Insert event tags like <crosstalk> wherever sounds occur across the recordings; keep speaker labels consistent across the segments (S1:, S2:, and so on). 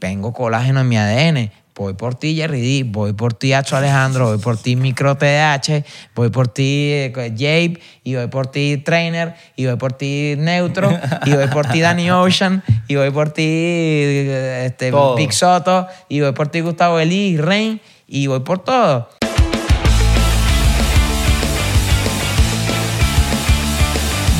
S1: tengo colágeno en mi ADN. Voy por ti, Jerry D. Voy por ti, Acho Alejandro. Voy por ti, Micro TDH. Voy por ti, eh, Jape. Y voy por ti, Trainer. Y voy por ti, Neutro. Y voy por ti, Danny Ocean. Y voy por ti, eh, este,
S2: Todo.
S1: Big Soto. Y voy por ti, Gustavo Eli, Rain. Y voy por todo.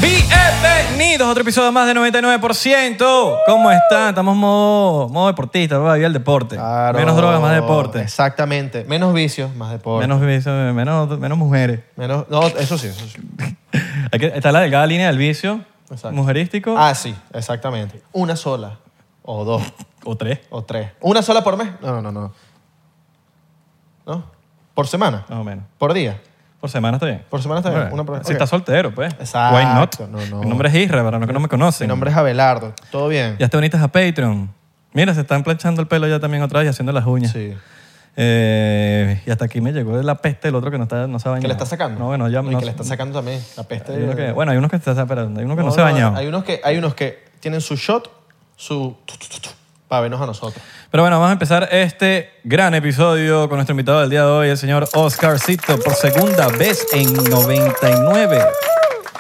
S2: Bienvenidos a otro episodio más de 99%. ¿Cómo están? Estamos modo, modo deportista, ¿verdad? Viva el deporte.
S3: Claro.
S2: Menos drogas, más deporte.
S3: Exactamente. Menos vicios, más deporte. Menos.
S2: Menos, vicio, menos, menos mujeres.
S3: no, eso sí, eso sí.
S2: Hay que- está la delgada línea del vicio
S3: Exacto.
S2: mujerístico
S3: Ah, sí, exactamente. Una sola. O dos.
S2: o tres.
S3: O tres. ¿Una sola por mes? No, no, no. ¿No? ¿No? ¿Por semana?
S2: Más o menos.
S3: ¿Por día?
S2: Por semana está bien.
S3: Por semana está bien,
S2: Bueno,
S3: una por-
S2: Si
S3: ok.
S2: estás soltero, pues.
S3: Exacto,
S2: Why not?
S3: no, no.
S2: Mi nombre es Isra, para los que no me
S3: Mi
S2: conocen.
S3: nombre es Abelardo. ¿Todo bien?
S2: Ya te uniste a Patreon. Mira, se están planchando el pelo ya también otra vez y haciendo las uñas.
S3: Sí.
S2: Eh, y hasta aquí me llegó la peste del otro que no, está, no se ha bañado.
S3: ¿Que le está sacando?
S2: No, bueno, ya
S3: Y
S2: no-
S3: que le está sacando también. La peste.
S2: hay uno que- bueno, hay unos que, está, pero hay uno que no, se ha
S3: no,
S2: bañado.
S3: Hay unos, que, hay unos que tienen su shot, su... para vernos a nosotros.
S2: Pero bueno, vamos a empezar este gran episodio con nuestro invitado del día de hoy, el señor Oscarcito, por segunda vez en 99.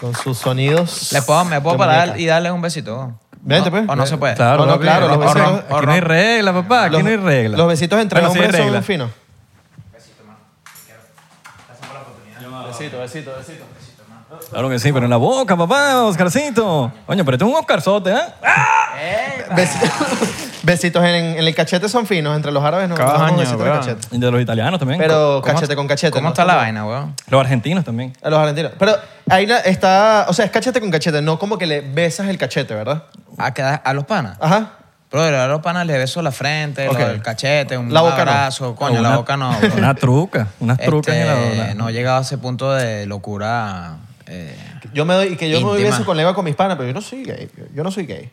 S3: Con sus sonidos...
S1: Le puedo, me puedo
S3: de
S1: parar
S3: muñeca.
S1: y darle un besito.
S3: Vente,
S1: ¿No?
S3: pues.
S1: O no se puede.
S2: Claro,
S3: No, no,
S2: papi,
S3: claro, los
S2: aquí
S3: vecinos-
S2: no hay- Aquí no hay regla, papá, aquí
S3: Los-
S2: no hay regla.
S3: Los besitos entre
S2: Bueno, sí hay
S3: hombres
S2: regla.
S3: son <laughs> finos. Besito, besito, besito.
S2: Claro que sí, pero en la boca, papá, Oscarcito. Coño, pero tú es un Oscarzote, ¿eh?
S3: Besi- <laughs> Besitos en, en el cachete son finos, entre los árabes no. no damos
S1: Coño,
S3: besitos en
S1: weón.
S3: cachete.
S2: Y de los italianos también.
S3: Pero
S1: ¿Cómo-
S3: cachete con cachete.
S1: ¿Cómo
S3: ¿no?
S1: está la vaina, weón?
S2: Los argentinos también.
S3: A los argentinos. Pero ahí la- está, o sea, es cachete con cachete, no como que le besas el cachete, ¿verdad?
S1: A, quedar- a los panas.
S3: Ajá.
S1: Brother, a los panas les beso la frente,
S3: Ok.
S1: lo- el cachete, un
S3: La boca no.
S1: abrazo. Coño,
S2: Una-
S1: la boca no. bro.
S2: <laughs> Una truca, unas trucas en la
S1: Este,
S2: boca.
S1: No he llegado a ese punto de locura. eh,
S3: Yo me doy, y que yo me doy
S1: Íntima.
S3: besos con lengua con mis panas, pero yo no soy gay. Yo, yo no soy gay.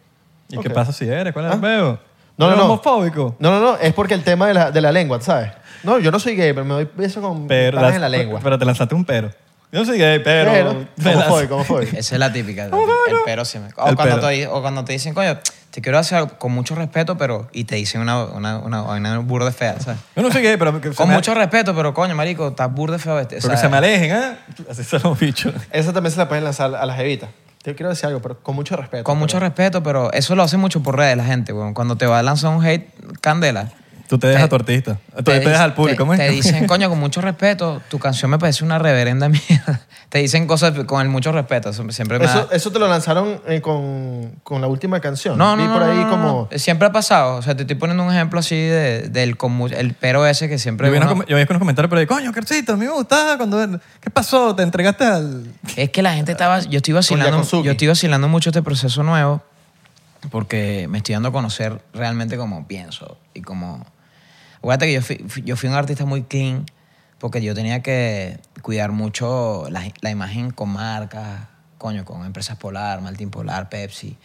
S2: ¿Y
S3: Ok. Ah.
S2: qué pasa si eres? ¿Cuál es el peo?
S3: No, no,
S2: ¿Eres
S3: no.
S2: homofóbico?
S3: No, no, no, es porque el tema de la, de la lengua, ¿sabes? No, yo no soy gay, pero me doy besos con mis
S2: Pero,
S3: panas
S2: las-
S3: en la lengua.
S2: pero te lanzaste un pero. Yo no soy gay, pero... me
S3: ¿Cómo
S2: lanz-
S3: fue? ¿Cómo fue?
S1: esa es la
S2: <laughs>
S1: típica. el, el pero sí me. O,
S2: Oh, El
S1: cuando
S2: pero.
S1: Te, o cuando te dicen, coño, te quiero hacer algo con mucho respeto, pero. Y te dicen una, una, una, una burda fea, ¿sabes?
S2: Yo no soy gay, pero... que se
S1: Con
S2: me-
S1: mucho respeto, pero coño, marico, estás burda feo. este,
S2: Pero que
S1: ¿sabes?
S2: se me alejen, ¿eh? Así son los bichos.
S3: Esa también se la pueden lanzar a las evitas. Te quiero decir algo, pero con mucho respeto.
S1: Con mucho respeto, pero eso lo hace mucho por redes la gente, weón. Cuando te va a lanzar un hate, candela.
S2: Tú te dejas
S1: Te-
S2: a tu artista. Tú te,
S1: dic-
S2: dejas al público.
S1: te-
S2: ¿cómo es? <laughs>
S1: Te dicen, coño, con mucho respeto, tu canción me parece una reverenda <laughs> mierda. Te dicen cosas con el mucho respeto. Eso siempre me
S3: Eso,
S1: da-
S3: eso te lo lanzaron eh, con, con la última canción.
S1: No, no,
S3: Vi
S1: no,
S3: por
S1: no,
S3: ahí
S1: no, no,
S3: como...
S1: no. Siempre ha pasado. O sea, te estoy poniendo un ejemplo así de- del con mu- el pero ese que siempre...
S2: Yo vi, unos
S1: uno-
S2: com- yo vi unos comentarios por ahí, coño, Carcito, a mí me gustaba cuando... ¿Qué pasó? ¿Te entregaste al...?
S1: Es que la gente estaba. Yo estoy vacilando.
S3: Yakosuki.
S1: Yo estoy vacilando mucho este proceso nuevo porque me estoy dando a conocer realmente como pienso y como. Acuérdate que yo fui, fui- yo fui un artista muy clean porque yo tenía que cuidar mucho la, la imagen con marcas, coño, con empresas Polar, Martín Polar, Pepsi.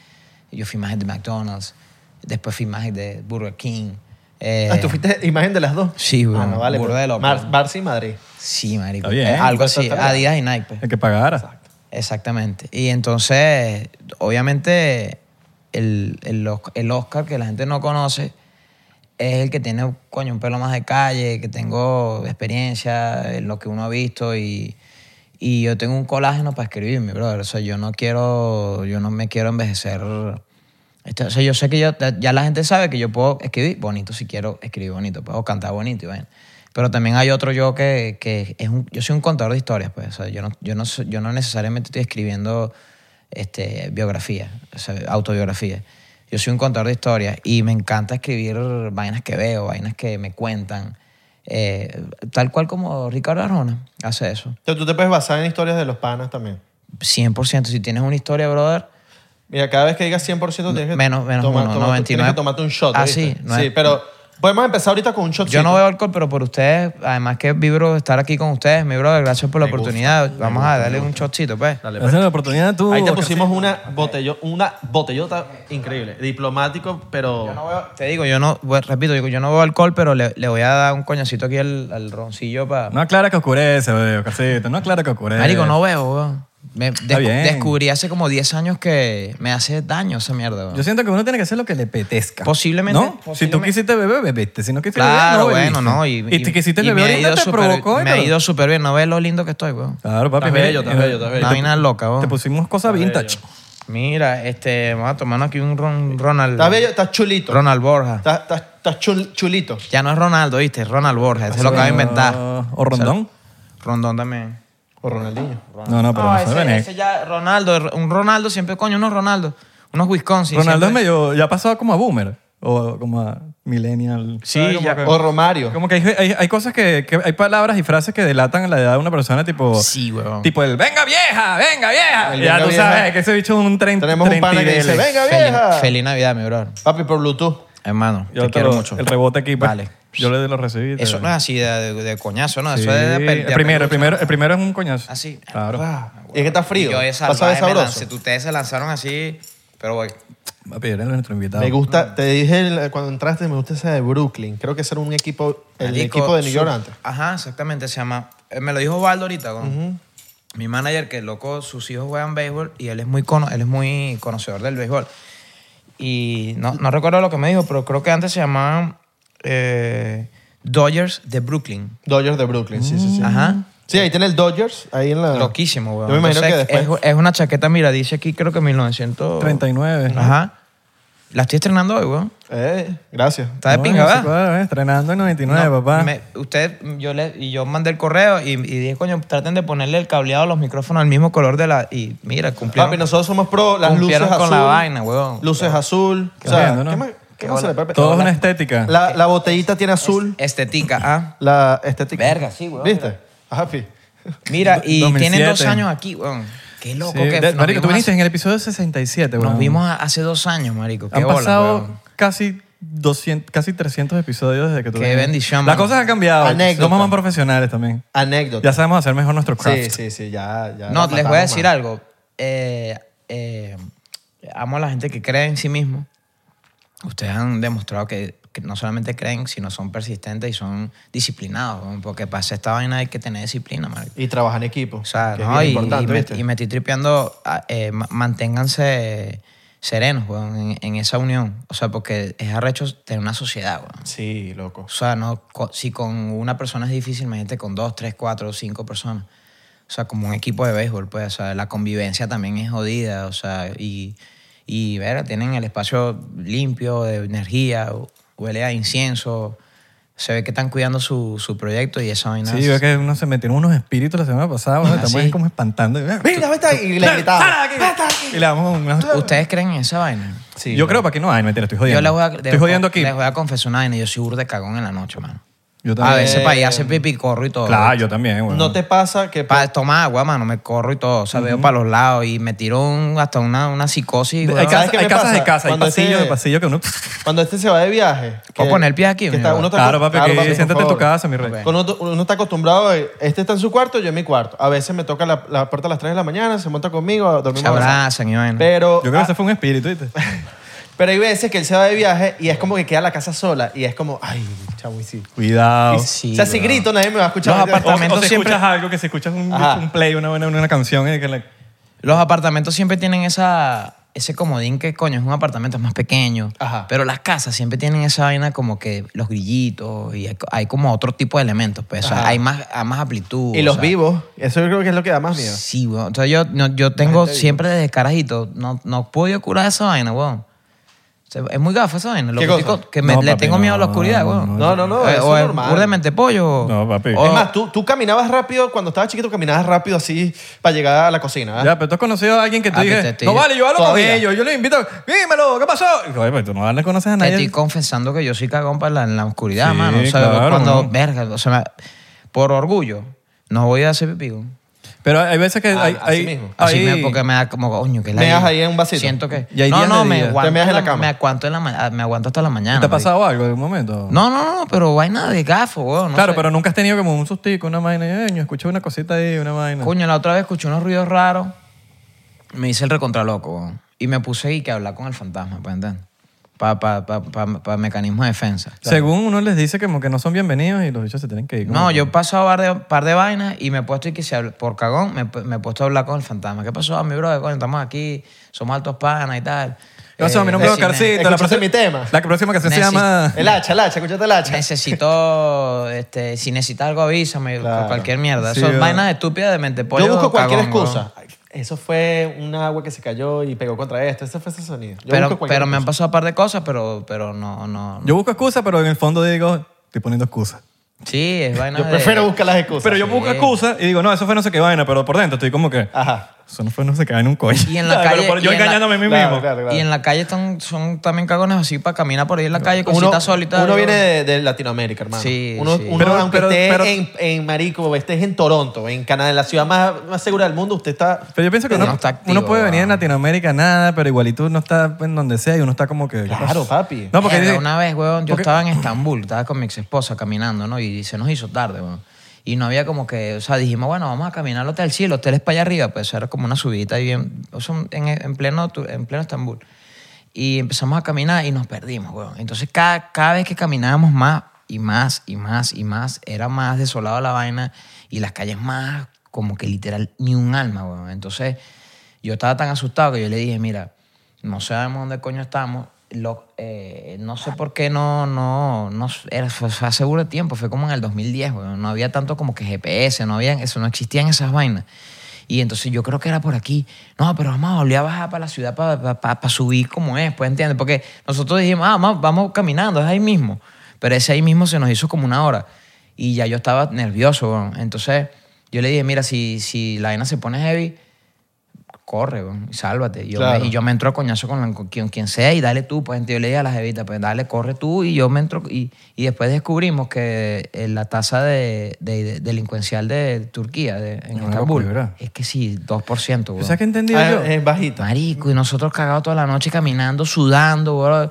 S1: Yo fui imagen de McDonald's, después fui imagen de Burger King. eh,
S3: Ah, ¿tú fuiste imagen de las dos?
S1: Sí, bro.
S3: Ah, no, vale.
S1: Burda
S3: pero-
S1: de loco.
S3: Mar- Barça y Madrid.
S1: Sí, marico.
S2: Está bien,
S1: eh, algo
S3: está-
S1: así.
S3: está bien.
S1: Adidas y Nike. pues.
S2: El que pagara.
S1: Exactamente. Y entonces, obviamente, el, el Os- el Oscar que la gente no conoce es el que tiene, coño, un pelo más de calle, que tengo experiencia en lo que uno ha visto y, y yo tengo un colágeno para escribirme, brother. O sea, yo no quiero, yo no me quiero envejecer. Esto- o sea, yo sé que yo, ya la gente sabe que yo puedo escribir bonito si quiero escribir bonito, pues, o cantar bonito y vaina. Pero también hay otro yo que, que es un, yo soy un contador de historias, pues. O sea, yo no, yo no, so- yo no necesariamente estoy escribiendo este, biografía, o sea, autobiografía. Yo soy un contador de historias y me encanta escribir vainas que veo, vainas que me cuentan. Eh, tal cual como Ricardo Arjona hace eso.
S3: Entonces tú te puedes basar en historias de los panas también.
S1: 100%. Si tienes una historia, brother,
S3: Mira, cada vez que digas 100% tienes que...
S1: Menos- menos uno,
S3: toma- Tienes
S1: 99.
S3: que tomarte un shot,
S1: Ah,
S3: ¿viste?
S1: sí, no
S3: sí,
S1: es-
S3: pero podemos empezar ahorita con un shot.
S1: yo no veo alcohol, pero por ustedes, además que vibro estar aquí con ustedes, mi brother, gracias por la
S3: Me gusta,
S1: oportunidad. Vamos a darle un chocito, pues.
S3: Dale,
S2: Esa es la oportunidad tú.
S3: Ahí te
S2: Oscar.
S3: pusimos una, botello, una botellota increíble. Diplomático, pero...
S1: Yo no veo- te digo, yo no, bueno, repito, digo, yo no veo alcohol, pero le, le voy a dar un coñacito aquí al, al roncillo para.
S2: No aclara que oscurece, bebé, Oscarcito. No aclara que oscurece.
S1: Marico, no veo, weón. Me
S2: eh. Está
S1: descu-
S2: bien.
S1: descubrí hace como 10 años que me hace daño esa mierda. weón.
S2: Yo siento que uno tiene que hacer lo que le apetezca.
S1: Posiblemente-
S2: ¿No? Si tú
S1: posiblemente-
S2: quisiste beber, bebiste. Si no quisiste
S1: Claro,
S2: beber, no
S1: bueno, no. Y,
S2: te quisiste
S1: y me
S2: beber
S1: ha
S2: ahorita
S1: ido
S2: te
S1: súper-
S2: provocó.
S1: Me
S2: y te
S1: ha
S2: lo-
S1: ido súper bien. No ves lo lindo que estoy, weón.
S2: Claro, papi.
S3: Estás
S2: mira,
S3: bello, estás
S2: eh,
S3: bello, estás bello.
S1: Una vaina loca,
S2: Te
S1: weón.
S2: pusimos cosas vintage.
S1: Mira, este, vamos a tomarnos aquí un Ron- Ronald.
S3: Estás bello, estás chulito.
S1: Ronald Borja.
S3: Estás, estás- estás chul- chulito.
S1: Ya no es Ronaldo, ¿viste? Es Ronald Borja. Se lo acaba de inventar.
S2: ¿O Rondón?
S1: Rondón también.
S3: O Ronaldinho.
S2: No, no, pero no, se ven.
S1: Ah, ese, ese ya, Ronaldo. er, Un Ronaldo siempre, coño, unos Ronaldo. Unos Wisconsin.
S2: Ronaldo es
S1: siempre.
S2: medio, ya pasó como a boomer o como a millennial.
S1: Sí,
S2: ¿Sabes? Como
S1: ya.
S2: que-
S3: O Romario.
S2: Como que hay, hay- hay cosas que, que- hay palabras y frases que delatan la edad de una persona, tipo.
S1: Sí, weón.
S2: Tipo el venga vieja, venga vieja.
S3: El
S2: ya
S3: venga
S2: tú
S3: vieja.
S2: sabes que ese bicho es un 30.
S3: Tenemos un pana que dice, venga vieja.
S1: Feliz, feliz Navidad, mi bro.
S3: Papi, por Bluetooth.
S1: Hermano,
S2: Yo
S1: te,
S2: te
S1: quiero
S2: lo-
S1: mucho.
S2: El rebote aquí, pues.
S1: Vale.
S2: Yo le lo recibí. te-
S1: Eso no es así de, de- de coñazo, no.
S2: Sí.
S1: Eso es de, de-
S2: el
S1: de-
S2: primero, el primero, el primero es un coñazo.
S1: Así.
S2: Claro.
S3: Y es que está frío.
S1: Y Ah, Yo de
S3: Pasa de
S1: salvaje me
S3: sabroso.
S1: lancé. Ustedes se lanzaron así, pero voy.
S2: Papi, eres nuestro invitado.
S3: Me gusta, te dije el- cuando entraste, me gusta esa de Brooklyn. Creo que ese era un equipo, el
S1: Marico,
S3: equipo de New York
S1: su-
S3: antes.
S1: Ajá, exactamente. Se llama. eh, Me lo dijo Valdo ahorita, con mi manager, que loco, sus hijos juegan béisbol y él es muy, cono- él es muy conocedor del béisbol. Y no, no recuerdo lo que me dijo, pero creo que antes se llamaban eh, Dodgers de Brooklyn.
S3: Dodgers de Brooklyn, sí, sí, sí.
S2: Mm.
S1: Ajá.
S3: Sí, ahí tiene el Dodgers, ahí en la...
S1: Loquísimo, weón.
S3: Yo me imagino
S1: Entonces,
S3: que después...
S1: Es, es una chaqueta, mira, dice aquí creo que 1900.
S2: 39.
S1: Ajá. La estoy estrenando hoy, weón.
S3: Eh, gracias.
S1: Está de
S2: No,
S1: pinga,
S2: no sé
S1: ¿verdad?
S2: cuál, eh, Estrenando en 99,
S1: No,
S2: papá.
S1: me- usted, yo le, y yo mandé el correo y, y dije, coño, traten de ponerle el cableado a los micrófonos al mismo color de la. Y mira, cumplieron.
S3: Papi, nosotros somos pro, las luces
S1: Cumplieron
S3: azul.
S1: con la vaina, huevón.
S3: Luces azul.
S2: Qué
S3: o sea,
S2: bueno, ¿no?
S3: ¿qué más, qué más se le puede pedir?
S2: Todo es una estética.
S3: La, la botellita tiene azul,
S1: Estetica, ah.
S3: la estética.
S1: Verga, sí, weón.
S3: ¿Viste? Ah, Papi.
S1: Mira, y
S2: 2007.
S1: tienen dos años aquí, weón. Qué loco
S2: Sí.
S1: que
S2: De-
S1: nos
S2: Marico, tú
S1: vimos
S2: viniste
S1: hace-
S2: en el episodio 67,
S1: Nos
S2: weón.
S1: vimos a- hace dos años, marico. Qué
S2: Han
S1: bola,
S2: pasado
S1: weón.
S2: casi 200, casi 300 episodios desde que tú
S1: Qué
S2: viniste.
S1: bendición,
S2: Las
S1: mano.
S2: cosas han cambiado.
S3: Anécdota.
S2: Somos más profesionales también.
S3: Anécdota.
S2: Ya sabemos hacer mejor nuestro craft.
S3: sí, sí, sí, ya. ya
S1: No,
S3: la
S1: les voy a
S3: matamos,
S1: decir
S3: man.
S1: algo. Eh, eh, amo a la gente que cree en sí mismo. Ustedes han demostrado que, que no solamente creen, sino son persistentes y son disciplinados. weón, Porque para hacer esta vaina hay que tener disciplina, marico.
S3: Y trabaja en equipo.
S1: O sea,
S3: que es
S1: ¿no?
S3: bien
S1: y, y
S3: importante,
S1: me,
S3: ¿viste?
S1: y me estoy tripeando, a- eh, ma- manténganse serenos, weón, en, en esa unión. O sea, porque es arrecho tener una sociedad, weón.
S3: Sí, loco.
S1: O sea, no, co- si con una persona es difícil, imagínate con dos, tres, cuatro, cinco personas. O sea, como un equipo de béisbol, pues, o sea, la convivencia también es jodida, o sea, y, y ver, tienen el espacio limpio, de energía, hu- huele a incienso, se ve que están cuidando su, su proyecto y esa vaina.
S2: Sí, yo veo que uno se metieron unos espíritus la semana pasada, bueno,
S1: Ah,
S2: estamos
S1: sí.
S2: ahí como espantando.
S3: Mira, vete ahí. Y le
S2: ¡Sal
S3: gritaba.
S2: aquí! Y le damos unas-
S1: ¿Ustedes creen en esa vaina?
S3: Sí,
S2: yo
S3: loco.
S2: creo para que no hay, mentira, estoy jodiendo.
S1: Yo les voy a,
S2: estoy jodiendo aquí.
S1: Les voy a confesar una vaina, yo soy burda de cagón en la noche, mano.
S2: Yo
S1: A
S2: también.
S1: veces para ir a hacer pipi corro y todo.
S2: Claro, yo también, güey.
S3: ¿No te pasa que...
S1: Para tomar agua, mano, me corro y todo. O sea, veo para los lados y me tiro un- hasta una, una psicosis.
S2: hay
S1: weón.
S2: casas,
S3: ¿sabes qué
S2: hay
S3: me
S2: casas de
S3: pasa?
S2: casa, hay
S3: Cuando
S2: pasillos
S3: ese-
S2: de pasillo que uno...
S3: Cuando este se va de viaje.
S1: ¿Puedo poner el pie aquí,
S3: que
S1: mi
S3: está-
S1: bro?
S3: uno está
S2: Claro,
S3: acos-
S2: papi,
S3: claro,
S2: que
S3: por
S2: siéntate en tu
S3: favor.
S2: casa, mi rey.
S1: Ok.
S3: Cuando uno, uno está acostumbrado, eh, este está en su cuarto, yo en mi cuarto. A veces me toca la, la puerta a las 3 de la mañana, se monta conmigo,
S1: Se
S3: dormimos abrazados.
S1: abrazan y vaina.
S3: Pero,
S2: Yo creo que
S3: ah,
S2: ese fue un
S1: <laughs>
S2: espíritu, ¿viste?
S3: pero hay veces que él se va de viaje y es como que queda la casa sola y es como, ay, chamo, y sí.
S2: Cuidado.
S1: Sí,
S3: o sea, si
S1: bro.
S3: grito, nadie me va a escuchar.
S1: Los
S2: O, o
S1: apartamentos
S2: si
S1: siempre-
S2: escuchas algo, que si escuchas un,
S3: Ajá.
S2: un play, una, buena- una canción, y que la-
S1: Los apartamentos siempre tienen esa, ese comodín que, coño, es un apartamento es más pequeño.
S3: Ajá.
S1: Pero las casas siempre tienen esa vaina como que los grillitos y hay, hay como otro tipo de elementos. Pues, o sea,
S3: Ajá.
S1: hay más, hay más amplitud.
S3: Y
S1: Oh, o
S3: los
S1: sea,
S3: vivos, eso yo creo que es lo que da más miedo.
S1: Sí, weón. Entonces yo, no- yo tengo siempre desde carajito, no, no puedo curar esa vaina, weón. O sea, es muy gafa esa vaina. Lo
S3: ¿Qué
S1: que,
S3: cosa?
S1: estoy- que me-
S2: No,
S1: le
S2: papi,
S1: tengo miedo a la
S2: no,
S1: oscuridad,
S2: no,
S1: weón.
S3: No, no, no,
S1: Eh,
S3: eso
S1: o
S3: es
S1: es
S3: normal.
S1: burda de mentepollo. o-
S2: No, papi.
S1: o-
S2: Es
S3: Es más, tú, tú caminabas rápido, cuando estabas chiquito caminabas rápido así para llegar a la cocina. ¿verdad?
S2: Ya, pero tú has conocido a alguien que tú
S1: Ah, que
S2: dices,
S1: te- te-
S2: no vale, yo hablo
S3: Todavía.
S2: con ellos, yo les invito, dímelo, ¿qué pasó? Y, Oye, pero tú no le conoces
S1: Te
S2: a nadie.
S1: estoy confesando que yo soy cagón para la, en la oscuridad,
S2: Sí,
S1: mano. O sea,
S2: claro,
S1: cuando,
S2: ¿no?
S1: verga, o sea, me- por orgullo, no voy a hacer pipí, weón.
S2: Pero hay veces que
S3: Ah,
S2: hay...
S3: así
S2: hay-
S3: mismo.
S1: Así me,
S2: hay-
S1: porque me da como, coño, que la.
S3: Meas ahí en un vasito.
S1: Siento que.
S2: Y hay
S1: no,
S2: días
S1: no,
S2: de
S1: me
S2: día. Te
S1: aguanto,
S3: meas en la cama.
S1: me, aguanto en la ma- me aguanto hasta la mañana.
S2: ¿Te ha
S1: marico.
S2: pasado algo en algún momento?
S1: No, no, no, pero vaina de gafo, weón. no
S2: claro,
S1: sé.
S2: pero nunca has tenido como un sustico, una vaina. Eh, yo escuché una cosita ahí, una vaina.
S1: Mm. Coño, la otra vez escuché unos ruidos raros. Me hice el recontraloco, weón. Y me puse ahí que hablar con el fantasma, pues, ¿entiendes? para mecanismos de defensa.
S2: Según uno les dice como que no son bienvenidos y los bichos se tienen que ir. como-
S1: No, yo paso a par de, par de vainas y me he puesto y que se habla- por cagón, me, he- me he puesto a hablar con el fantasma. ¿Qué pasó, mi brother? Coño, estamos aquí, somos altos panas y tal.
S2: ¿Qué pasó,
S1: Eh,
S2: mi nombre es
S1: necesito-
S2: Oscarcito. La
S3: Escuchaste
S2: próxima-
S3: mi tema.
S2: La próxima canción se
S1: Neces-
S2: llama...
S3: <laughs> El hacha, el hacha, escúchate el hacha.
S1: Necesito, este, si necesitas algo avísame,
S3: Claro.
S1: cualquier mierda.
S2: Sí,
S1: Son
S2: ¿verdad?
S1: vainas estúpidas de mente pollo
S3: Yo busco cualquier
S1: cagón,
S3: excusa. Ay, Eso fue un agua que se cayó y pegó contra esto. Ese fue ese sonido. Yo
S1: Pero,
S3: busco cualquier
S1: pero me han
S3: excusa.
S1: pasado un par de cosas, pero, pero no, no, no.
S2: Yo busco excusas, pero en el fondo digo, estoy poniendo excusas.
S1: Sí, es vaina
S3: Yo prefiero
S1: de...
S3: buscar las excusas.
S2: Pero yo busco excusas y digo, no, eso fue no sé qué vaina, pero por dentro estoy como que,
S3: Ajá.
S2: eso no fue no sé qué vaina, un coño.
S1: Y en la
S2: Claro,
S1: calle-
S2: <laughs> pero yo
S1: y en la-
S2: engañándome a mí
S3: Claro,
S2: mismo.
S3: claro, claro.
S1: Y en la calle están, son también cagones así para caminar por ahí en la calle,
S3: Uno,
S1: cositas solitas.
S3: uno viene de, de Latinoamérica, hermano.
S1: Sí,
S3: uno,
S1: sí.
S3: uno,
S2: Pero-
S3: aunque
S2: pero-
S3: estés
S2: pero-
S3: en, en Marico, estés en Toronto, en Canadá, en la ciudad más, más segura del mundo, usted está...
S2: Pero yo pienso que
S1: Uno
S2: uno,
S1: está activo, ah.
S2: uno puede
S1: weón.
S2: venir en Latinoamérica, nada, pero igualito uno está en donde sea y uno está como que... ¿qué
S3: Claro,
S2: pasa?
S3: papi.
S2: No, porque
S1: Mierda,
S2: dice-
S1: una vez, weón, yo
S2: porque-
S1: estaba en Estambul, estaba con mi ex esposa caminando, ¿no? Y se nos hizo tarde, weón. Y no había como que, o sea, dijimos, bueno, vamos a caminar al hotel, sí, el hotel es para allá arriba, pues era como una subidita y bien, o sea, en, en pleno, tu- en pleno Estambul. Y empezamos a caminar y nos perdimos, weón. Entonces cada, cada vez que caminábamos más y más y más y más, era más desolada la vaina y las calles más, como que literal, ni un alma, weón. Entonces yo estaba tan asustado que yo le dije, mira, no sabemos dónde coño estamos. Lo- eh, no sé por qué no, no, no era, fue, fue hace burda de tiempo, fue como en el 2010, weón. no había tanto como que GPS, no había, eso, no existían esas vainas. Y entonces yo creo que era por aquí. No, pero vamos a volver a bajar para la ciudad para, para, subir como es, pues entiendes, porque nosotros dijimos, ah, vamos, vamos caminando, es ahí mismo. Pero ese ahí mismo se nos hizo como una hora. Y ya yo estaba nervioso, weón. entonces yo le dije, mira, si, si la vaina se pone heavy, corre, weón, y sálvate. Y yo,
S3: Claro.
S1: me, y yo me entro a coñazo con, la- con quien, quien sea y dale tú. Pues entonces yo le dije a las evitas, pues dale, corre tú. Y yo me entro. Y, y después descubrimos que eh, la tasa de, de- de- delincuencial de Turquía, de- en
S2: Una
S1: Estambul,
S2: locura.
S1: es que sí, 2%, weón.
S2: ¿Sabes qué entendí
S3: Ah,
S2: yo?
S3: es bajita.
S1: Marico, y nosotros cagados toda la noche caminando, sudando, weón.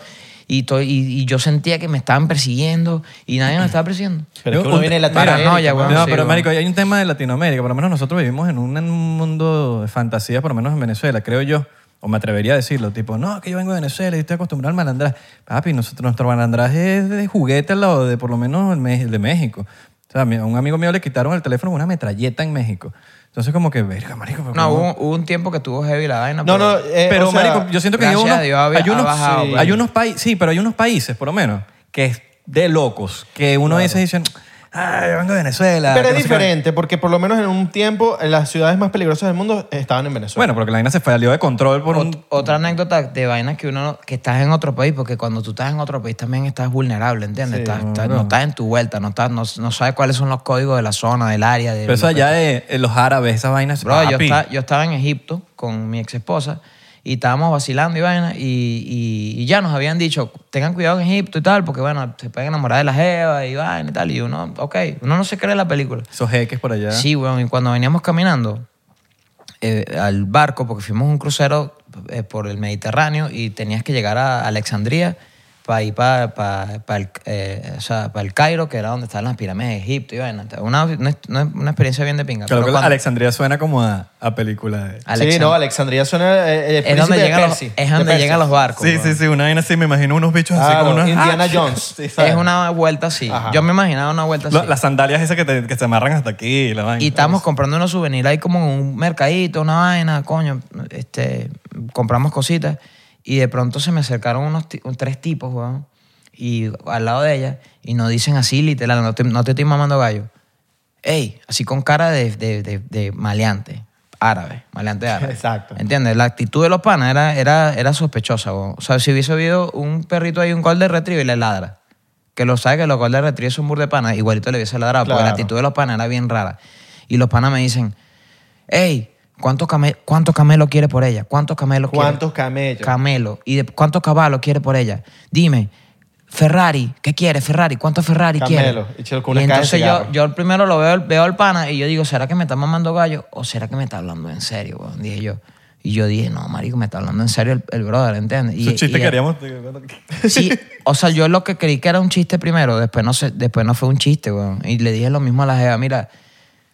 S1: Y, to- y, y yo sentía que me estaban persiguiendo y nadie nos estaba
S3: <clears throat>
S1: persiguiendo.
S3: Pero es que uno
S2: Un-
S3: viene de Latinoamérica.
S1: Paranoia,
S3: hermano.
S1: weón.
S2: no,
S1: sí,
S2: pero
S1: weón.
S2: marico, hay un tema de Latinoamérica. Por lo menos nosotros vivimos en un en un mundo de fantasía, por lo menos en Venezuela, creo yo. O me atrevería a decirlo, tipo, no, que yo vengo de Venezuela y estoy acostumbrado al malandraje. Papi, nosotros, nuestro malandraje es de juguete al lado de, por lo menos, el, Me- el de México. O sea, a mi- a un amigo mío le quitaron el teléfono con una metralleta en México. Entonces, como que, verga, marico. pero
S1: No,
S2: ¿cómo?
S1: hubo, hubo un tiempo que tuvo heavy la vaina.
S3: No,
S1: pero-
S3: no, eh,
S2: pero,
S3: o sea,
S2: marico, yo siento que hay
S1: gracias
S2: unos,
S1: a Dios había-
S2: hay unos,
S1: ha bajado,
S2: sí,
S1: pues.
S2: hay unos países, sí, pero hay unos países, por lo menos, que es de locos, que uno dice, dicen, ay, yo vengo de Venezuela.
S3: Pero
S2: que
S3: es
S2: no sé qué".
S3: diferente, porque por lo menos en un tiempo en las ciudades más peligrosas del mundo estaban en Venezuela.
S2: Bueno, porque la vaina se salió de control por un...
S1: Ot- otra anécdota de vainas que uno no- que estás en otro país, porque cuando tú estás en otro país también estás vulnerable, ¿entiendes? Estás- estás- no estás en tu vuelta, no, estás, no, no sabes cuáles son los códigos de la zona, del área. De
S2: Pero eso allá de, de los árabes, esas vainas...
S1: Bro, yo,
S2: papi.
S1: esta- yo estaba en Egipto con mi ex esposa y estábamos vacilando y vaina y, y- y ya nos habían dicho, tengan cuidado en Egipto y tal, porque bueno, se pueden enamorar de la jeva y vaina y tal. Y uno, ok, uno no se cree la película.
S2: Esos jeques por allá.
S1: Sí, weón. Y cuando veníamos caminando eh, al barco, porque fuimos un crucero eh, por el Mediterráneo y tenías que llegar a Alexandría para ir para el, eh, o sea, pa el Cairo, que era donde estaban las pirámides de Egipto y vaina. Una, una, una experiencia bien de pinga.
S2: Claro
S1: Pero
S2: que
S1: cuando-
S2: Alexandria suena como a, a película de...
S3: sí,
S1: Alexand-
S3: no, Alexandria suena eh, el,
S1: es
S3: príncipe
S1: donde
S3: de
S1: llegan los,
S3: Percy,
S1: es
S3: de
S1: donde
S3: Percy.
S1: llegan los barcos.
S2: Sí,
S1: weón.
S2: sí, sí, una vaina así, me imagino unos bichos así
S3: Claro,
S2: como unos...
S3: Indiana
S2: ¡Ah!
S3: Jones.
S2: Sí, ¿sabes?
S1: Es una vuelta así.
S3: Ajá.
S1: Yo me imaginaba una vuelta así.
S2: Lo- Las sandalias esas que, te- que se amarran hasta aquí, la vaina.
S1: Y estamos comprando unos souvenirs ahí como en un mercadito, una vaina, coño, este, compramos cositas. Y de pronto se me acercaron unos ti- un- tres tipos, weón, y al lado de ella, y nos dicen así, literal, no te, no te estoy mamando gallo. Ey, así con cara de, de, de- de maleante, árabe, maleante árabe.
S3: Exacto.
S1: ¿Entiendes? La actitud de los panas era, era, era sospechosa, weón. O sea, si hubiese habido un perrito ahí, un gol de retriever y le ladra. Que lo sabe que los gol de retriever son burda de pana, igualito le hubiese ladrado, porque la
S3: Claro.
S1: actitud de los panas era bien rara. Y los panas me dicen, hey, ¿cuántos, came- cuántos camelos quiere por ella? ¿Cuántos camelos quiere?
S3: ¿Cuántos camellos?
S1: Camelo. ¿Y de cuántos caballos quiere por ella? Dime, Ferrari, ¿qué quiere Ferrari? ¿Cuántos Ferrari
S3: Camelo.
S1: quiere?
S3: Y chico, con una
S1: Y
S3: caja de
S1: entonces yo,
S3: cigarro.
S1: yo primero lo veo, veo al pana y yo digo, ¿será que me está mamando gallo o será que me está hablando en serio? weón? Dije yo. Y yo dije, no, marico, me está hablando en serio el, el brother, ¿entiendes? Y,
S2: Su chiste
S1: y-
S2: que haríamos...
S1: Sí, o sea, yo lo que creí que era un chiste primero, después no, sé, después no fue un chiste, weón. Y le dije lo mismo a la jeva, mira,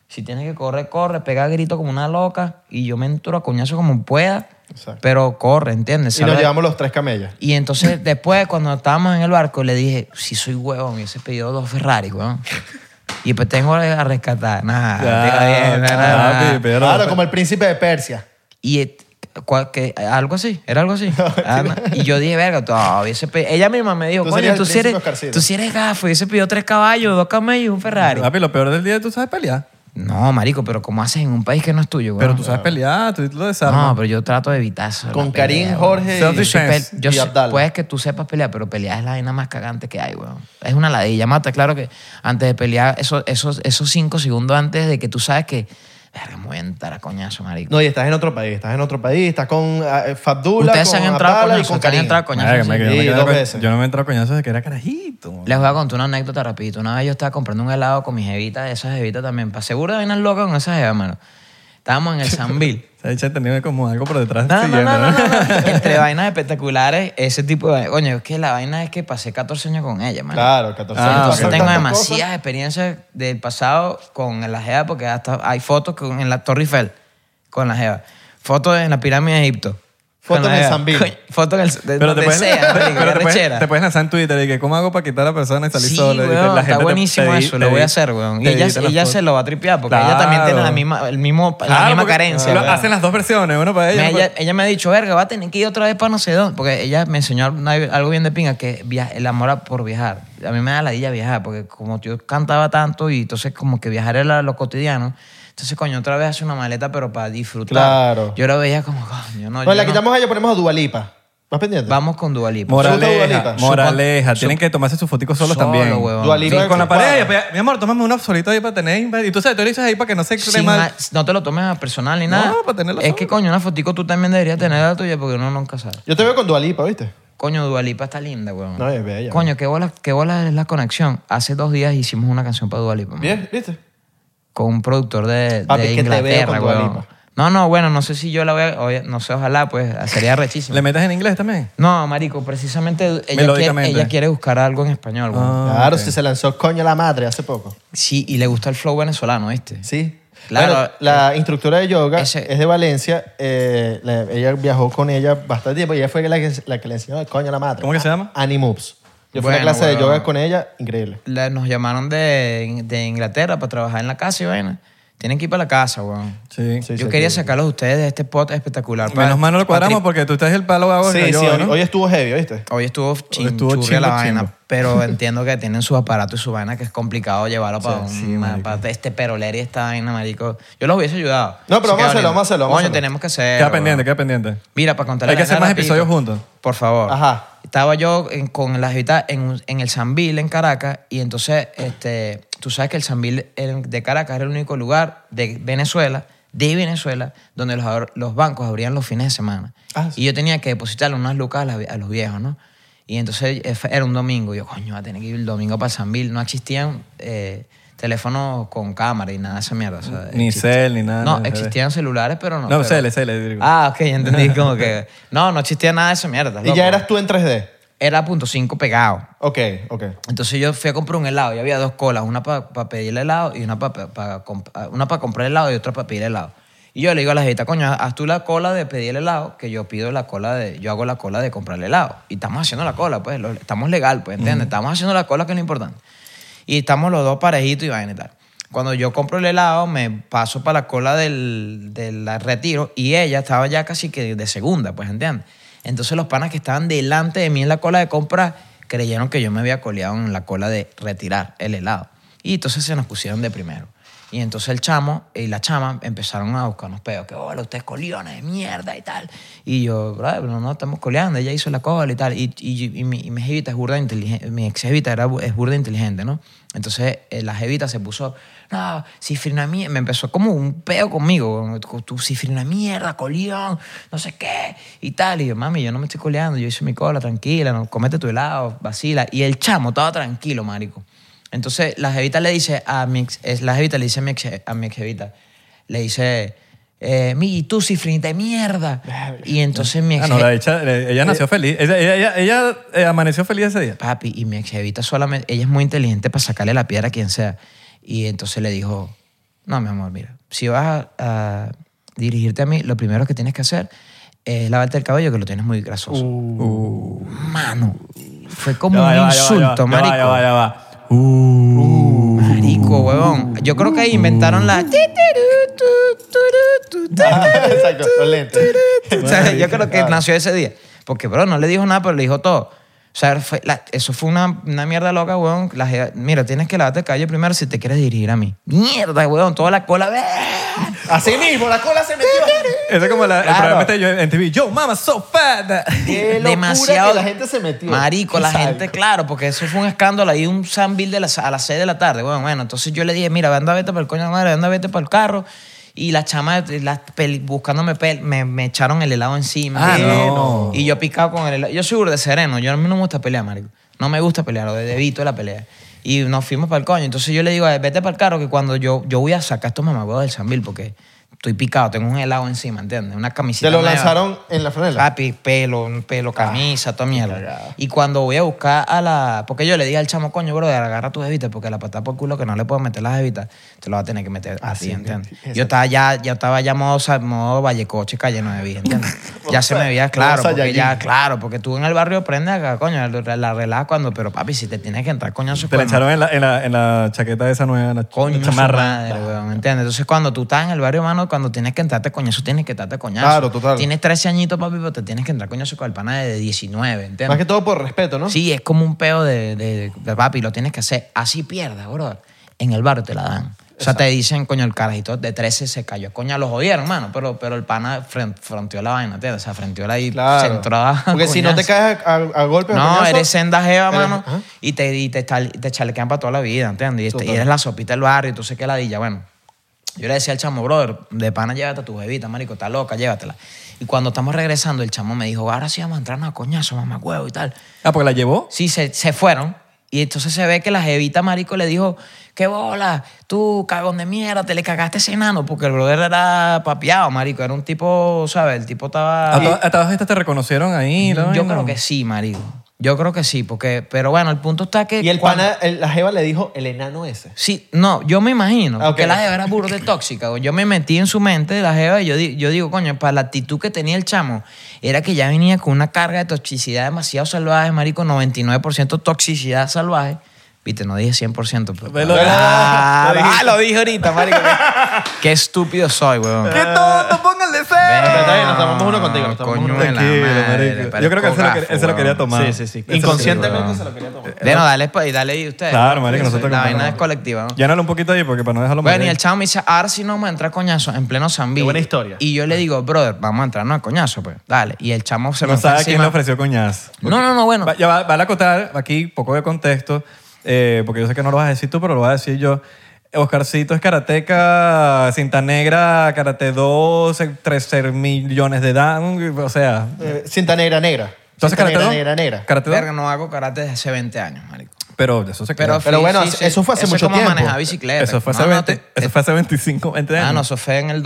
S1: si tienes que correr, corre, pega grito como una loca y yo me entro a coñazo como pueda.
S3: Exacto.
S1: Pero corre, ¿entiendes?
S3: Y nos
S1: Sabe-
S3: llevamos los tres camellas.
S1: Y entonces después, cuando estábamos en el barco, le dije, si soy huevón, y hubiese pedido dos Ferrari, weón. Y pues tengo a rescatar. Nah,
S3: Ah,
S1: diga bien, nah, nah, nah.
S2: papi, pero-
S3: Claro, como el príncipe de Persia.
S1: Y et- cua- que- algo así, era algo
S3: <laughs>
S1: así. Ah, no. y yo dije, verga, tú, ah, hubiese pedido- ella misma me dijo,
S3: Tú
S1: coño,
S3: serías
S1: tú
S3: el
S1: si, eres,
S3: príncipe Oscarcito.
S1: tú si eres gafo, hubiese pedido tres caballos, dos camellos y un Ferrari.
S2: Papi, lo peor del día es que tú sabes pelear.
S1: No, marico, pero ¿cómo haces en un país que no es tuyo, weón?
S2: Pero tú sabes pelear, tú lo desarmas.
S1: No, pero yo trato de evitar eso.
S3: Con
S1: la pelea,
S3: Karim,
S1: weón.
S3: Jorge
S2: Self
S1: Yo
S3: y...
S2: defense.
S1: soy pel- yo
S3: y
S1: soy-
S3: Abdala.
S1: puedes que tú sepas pelear, pero pelear es la vaina más cagante que hay, weón. Es una ladilla. Mata, claro que antes de pelear, esos, esos, esos cinco segundos antes de que tú sabes que. Verga, me voy a entrar a coñazo, marico.
S3: No, y estás en otro país, estás en otro país, estás con ah, Fabdullah,
S1: Ustedes se
S3: con
S1: han entrado a
S3: Abdala y
S1: coñazo. Ustedes
S3: con
S1: han
S3: Karim.
S1: entrado a coñazo.
S2: Verga,
S1: sí.
S2: me- yo no me
S3: Sí,
S2: quedaba
S3: dos
S2: con-
S3: veces.
S2: Yo no me he entrado a coñazos desde que era carajito.
S1: Les voy a contar una anécdota rapidito. Una vez yo estaba comprando un helado con mis jevitas, de esas jevitas también. Para seguro de vainas locas con esas jevas, mano. Estábamos en el Sanville.
S2: Se echa entendido como algo por detrás.
S1: No, no,
S2: siguiendo,
S1: no, no,
S2: Ah, ¿no?
S1: no. Entre vainas espectaculares, ese tipo de... Coño, es que la vaina es que pasé 14 años con ella, man.
S3: Claro, 14
S2: Ah,
S1: Entonces
S2: ok.
S1: tengo
S3: Tantas
S1: demasiadas experiencias del pasado con la Jeva, porque hasta hay fotos con- en la Torre Eiffel con la Jeva. Fotos en la pirámide de Egipto. con
S3: Fotos
S1: la
S3: en el
S1: Jeva.
S3: Sambil.
S1: Coño, Fotos en el... de
S2: <laughs> Pero, te
S1: donde
S2: puedes,
S1: sea, marico,
S2: pero
S1: qué
S2: te, puedes,
S1: arrechera.
S2: te puedes lanzar en Twitter y que cómo hago para quitar a la persona y salir
S1: Sí,
S2: solo. Y te- la
S1: weón,
S2: gente
S1: está
S2: te-
S1: buenísimo
S2: te-
S1: eso.
S2: te-
S1: Lo voy a
S2: te-
S1: hacer, weón. Y
S2: te
S1: ella,
S2: editan las
S1: ella
S2: fotos.
S1: se lo va a tripear porque ella también tiene la
S2: Claro.
S1: misma, el mismo, la
S2: Claro,
S1: misma
S2: porque
S1: carencia.
S2: lo-
S1: weón.
S2: hacen las dos versiones, uno para ella.
S1: Mira,
S2: uno para-
S1: ella, ella me ha dicho, verga, va a tener que ir otra vez para no sé dónde. Porque ella me enseñó una- algo bien de pinga, que via- el amor a- por viajar. A mí me da la idea viajar, porque como yo cantaba tanto y entonces como que viajar era lo cotidiano. Entonces, coño, otra vez hace una maleta, pero para disfrutar.
S3: Claro.
S1: Yo la veía como, coño, no.
S3: Pues
S1: yo
S3: la
S1: no.
S3: quitamos a ella y ponemos a Dualipa. ¿Vas pendiente?
S1: Vamos con Dualipa.
S3: Moral.
S2: Moraleja,
S3: Supongo-
S2: moraleja. Tienen que tomarse sus foticos solos
S1: Solo,
S2: también.
S1: huevón.
S3: Dua Lipa
S2: Sí, con la
S3: cuadra.
S2: pareja. Mi amor, tómame unos solitos ahí para tener. Y tú sabes, tú le dices ahí para que no se cree
S1: Sin
S2: mal.
S1: ma- no te lo tomes a personal ni nada.
S2: para tenerla
S1: es que, coño, una fotico tú también deberías tener la tuya porque uno nunca sabe.
S3: Yo te veo con Dualipa, ¿viste?
S1: Coño, Dualipa está linda, weón.
S3: No, es bella.
S1: Mm. Coño, qué bola, qué bola es la conexión. Hace dos días hicimos una canción para Dualipa.
S3: Bien, ¿viste?
S1: Con un productor de,
S3: Papi,
S1: de
S3: es que te veo
S1: Inglaterra,
S3: con Dua
S1: weón.
S3: Lipa.
S1: No, no, bueno, no sé si yo la voy a. oye, no sé, ojalá, pues sería rechísimo.
S2: ¿Le metes en inglés también?
S1: No, marico, precisamente ella quiere,
S2: Melódicamente.
S1: ella quiere buscar algo en español, weón.
S2: Ah,
S3: claro,
S2: ok.
S3: si se lanzó coño la madre hace poco.
S1: Sí, y le gusta el flow venezolano, ¿viste?
S3: Sí.
S1: Claro. eh,
S3: Bueno, la instructora de yoga
S1: Ese-
S3: es de Valencia. eh, la- ella viajó con ella bastante tiempo. y Ella fue la que, la que le enseñó el coño a la madre.
S2: ¿Cómo que se llama?
S3: Animoves. Yo fui a
S1: Bueno,
S3: una clase de
S1: bueno.
S3: yoga con ella. Increíble.
S1: La- nos llamaron de, de Inglaterra para trabajar en la casa y vaina. Tienen que ir para la casa, weón.
S2: Sí.
S3: Sí,
S1: yo
S3: sí,
S1: quería
S3: sí.
S1: sacarlos a ustedes de este spot espectacular.
S2: Menos
S1: Pa-
S2: mal no
S1: pa
S2: lo
S1: tri-
S2: cuadramos porque tú estás el palo abajo.
S3: Sí,
S2: y yo,
S3: sí, hoy,
S2: ¿no?
S3: hoy estuvo heavy, ¿viste?
S1: Hoy estuvo
S2: estuvo
S1: estuvo
S2: chimbo,
S1: la vaina,
S2: chimbo. <laughs>
S1: pero entiendo que tienen sus aparatos y su vaina que es complicado llevarlo para, un- para este peroler y esta vaina, marico. Yo los hubiese ayudado.
S3: No, pero
S1: Se
S3: vamos a
S1: queda
S3: hacerlo,
S1: bonito.
S3: vamos a hacerlo, vamos a
S1: Coño,
S3: hacerlo.
S1: tenemos que hacer.
S2: Queda pendiente, queda pendiente.
S1: Mira, para contar
S2: Hay
S1: vaina
S2: que hacer más
S1: rapidito.
S2: episodios juntos.
S1: Por favor.
S3: Ajá.
S1: Estaba yo en- con la jevita en, un- en el Sambil en Caracas y entonces este, tú sabes que el Sambil en- de Caracas era el único lugar de Venezuela, de Venezuela, donde los, abr- los bancos abrían los fines de semana.
S3: Ah, sí.
S1: Y yo tenía que depositarle unas lucas a, la- a los viejos, ¿no? Y entonces eh, fue- era un domingo. Yo, coño, va a tener que ir el domingo para el Sambil. No existían eh, teléfonos con cámara y nada de esa mierda. o sea,
S2: Ni
S1: existe-
S2: cel, ni nada.
S1: No,
S2: nada,
S1: existían celulares, pero no.
S2: No,
S1: pero-
S2: cel, cel. digo.
S1: Ah, ok, ya entendí como que... No, no existía nada de esa mierda.
S3: Y
S1: loco.
S3: ya eras tú en 3D.
S1: Era punto cinco pegado.
S3: Ok, <laughs> ok.
S1: Entonces yo fui a comprar un helado y había dos colas, una para pedir el helado y una para una para comprar el helado y otra para pedir el helado. Y yo le digo a la jevita, coño, haz tú la cola de pedir el helado, que yo pido la cola de, yo hago la cola de comprar el helado. Y estamos haciendo la cola, pues, lo- estamos legal, pues, ¿entiendes? Estamos haciendo la cola, que es lo importante. Y estamos los dos parejitos y vaina y tal. Cuando yo compro el helado, me paso para la cola del, del retiro y ella estaba ya casi que de segunda, pues, ¿entiendes? Entonces los panas que estaban delante de mí en la cola de compra creyeron que yo me había coleado en la cola de retirar el helado. Y entonces se nos pusieron de primero. Y entonces el chamo y la chama empezaron a buscarnos peos. Que, hola, ustedes coliones de mierda y tal. Y yo, bro, no, no, estamos coleando. Ella hizo la cola y tal. Y, y, y mi, y mi jevita es burda inteligente. Mi ex jevita era, bu- es burda inteligente, ¿no? Entonces eh, la jevita se puso, no, cifrina mierda. Me empezó como un peo conmigo. como, Tú cifrina mierda, colión, no sé qué y tal. Y yo, mami, yo no me estoy coleando. Yo hice mi cola, tranquila. No, comete tu helado, vacila. Y el chamo estaba tranquilo, marico. Entonces, la jevita le dice a mi ex, es- la jevita le dice a mi ex, a mi ex jevita, le dice, eh, mi, y tú cifrinita de mierda. Y entonces mi ex
S2: Ah, no, la hecha- eh, ella nació feliz. Ella, ella, ella- ella, eh, amaneció feliz ese día.
S1: papi, y mi ex jevita solamente, ella es muy inteligente para sacarle la piedra a quien sea. Y entonces le dijo, no, mi amor, mira, si vas a, a dirigirte a mí, lo primero que tienes que hacer es lavarte el cabello que lo tienes muy grasoso. Mano, fue como
S2: Ya va,
S1: un
S2: ya va, ya va, ya va,
S1: insulto,
S2: ya va,
S1: marico.
S2: ya va, ya va. Uh.
S1: Marico, huevón. Yo creo que ahí inventaron la... <laughs>
S3: Mm. Ah, Exacto, los lentes.
S1: O sea, yo creo
S3: Ah,
S1: que nació ese día. Porque, bro, no le dijo nada, pero le dijo todo. O sea, fue la- eso fue una, una mierda loca, weón. La jeva- mira, tienes que lavarte el cabello primero si te quieres dirigir a mí. Mierda, weón, toda la cola. ¡ah!
S3: Así mismo, la cola se metió.
S2: Ese es como la- el
S1: Claro.
S2: programa este de yo en TV. Yo, mama, so <laughs> fat.
S1: <laughs>
S3: Qué locura que la gente se metió.
S1: Marico, la
S3: Exacto.
S1: gente, claro, porque eso fue un escándalo. Ahí un Sambil de las- a las 6 de la tarde. Bueno, bueno, entonces yo le dije, mira, anda, vete para el coño de la madre, anda, vete para el carro. Y las chamas las peli- buscándome, pel- me, me echaron el helado encima.
S2: Ah,
S1: Y-
S2: no.
S1: Y yo picado con el helado. Yo soy burda de sereno, yo a mí no me gusta pelear, marico. No me gusta pelear, lo de- evito la pelea. Y nos fuimos para el coño. Entonces yo le digo, "Eh, vete para el carro que cuando yo, yo voy a sacar estos mamagüeos del Sambil porque estoy picado, tengo un helado encima, ¿entiendes? Una camiseta
S3: Te lo
S1: nueva.
S3: lanzaron en la franela.
S1: Papi, pelo, un pelo, camisa, toda
S3: Ah, cagada.
S1: mierda. Y cuando voy a buscar a la. Porque yo le dije al chamo, coño, bro, agarra tus evitas, porque la patada por culo que no le puedo meter las evitas, te lo va a tener que meter
S3: Ah,
S1: a ti, ¿entiendes? Yo estaba ya, ya estaba ya modo, sa- modo Vallecoche, calle 9, Vía,
S3: <laughs>
S1: ¿entiendes? ya se me veía claro,
S3: Modo
S1: porque ya,
S3: Saiyajin.
S1: claro, porque tú en el barrio prendes acá, coño, la, la relajas cuando, pero papi, si te tienes que entrar, coño, eso
S2: Te la echaron en la, en, la, en la chaqueta esa nueva, en la
S1: Coño, su
S2: chamarra.
S1: madre, weón, ¿me entiendes? Entonces, cuando tú estás en el barrio, mano, cuando tienes que entrarte a coñazo, tienes que entrarte a coñazo.
S3: Claro, total.
S1: Tienes 13 añitos, papi, pero te tienes que entrar a coñazo con el pana de 19, ¿entiendes?
S3: Más que todo por respeto, ¿no?
S1: Sí, es como un peo de, de- de papi, lo tienes que hacer. Así pierdas, bro. En el barrio te la dan. O sea, te dicen, coño, el carajito de 13 se cayó. Coño, lo jodieron, mano, pero, pero el pana fren- fronteó la vaina, ¿entiendes? O sea, fronteó la y
S3: Claro.
S1: se entró a
S3: Porque si no te
S1: coñazo.
S3: caes a, a, a golpes. a
S1: No,
S3: coñazos,
S1: eres senda jeva,
S3: eres- Ah.
S1: mano,
S3: Ajá.
S1: y te, y te, tal- te chalequean para toda la vida, ¿entiendes? Y, este- y
S3: Total.
S1: eres la sopita del barrio, y tú sé qué ladilla. Bueno, yo le decía al chamo, brother, de pana llévate a tu jevita, marico, está loca, llévatela. Y cuando estamos regresando, el chamo me dijo, ahora sí vamos a entrarnos a coñazo, mamá huevo y tal.
S2: Ah, porque la llevó.
S1: Sí, se, se fueron. Y entonces se ve que la jevita marico le dijo, qué bola, tú cagón de mierda, te le cagaste cenando, porque el brother era papeado, marico, era un tipo, ¿sabes? El tipo estaba...
S2: A, Ah, to- a todas estas te reconocieron ahí. ¿no?
S1: Yo
S2: Y
S1: creo
S2: no.
S1: que sí, marico. Yo creo que sí, porque... Pero bueno, el punto está que...
S3: Y el
S1: cuando-
S3: pana, el- la jeva le dijo el enano ese.
S1: Sí, no, yo me imagino.
S3: Ah, ok.
S1: Porque la jeva era burda de tóxica. güey. Yo me metí en su mente de la jeva y yo, di- yo digo, coño, para la actitud que tenía el chamo, era que ya venía con una carga de toxicidad demasiado salvaje, marico, 99% toxicidad salvaje. Viste, no dije 100%, pero...
S2: Velo.
S1: ah,
S3: Lo dijiste.
S1: ah, lo dije ahorita, marico. Qué estúpido soy, weón.
S2: ¡Qué tonto! ¡Póngale cero!
S3: Pero está bien, nos tomamos uno contigo, nos tomamos uno
S1: Coño de la
S2: Tranquilo,
S1: madre,
S2: marico.
S1: parezco
S2: Yo creo que él se lo,
S1: gafo,
S2: quer- él se lo
S1: weón.
S2: quería tomar. Él se lo
S3: Inconscientemente
S1: quería-
S3: se lo quería tomar.
S1: Bueno, dale, pa- y dale y ustedes.
S2: Claro, marico, nosotros
S1: La
S2: compramos.
S1: vaina es colectiva, ¿no?
S2: quería- Llénalo un poquito ahí porque para no dejarlo
S1: Bueno, y
S2: morir.
S1: el chavo me dice, ahora sí no vamos a entrar a coñazo en pleno Zambi.
S3: Qué buena historia.
S1: Y yo le digo, brother, vamos a entrarnos a coñazo, pues. Dale. Y el chamo se
S2: No
S1: me fue
S2: sabe quién
S1: encima.
S2: le ofreció coñazo.
S1: No, no, no, bueno.
S2: Va- ya va- vale acotar aquí poco de contexto, eh, porque yo sé que no lo vas a decir tú, pero lo vas a decir yo. Oscarcito es karateca, cinta negra, karate 2, 13 millones de dan, o sea.
S3: Eh, cinta negra, negra. Cinta
S2: Entonces, karate
S3: negra,
S2: do?
S3: negra, negra.
S2: Karate do?
S1: Verga, no hago karate desde hace 20 años, marico.
S2: Pero eso se quedó.
S1: Pero,
S3: Pero
S1: sí,
S3: bueno,
S1: sí, sí.
S3: eso fue hace
S1: es
S3: mucho
S1: como
S3: tiempo.
S1: manejar bicicleta.
S2: eso, fue hace
S1: No, no,
S2: 20
S1: te-
S2: eso fue hace 25, 20 años.
S1: Ah, no, eso fue en el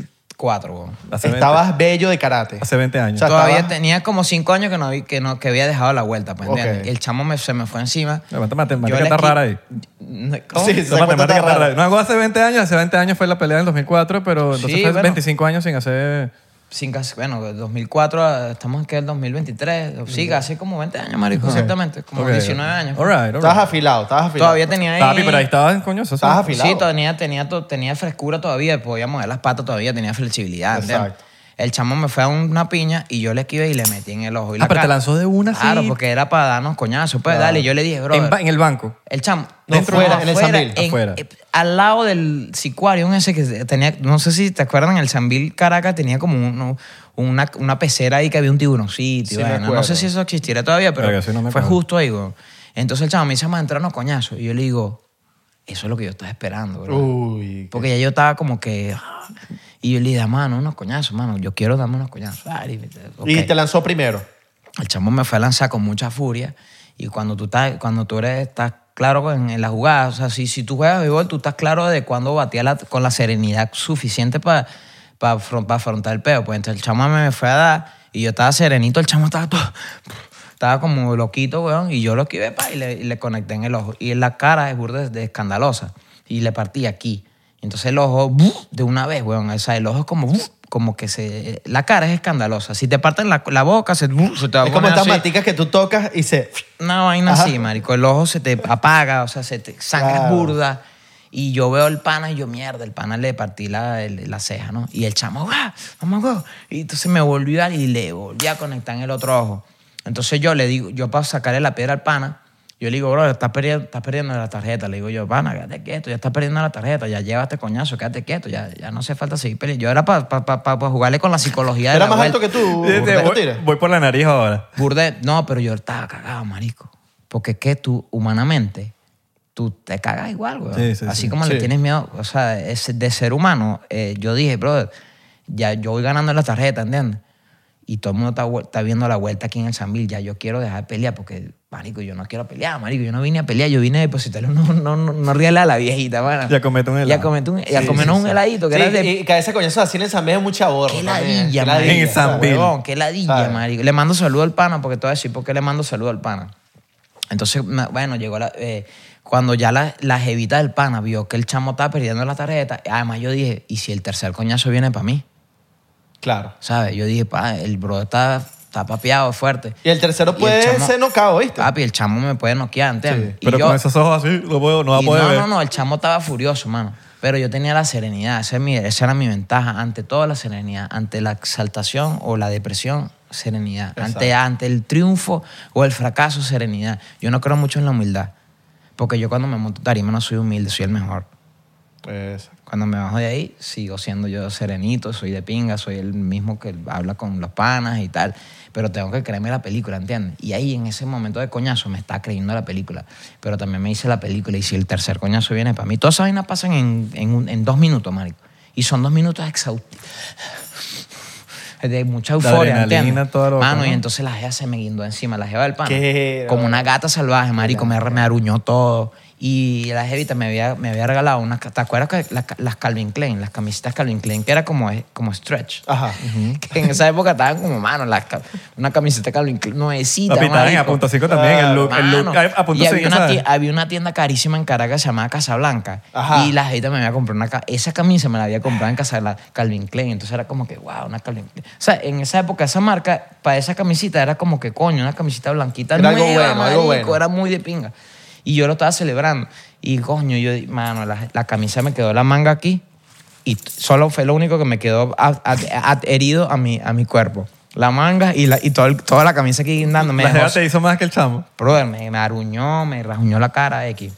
S1: 2004, weón.
S2: hace, 20,
S3: Estabas bello de karate.
S2: hace 20 años.
S3: O sea,
S1: Todavía
S3: estaba-
S1: tenía como 5 años que no, vi- que no que había dejado la vuelta, pues,
S3: Ok.
S1: ¿entiendes? El chamo me- se me fue encima.
S2: La mate- matemática
S1: Yo le
S2: está
S1: qui-
S2: rara ahí.
S1: ¿Cómo?
S3: Sí,
S2: La
S3: Esa cuenta
S2: matemática
S3: está
S2: está
S3: rara.
S2: rara. No hago hace 20 años, hace 20 años fue la pelea en el 2004, pero entonces
S1: Sí,
S2: fue
S1: bueno.
S2: 25 años sin hacer...
S1: Sin casi, bueno, del 2004, a- estamos aquí en el 2023. Sí, hace como 20 años, marico, exactamente. Como
S2: Ok.
S1: 19 años.
S2: All right, all right.
S3: Estabas afilado, estabas afilado.
S1: Todavía tenía ahí...
S2: Papi, pero ahí estabas, coño. Eso
S3: Estabas
S2: son-
S3: afilado.
S1: Sí, tenía, tenía, to- tenía frescura todavía, podía mover las patas todavía, tenía flexibilidad. ¿entiendes?
S3: Exacto.
S1: El chamo me fue a una piña y yo le esquivé y le metí en el ojo. Y
S2: Ah,
S1: la
S2: pero te
S1: cara.
S2: lanzó de una así.
S1: Claro, porque era para darnos coñazos. Pues dale, yo le dije, bro.
S2: en, ba- en el banco.
S1: El chamo.
S3: No, fuera, en el Sambil.
S2: Afuera.
S1: eh, al lado del sicuarium ese que tenía, no sé si te acuerdan, el Sambil Caracas tenía como uno- una, una pecera ahí que había un tiburoncito. y
S3: Sí, me
S1: vaina.
S3: acuerdo.
S1: no sé si eso existiera todavía, pero
S2: Verga, sí, no me
S1: fue
S2: acuerdo.
S1: justo ahí, güey. Entonces el chamo me dice, vamos a entrarnos coñazo. Y yo le digo, eso es lo que yo estaba esperando, bro.
S3: Uy.
S1: Porque ya yo estaba como que... ah. Y yo le dije, mano, unos coñazos, mano. Yo quiero darme unos coñazos. Dale, y-
S3: Y
S1: ok.
S3: te lanzó primero.
S1: El chamo me fue a lanzar con mucha furia y cuando tú estás, cuando tú eres, estás claro en, en la jugada, o sea, si, si tú juegas béisbol, tú estás claro de cuándo batear la- con la serenidad suficiente para afrontar el peo. Pues entonces el chamo me fue a dar y yo estaba serenito, el chamo estaba todo- Estaba como loquito, weón, y yo lo esquivé pa, y, le, y le conecté en el ojo. Y en la cara es burda de, de escandalosa. Y le partí aquí. Entonces el ojo, ¡buf! de una vez, weón. O sea, el ojo es como, ¡buf! como que se... La cara es escandalosa. Si te parten la, la boca, se, se te va a
S3: Es como
S1: poner
S3: estas
S1: así.
S3: maticas que tú tocas y se...
S1: Una vaina
S3: Ajá.
S1: así, marico. El ojo se te apaga, o sea, se te sangre
S3: Claro.
S1: burda. Y yo veo el pana y yo, mierda, el pana le partí la, el- la ceja, ¿no? Y el chamo, va, vamos, go. Y entonces me volvió a- y le volví a conectar en el otro ojo. Entonces yo le digo, yo para sacarle la piedra al pana, yo le digo, bro, estás perdiendo, estás perdiendo la tarjeta. Le digo yo, pana, quédate quieto, ya estás perdiendo la tarjeta, ya llévate coñazo, quédate quieto, ya, ya no hace falta seguir peleando. Yo era para jugarle con la psicología de
S3: Era
S1: la
S3: más
S1: vuelta.
S3: alto que tú.
S2: Este,
S3: ¿Te lo
S2: voy,
S3: tiras?
S2: voy por la nariz ahora.
S1: Burde, no, pero yo estaba cagado, marico. Porque es que tú, humanamente, tú te cagas igual, güey.
S2: Sí, sí,
S1: Así
S2: sí.
S1: como le
S3: Sí.
S1: tienes miedo, o sea, ese- de ser humano, eh, yo dije, brother, ya yo voy ganando la tarjeta, ¿entiendes? Y todo el mundo está, vuel- está viendo la vuelta aquí en el Sambil. Ya yo quiero dejar de pelear porque, marico, yo no quiero pelear, marico. Yo no vine a pelear, yo vine a depositarle <laughs> unos no, no, a la viejita, pana.
S2: Y a comerte un
S1: Y a,
S2: helado.
S1: comer un, y a
S2: Sí,
S1: comernos un heladito que
S3: Sí,
S1: era de
S3: y cabeza coñazo así en el San Miguel es mucha borra.
S1: Qué
S3: también.
S1: ladilla,
S3: Qué
S1: marico.
S2: En el San
S1: huevón,
S2: Bill.
S1: Qué ladilla,
S3: ¿Sabes?
S1: marico. Le mando saludo al pana porque te voy a decir por qué le mando saludo al pana. Entonces, na- bueno, llegó la... eh, cuando ya la, la jevita del pana vio que el chamo estaba perdiendo la tarjeta, además yo dije, ¿y si el tercer coñazo viene para mí?
S3: Claro.
S1: ¿Sabes? Yo dije, pa, el bro está, está papeado, es fuerte.
S3: Y el tercero
S1: el
S3: puede
S1: chamo- Ah.
S3: ser nocao, ¿viste?
S1: Papi, el chamo me puede noquear, ¿entiendes?
S3: Sí,
S1: Y
S2: Pero
S1: yo-
S2: con esos ojos así lo puedo- no va a
S1: y
S2: poder
S1: no,
S2: ver.
S1: no, no, el chamo estaba furioso, mano. Pero yo tenía la serenidad, esa, es mi- esa era mi ventaja. Ante todo, la serenidad. Ante la exaltación o la depresión, serenidad. Ante, ante el triunfo o el fracaso, serenidad. Yo no creo mucho en la humildad. Porque yo cuando me monto tarima no soy humilde, soy el mejor.
S3: Eso.
S1: Cuando me bajo de ahí, sigo siendo yo serenito, soy de pinga, soy el mismo que habla con los panas y tal. Pero tengo que creerme la película, ¿entiendes? Y ahí, en ese momento de coñazo, me está creyendo la película. Pero también me hice la película y si el tercer coñazo viene para mí, todas esas vainas pasan en, en un- en dos minutos, marico. Y son dos minutos exhaustivos. <laughs> De mucha
S2: La
S1: euforia,
S2: adrenalina,
S1: ¿entiendes?
S2: todo lo-
S1: Mano, y
S2: ¿no?
S1: entonces la jeva se me guindó encima, la jeva del pana.
S3: Qué-
S1: Como una gata salvaje, marico, me, me aruñó todo. Y la jevita me había, me había regalado unas... ca- ¿Te acuerdas que las, ca- las Calvin Klein? Las camisetas Calvin Klein, que era como, eh, como stretch.
S2: Ah,
S3: Ajá.
S1: Que en esa época estaban como, mano, las ca- una camiseta Calvin Klein nuevecita,
S2: Papi, estaban a
S1: marico.
S2: punto 5 también. El look, el look
S1: Mano,
S2: a a punto
S1: y había
S2: 5,
S1: una, tie-
S2: ¿sabes?
S1: había una tienda carísima en Caracas que se llamaba Casablanca.
S3: Ajá.
S1: Y la gente me había comprado una... ca- Esa camisa me la había comprado en casa de la Calvin Klein. Entonces era como que, wow, una Calvin Klein. O sea, en esa época, esa marca, para esa camisita era como que, coño, una camisita blanquita
S3: Era algo
S1: nueva,
S3: bueno, algo
S1: marico,
S3: bueno.
S1: Era muy de pinga. Y yo lo estaba celebrando. Y, coño, yo, mano, la, la camisa me quedó la manga aquí. Y t- solo fue lo único que me quedó a- a- adherido a mi, a mi cuerpo. La manga y, la, y todo el- toda la camisa aquí guindándome.
S2: La
S1: dejó
S2: jeva te hizo más que el chamo.
S1: Brother, me, me aruñó, me rajuñó la cara, X.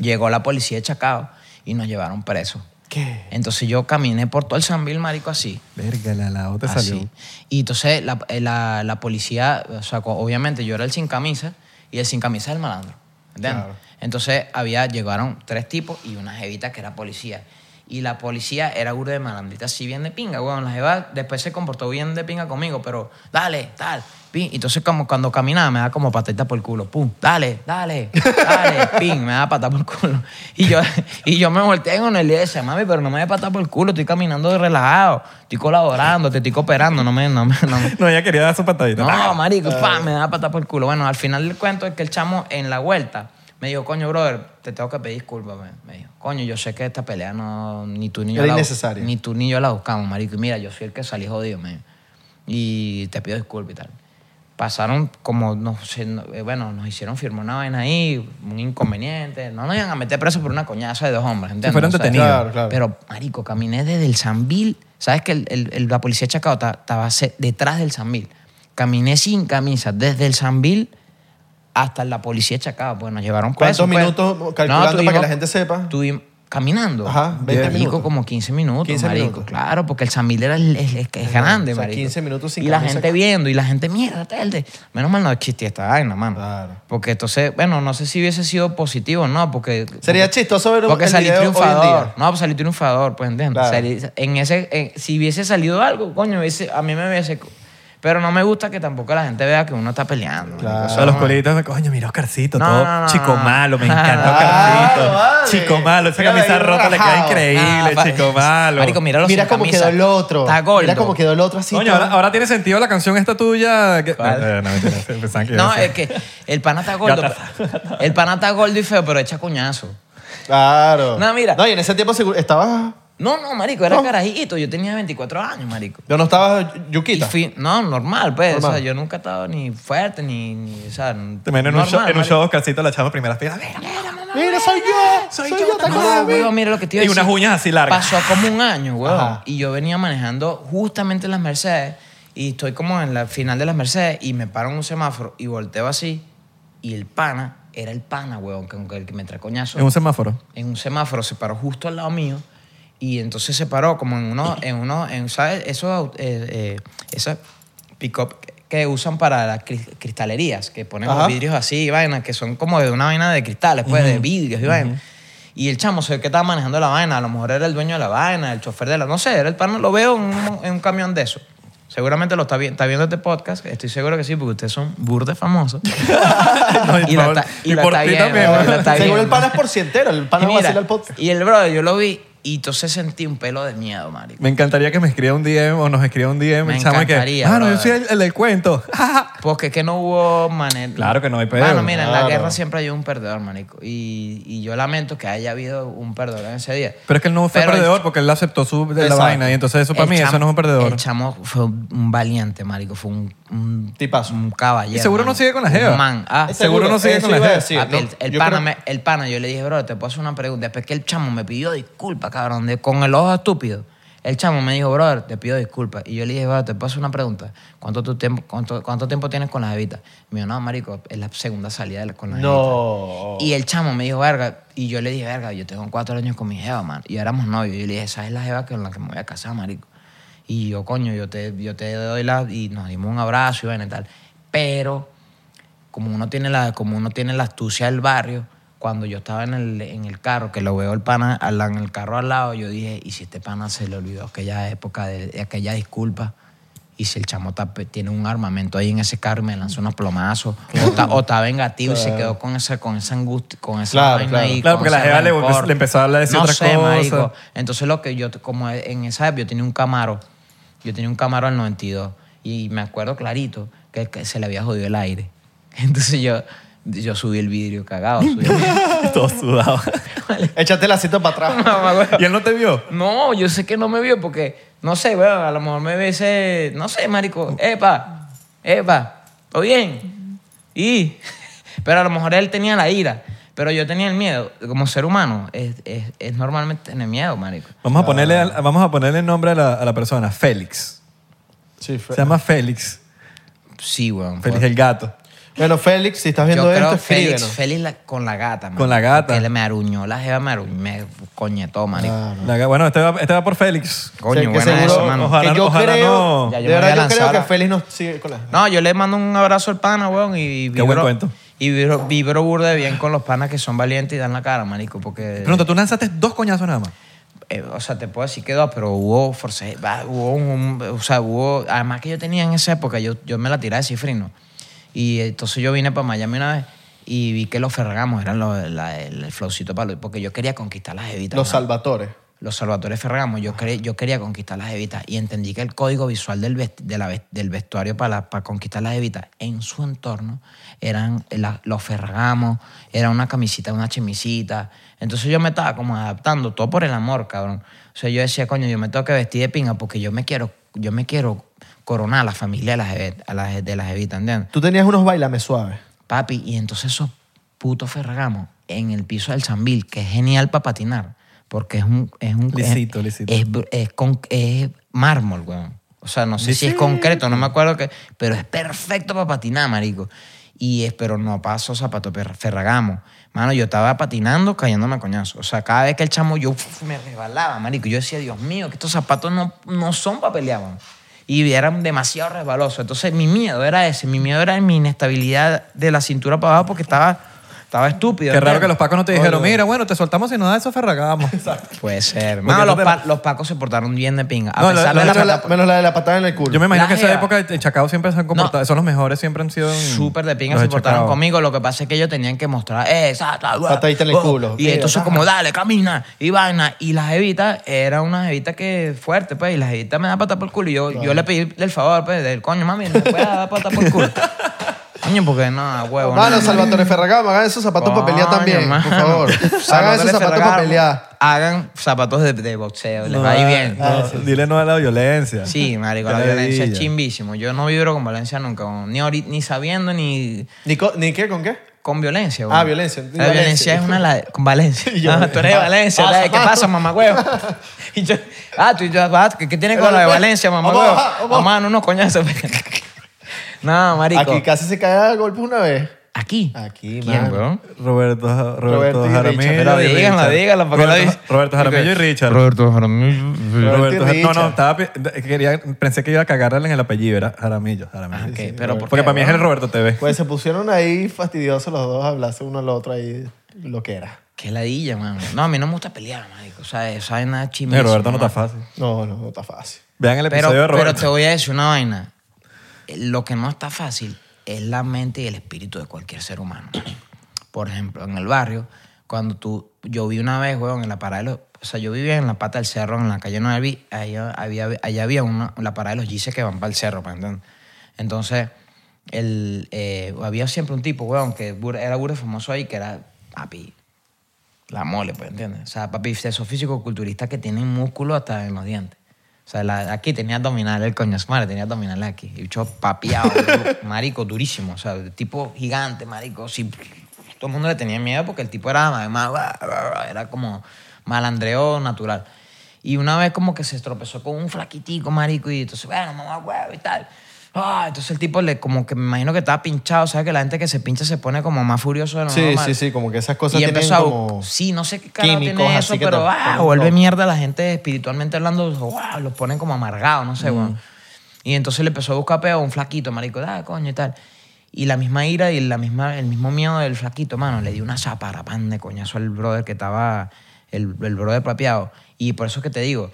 S1: Llegó la policía de Chacao y nos llevaron presos.
S3: ¿Qué?
S1: Entonces yo caminé por todo el San Bill, marico, así.
S2: Verga, la lao te
S1: así.
S2: salió.
S1: Y entonces la, eh, la- la policía, o sea, co- obviamente yo era el sin camisa y el sin camisa es el malandro. ¿Entiendes?
S3: Claro.
S1: Entonces había, llegaron tres tipos y una jevita que era policía. Y la policía era burda de malandrita, así bien de pinga, weón. La jeva después se comportó bien de pinga conmigo, pero dale, tal. Pin. Entonces como cuando caminaba me daba como pateta por el culo. Pum, dale, dale, dale, pin, me daba patada por el culo. Y yo, y yo me volteé con el y decía, mami, pero no me dé patada por el culo, estoy caminando relajado, estoy colaborando, te estoy cooperando, no me, no me, no me-
S2: No, ella quería dar su patadita.
S1: no, marico,
S3: Ah.
S1: pa, me da patada por el culo. Bueno, al final del cuento es que el chamo en la vuelta me dijo, coño, brother, te tengo que pedir disculpas. Me, me dijo, coño, yo sé que esta pelea no, ni tú ni yo
S3: Era
S1: la bu-
S3: innecesaria.
S1: Ni tú ni yo la buscamos, marico. Y mira, yo soy el que salí jodido, me dijo. Y te pido disculpas y tal. Pasaron como, no sé, no- eh, bueno, nos hicieron firmar una vaina ahí, un inconveniente. No nos iban a meter presos por una coñaza de dos hombres, ¿entiendes?
S2: fueron
S1: O sea,
S2: detenidos.
S3: Claro, claro.
S1: Pero pero, marico, caminé desde el Sambil. ¿Sabes que el- el- el- la policía de Chacao ta- estaba ce- detrás del Sambil? Caminé sin camisa desde el Sambil hasta la policía de Chacao. Pues nos llevaron presos,
S3: ¿Cuántos
S1: pues.
S3: minutos calculando para que la gente sepa?
S1: tuvim- caminando.
S3: Ajá, 20
S1: marico,
S3: minutos.
S1: como 15 minutos,
S3: 15
S1: marico.
S3: minutos.
S1: Claro, porque el Sambil era el, el- el que es grande,
S3: o sea,
S1: marico.
S3: 15 minutos sin
S1: Y la
S3: camisa.
S1: gente viendo, y la gente, mierda, tarde. Menos mal no existía esta vaina, mano.
S3: Claro.
S1: Porque entonces, bueno, no sé si hubiese sido positivo o no, porque...
S3: Sería
S1: porque-
S3: chistoso ver un
S1: porque
S3: el
S1: salí
S3: video hoy en
S1: triunfador.
S3: día.
S1: No, pues salí triunfador, pues entiendes.
S3: Claro.
S1: Salí- en ese, en- si hubiese salido algo, coño, hubiese- a mí me hubiese. Pero no me gusta que tampoco la gente vea que uno está peleando. marico.
S3: Claro.
S1: O
S2: O
S1: sea,
S2: sea, los colitos, me coño, mira Oscarcito,
S1: No,
S2: todo
S1: no, no,
S2: chico
S1: no. Ah,
S2: malo, me
S1: Claro, <laughs>
S2: encanta Oscarcito.
S3: vale.
S2: Chico malo, esa
S3: Mira,
S2: camisa
S3: ahí
S2: rota le queda
S3: rajado.
S2: increíble,
S1: Ah,
S2: chico
S1: pa-
S2: malo.
S1: Marico, mira los
S3: Mira
S1: sin
S3: cómo
S1: camisa.
S3: quedó el otro.
S1: Está gordo.
S3: Mira cómo quedó el otro así.
S2: Coño,
S3: todo.
S2: ahora, ahora tiene sentido la canción esta tuya. que- Eh,
S1: ¿Cuál?
S2: No, no, mentira, <laughs> pensaban que iba a
S1: No, eh,
S2: ser.
S1: es que el pana está gordo.
S2: Gata.
S1: <laughs> pero- el pana está gordo y feo, pero echa cuñazo.
S3: Claro.
S1: No, mira.
S3: No, y en ese tiempo seguro- estabas
S1: No, no, marico, era
S3: No.
S1: carajito. Yo tenía 24 años, marico.
S3: Yo no estaba
S1: Y
S3: yuquita.
S1: fui- no, normal, pues. O
S3: Normal.
S1: sea, yo nunca he estado ni fuerte, ni. ni o sea,
S2: Te imaginas en un show,
S1: normal,
S2: en un
S1: marico.
S2: show Oscarcito la chama primeras piernas. Mira,
S1: Mira, mamá,
S3: Mira, soy yo. Soy, yo, ¿te acuerdas
S1: No,
S3: de mí?
S1: weón, mira lo que te iba a
S2: Y unas
S1: decir.
S2: uñas así largas.
S1: Pasó como un año, weón.
S3: Ajá.
S1: Y yo venía manejando justamente las Mercedes y estoy como en la final de las Mercedes y me paro en un semáforo y volteo así y el pana, era el pana, weón, que, el que me trae coñazo
S2: En un semáforo.
S1: en un semáforo, se paró justo al lado mío y entonces se paró como en uno, en uno, en, ¿sabes? Esos, au- eh, eh, esas pick-up que usan para las cri- cristalerías, que ponen
S3: Ajá.
S1: los vidrios así y vainas, que son como de una vaina de cristales, pues, de vidrios y vainas. Y el chamo se ve que estaba manejando la vaina, a lo mejor era el dueño de la vaina, el chofer de la, no sé, era el pana, lo veo en un, en un camión de eso. Seguramente lo está, vi- está viendo este podcast, estoy seguro que sí, porque ustedes son burdes
S3: <laughs>
S1: famosos.
S2: <laughs> No,
S1: Y la
S2: por-
S1: está- y la
S2: por
S1: está
S2: ti
S1: viendo,
S2: también,
S1: weón.
S2: ¿no?
S1: Está bien,
S3: Seguro el
S1: ¿no?
S3: pana es por cientero, el
S1: Y
S3: pana
S1: mira,
S3: va a al podcast.
S1: Y el brother, yo lo vi y entonces sentí un pelo de miedo, marico.
S2: <laughs> Me encantaría que me escriba un DM o nos escriba un DM.
S1: Me
S2: el chamo que,
S1: encantaría,
S2: ah, no, yo
S1: brother.
S2: soy el, el del cuento. <laughs>
S1: Porque es que no hubo manera.
S2: Claro que no hay pedo,
S1: Bueno, mira, en
S3: claro.
S1: la guerra siempre hay un perdedor, marico. Y, y yo lamento que haya habido un perdedor en ese día.
S2: Pero es que él no fue
S1: Pero el
S2: perdedor porque él aceptó su de la
S3: Exacto.
S2: vaina. Y entonces eso para
S1: El
S2: mí, eso
S1: chamo-
S2: no es un perdedor.
S1: El chamo fue un valiente, marico. Fue un, un
S3: Tipazo.
S1: Un caballero.
S2: Y seguro no
S1: marico.
S2: sigue con la
S1: Un
S2: jeva.
S1: man. Ah,
S2: Ese- seguro no sigue
S3: eso
S2: con la
S3: iba a
S2: gente.
S3: decir,
S1: Papi,
S3: Pues ¿no?
S1: el, el
S3: Yo
S1: pana
S3: creo-
S1: me- el pana, yo le dije, bro, te puedo hacer una pregunta. Después que el chamo me pidió disculpas, cabrón, de- con el ojo estúpido. El chamo me dijo, brother, te pido disculpas. Y yo le dije, bro, te puedo hacer una pregunta. ¿Cuánto, tu tiempo, cuánto, cuánto tiempo tienes con la jevita? Me dijo, no, marico, es la segunda salida de la- con la
S3: No.
S1: jevita". Y el chamo me dijo, verga. Y yo le dije, verga, yo tengo cuatro años con mi jeva, man. Y éramos novios. Y yo le dije, esa es la jeva con la que me voy a casar, marico. Y yo, coño, yo te, yo te doy la... Y nos dimos un abrazo y vaina y tal. Pero como uno tiene la, como uno tiene la astucia del barrio, cuando yo estaba en el, en el carro, que lo veo el pana al- en el carro al lado, yo dije, ¿y si este pana se le olvidó aquella época, de, de aquella disculpa? Y si el chamo está pe- tiene un armamento ahí en ese carro y me lanzó unos plomazos, o está, o está vengativo y se quedó con esa, con esa angustia, con esa
S3: Claro,
S1: vaina
S3: claro.
S1: ahí,
S2: Claro,
S1: con
S2: porque la
S1: ese
S2: jeva le-
S1: rencor.
S2: le empezó a hablar de esa
S1: no
S2: otra
S1: sé,
S2: cosa.
S1: marico. Entonces lo que yo, como en esa época yo tenía un Camaro, yo tenía un Camaro al 92 y me acuerdo clarito que, que se le había jodido el aire. <laughs> Entonces yo, yo subí el vidrio cagado. subí el vidrio.
S2: <laughs> Todo sudado.
S3: Échate la cita
S1: <laughs>
S3: para atrás.
S1: Mamá, güey.
S2: y él no te vio.
S1: no, yo sé que no me vio porque, no sé, bueno, a lo mejor me ve ese, no sé, marico, epa, epa, ¿todo bien? Y, <laughs> pero a lo mejor él tenía la ira, pero yo tenía el miedo. Como ser humano es, es, es normalmente tener miedo, marico.
S2: Vamos a ponerle, al- vamos a ponerle el nombre a la, a la persona, Félix.
S3: Sí,
S2: Se
S3: Fe-
S2: llama Félix.
S1: Sí, weón.
S2: Félix el gato.
S3: Bueno, Félix, si estás
S1: Yo
S3: viendo
S1: creo
S3: esto,
S1: Félix,
S3: escríbenos.
S1: Félix la- con la gata. man.
S2: Con la gata.
S1: Porque él me aruñó, la jeva me aruñó, me coñetó, marico.
S2: La ga- bueno, este va, este va por Félix.
S1: Coño,
S3: O sea, Ah, que
S1: buena
S3: seguro-
S1: esa, mano.
S2: Ojalá-
S3: que yo
S2: ojalá
S3: creo,
S2: no.
S1: Ya, yo
S3: De
S1: me
S3: verdad,
S1: había
S3: yo creo
S1: lanzado
S3: que
S1: la-
S3: Félix nos sigue con la
S1: No, yo le mando un abrazo al pana, weón, y
S2: Qué buen cuento.
S1: Y vibro, vibro burda de bien con los panas que son valientes y dan la cara, marico, porque...
S2: Pronto, tú lanzaste dos coñazos nada más.
S1: eh, o sea, te puedo decir que dos, pero hubo force, va, hubo un, un- o sea, hubo, además que yo tenía en esa época, yo, yo me la tiraba de cifrino. Y entonces yo vine para Miami una vez y vi que los Ferragamos eran los- la- el, el flowcito para los, porque yo quería conquistar las evitas.
S3: Los Salvatores.
S1: los Salvatore Ferragamo, yo, cre- yo quería conquistar las evitas y entendí que el código visual del, vest- de la vest- del vestuario para, la- para conquistar las evitas en su entorno eran la- los Ferragamos, era una camisita, una chemisita. Entonces yo me estaba como adaptando, todo por el amor, cabrón. O sea, yo decía, coño, yo me tengo que vestir de pinga porque yo me quiero, yo me quiero coronar a la familia de las, evi- a las- de las evitas, ¿entiendes?
S3: Tú tenías unos bailame suaves.
S1: Papi, y entonces esos putos Ferragamo en el piso del Sambil, que es genial para patinar, porque es un... Es un
S2: Lisito,
S1: es-
S2: lisito.
S1: Es, br- es con, es mármol, weón. O sea, no sé si es concreto, no me acuerdo qué, pero es perfecto para patinar, marico. Y es, pero no paso zapato per- Ferragamo. Mano, yo estaba patinando cayéndome a coñazo. O sea, cada vez que el chamo yo uf, me resbalaba, marico. Yo decía, Dios mío, que estos zapatos no, no son para pelear, weón. Y eran demasiado resbalosos. Entonces, mi miedo era ese. Mi miedo era mi inestabilidad de la cintura para abajo porque estaba, estaba estúpido.
S2: Qué raro
S1: ¿entiendes?
S2: que los pacos no te dijeron, mira, bueno, te soltamos y nos da esos ferragamos.
S1: Puede ser.
S2: Porque
S1: Mano, los,
S2: tú te la-
S1: pa- los pacos se portaron bien de pinga. A
S2: No, lo-
S1: pesar
S2: lo
S1: de la,
S3: Menos
S2: hecho-
S1: pata-
S3: la, menos la de la patada en el culo.
S2: Yo me imagino
S1: La
S2: que esa
S1: jeva.
S2: época en Chacao siempre se han comportado, son los mejores, siempre han sido... en-
S1: súper de pinga
S2: Mm. los
S1: se
S2: de
S1: portaron
S2: Chacao.
S1: conmigo. Lo que pasa es que ellos tenían que mostrar, eh, sa, ta, gua,
S3: Patadita en el
S1: gua".
S3: culo.
S1: oh, Y
S3: Mira,
S1: entonces,
S3: ta.
S1: como, dale, camina, y vaina. Y la jevita era una jevita que fuerte, pues, y la
S3: <laughs>
S1: jevita me da pata por el culo. Y yo, yo le pedí el favor, pues, del coño, mami, me puedes dar pata por el culo. Coño, porque no, huevo. no.
S3: Mano, Salvatore Ah, Ferragamo, hagan esos zapatos para pelear
S1: Coño,
S3: también,
S1: mano.
S3: por
S1: <laughs>
S3: favor. Hagan
S1: Salvatore
S3: esos zapatos para
S1: Ferragamo,
S3: pelear.
S1: Hagan zapatos de, de boxeo, les
S2: No,
S1: va a ir
S3: ah,
S1: bien.
S2: no, Dile no a la violencia.
S1: Sí, marico, la
S2: Qué
S1: violencia es
S2: ladilla.
S1: chimbísimo. Yo no vibro con violencia nunca, weón. ni ahorita- ni sabiendo ni
S3: ¿Ni, co- ni qué? ¿Con qué?
S1: con violencia.
S3: Ah,
S1: weón.
S3: violencia.
S1: La violencia es una la- con Valencia.
S3: <laughs> Y yo, ah.
S1: Ah, tú eres de
S3: pa-
S1: Valencia,
S3: pasa,
S1: la de, ¿qué
S3: mano.
S1: pasa, mamá
S3: <laughs>
S1: Y yo, ah, tú y yo, ah, ¿qué, qué tiene con la de Valencia, mamá
S3: Vamos a bajar, vamos a bajar.
S1: Mamá, no unos <laughs> coñazos. no, marico.
S3: Aquí casi se cae a golpes una vez.
S1: Aquí.
S3: Aquí,
S1: ¿Quién,
S3: mano.
S1: weón?
S2: Roberto, Roberto,
S3: Roberto y
S2: Jaramillo.
S3: Richard.
S1: Pero
S2: y
S1: díganla,
S2: Richard.
S1: díganla, porque
S2: Roberto,
S1: la dice-
S2: Roberto Jaramillo y
S1: Digo,
S2: Richard.
S1: Roberto Jaramillo.
S3: Roberto y
S2: Roberto Jar- No, no,
S3: Richard.
S2: estaba, pi- quería, pensé que iba a cagarle en el apellido, era Jaramillo. Jaramillo.
S1: Ah, ok, pero ¿por
S2: Porque
S1: qué,
S2: para mí es el
S1: weón?
S2: Roberto TV.
S3: Pues se pusieron ahí fastidiosos los dos a hablarse uno al otro ahí, lo que era.
S1: Qué ladilla, mano. No, a mí no me gusta pelear, marico. O sea, eso es nada
S2: Mira,
S1: chimbísimo.
S2: Roberto no
S1: mano.
S2: está fácil.
S3: No, no, no está fácil.
S2: Vean el episodio
S1: pero,
S2: de
S1: pero
S2: Roberto.
S1: te voy a decir una vaina. Lo que no está fácil es la mente y el espíritu de cualquier ser humano. Por ejemplo, en el barrio, cuando tú. Yo vi una vez, weón, en la parada de los. O sea, yo vivía en la pata del cerro, en la calle 9, allá había, allá había una, la parada de los gises que van para el cerro, ¿me entiendes? Entonces, el, eh, había siempre un tipo, weón, que bur- era burro famoso ahí, que era papi, la mole, pues, ¿entiendes? O sea, papi, esos físico-culturistas que tienen músculo hasta en los dientes. O sea, la- aquí tenía abdominal el coño, su madre tenía abdominal aquí. Y yo papiado, <laughs> du- marico, durísimo. O sea, el tipo gigante, marico. Sí, todo el mundo le tenía miedo porque el tipo era además, era como malandreo natural. Y una vez como que se tropezó con un flaquitico, marico, y entonces, bueno, mamá huevo y tal. Ah, entonces el tipo le, como que me imagino que estaba pinchado, ¿sabes? Que la gente que se pincha se pone como más furioso de lo
S3: Sí,
S1: normal
S3: sí, sí, como que esas cosas
S1: y
S3: tienen
S1: empezó a bu-
S3: como...
S1: sí no sé qué carajo
S3: químicos,
S1: tiene
S3: así
S1: eso
S3: que
S1: pero
S3: te
S1: ah,
S3: ponen
S1: vuelve
S3: loco.
S1: mierda la gente espiritualmente hablando wow, los ponen como amargados no sé weón. y entonces le empezó a buscar peo a un flaquito marico ah coño y tal y la misma ira y la misma, el mismo miedo del flaquito mano le dio una zaparapán de coñazo al brother que estaba el, el brother papiado y por eso es que te digo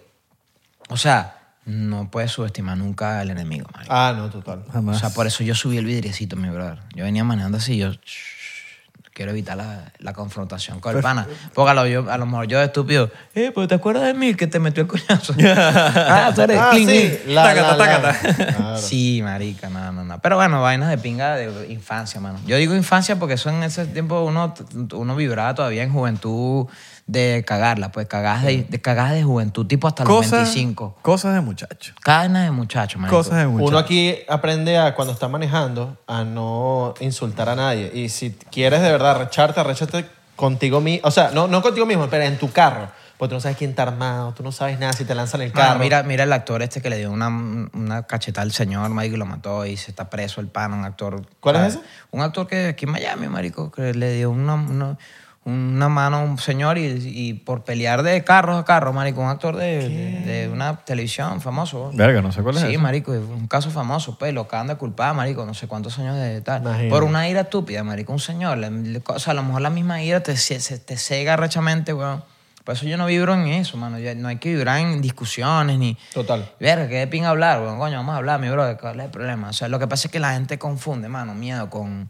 S1: o sea no puedes subestimar nunca al enemigo marico.
S3: Ah, no, total.
S1: O
S2: Jamás.
S1: sea, por eso yo subí el vidriecito, mi brother. Yo venía manejando así, yo "Shh, quiero evitar la, la confrontación con el pana. Porque a lo, yo- a lo mejor yo de estúpido, eh, pero ¿te acuerdas de mí el que te metió el coñazo? <laughs> ah, tú eres
S3: Ah,
S1: clean,
S3: sí.
S1: clean.
S3: La,
S2: Tácata,
S3: la, Ah, la.
S1: <laughs>
S2: tácata.
S3: Claro.
S1: Sí, marica, no, no, no. Pero bueno, vainas de pinga de infancia, mano. Yo digo infancia porque eso en ese tiempo uno, uno vibraba todavía en juventud de cagarla, pues cagadas de, de, cagadas de juventud, tipo hasta los
S2: Cosas,
S1: 25.
S2: cosas de muchacho.
S1: Cadena de muchacho, marico.
S2: Cosas de muchacho.
S3: Uno aquí aprende a, cuando está manejando, a no insultar a nadie. Y si quieres de verdad arrecharte, arrechate contigo mismo. O sea, no, no contigo mismo, pero en tu carro. Porque tú no sabes quién está armado, tú no sabes nada si te lanzan el
S1: Mano,
S3: carro.
S1: Ah, mira, mira el actor este que le dio una, una cachetada al señor, marico, y lo mató y se está preso el pana, un actor.
S3: ¿Cuál es ese?
S1: Un actor que aquí en Miami, marico, que le dio una, una, una mano a un señor y, y por pelear de carros a carros, marico, un actor de, de una televisión famoso.
S2: Verga, no sé cuál es.
S1: Sí,
S2: ese.
S1: marico, es un caso famoso, pues, lo acaban de culpar, marico, no sé cuántos años de tal.
S3: Imagínate.
S1: Por una ira estúpida, marico, un señor. le- le- o sea, a lo mejor la misma ira te, se- se- te cega rechamente, weón. Por eso yo no vibro en eso, mano. Ya no hay que vibrar en discusiones ni...
S3: Total.
S1: Verga, qué de pin hablar, weón. Coño, vamos a hablar, mi bro. ¿Cuál es el problema? O sea, lo que pasa es que la gente confunde, mano, miedo con,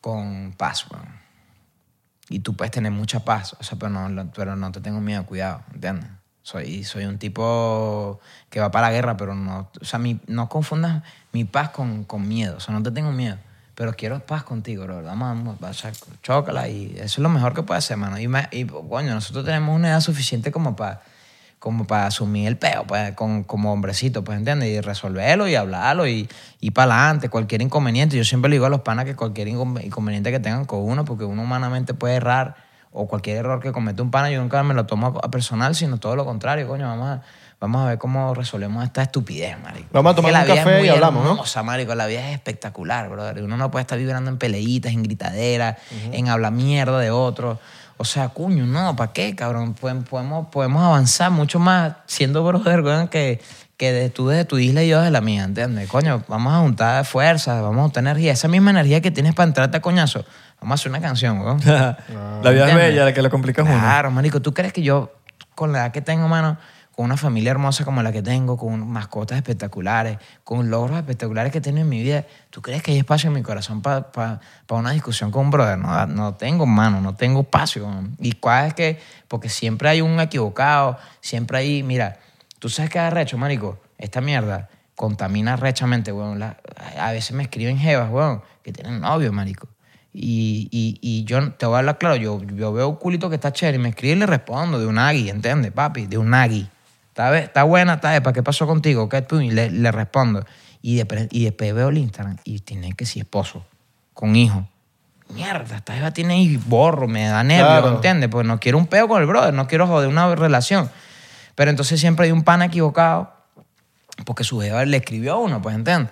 S1: con paz, weón. Y tú puedes tener mucha paz, o sea, pero no, pero no te tengo miedo, cuidado, ¿entiendes? Soy, soy un tipo que va para la guerra, pero no... O sea, mi- no confundas mi paz con, con miedo. O sea, no te tengo miedo, pero quiero paz contigo, bro. Vamos, vamos, o sea, chócala y eso es lo mejor que puede hacer, mano. Y, me- y, coño, nosotros tenemos una edad suficiente como para como para asumir el peo, pues, con, como hombrecito, pues, ¿entiendes? Y resolverlo y hablarlo y, y para adelante, cualquier inconveniente. Yo siempre le digo a los panas que cualquier incon- inconveniente que tengan con uno, porque uno humanamente puede errar, o cualquier error que comete un pana, yo nunca me lo tomo a personal, sino todo lo contrario, coño, vamos a, vamos a ver cómo resolvemos esta estupidez, marico.
S3: Vamos a
S1: Es que
S3: tomar
S1: la
S3: un
S1: vida es
S3: café y
S1: muy
S3: hablamos, ¿no?
S1: hermosa, marico, la vida es espectacular, brother. Uno no puede estar vibrando en peleitas, en gritaderas, en habla mierda de otro. O sea, cuño, no, ¿para qué, cabrón? Pueden- Podemos, podemos avanzar mucho más siendo brother, weón, que, que de- tú desde tu isla y yo desde la mía, ¿entiendes? Coño, vamos a juntar fuerzas, vamos a juntar energía. Esa misma energía que tienes para entrarte a coñazo, vamos a hacer una canción, weón.
S2: <laughs> la vida es bella, la que lo complica es uno.
S1: Claro, marico, ¿tú crees que yo, con la edad que tengo, mano, con una familia hermosa como la que tengo, con mascotas espectaculares, con logros espectaculares que tengo en mi vida, ¿tú crees que hay espacio en mi corazón para una discusión con un brother? No, no tengo, mano, no tengo espacio. man. Y cuál es que, porque siempre hay un equivocado, siempre hay, mira, tú sabes qué arrecho, marico, esta mierda, contamina rechamente, weón. La- a veces me escriben jevas, weón, que tienen novio, marico. Y, y, y yo te voy a hablar claro, yo, yo veo un culito que está chévere y me escribe y le respondo de un agui, ¿entiendes, papi? De un agui. ¿Está, be- está buena, está epa, ¿qué pasó contigo? ¿Qué tú? Y le, le respondo. Y, de- y después veo el Instagram y tiene que si esposo, con hijo. Mierda, esta jeva tiene ahí borro, me da nervios,
S3: Claro.
S1: ¿entiendes? Pues no quiero un peo con el brother, no quiero joder una relación. Pero entonces siempre hay un pana equivocado porque su jeva le escribió a uno, pues entiendes.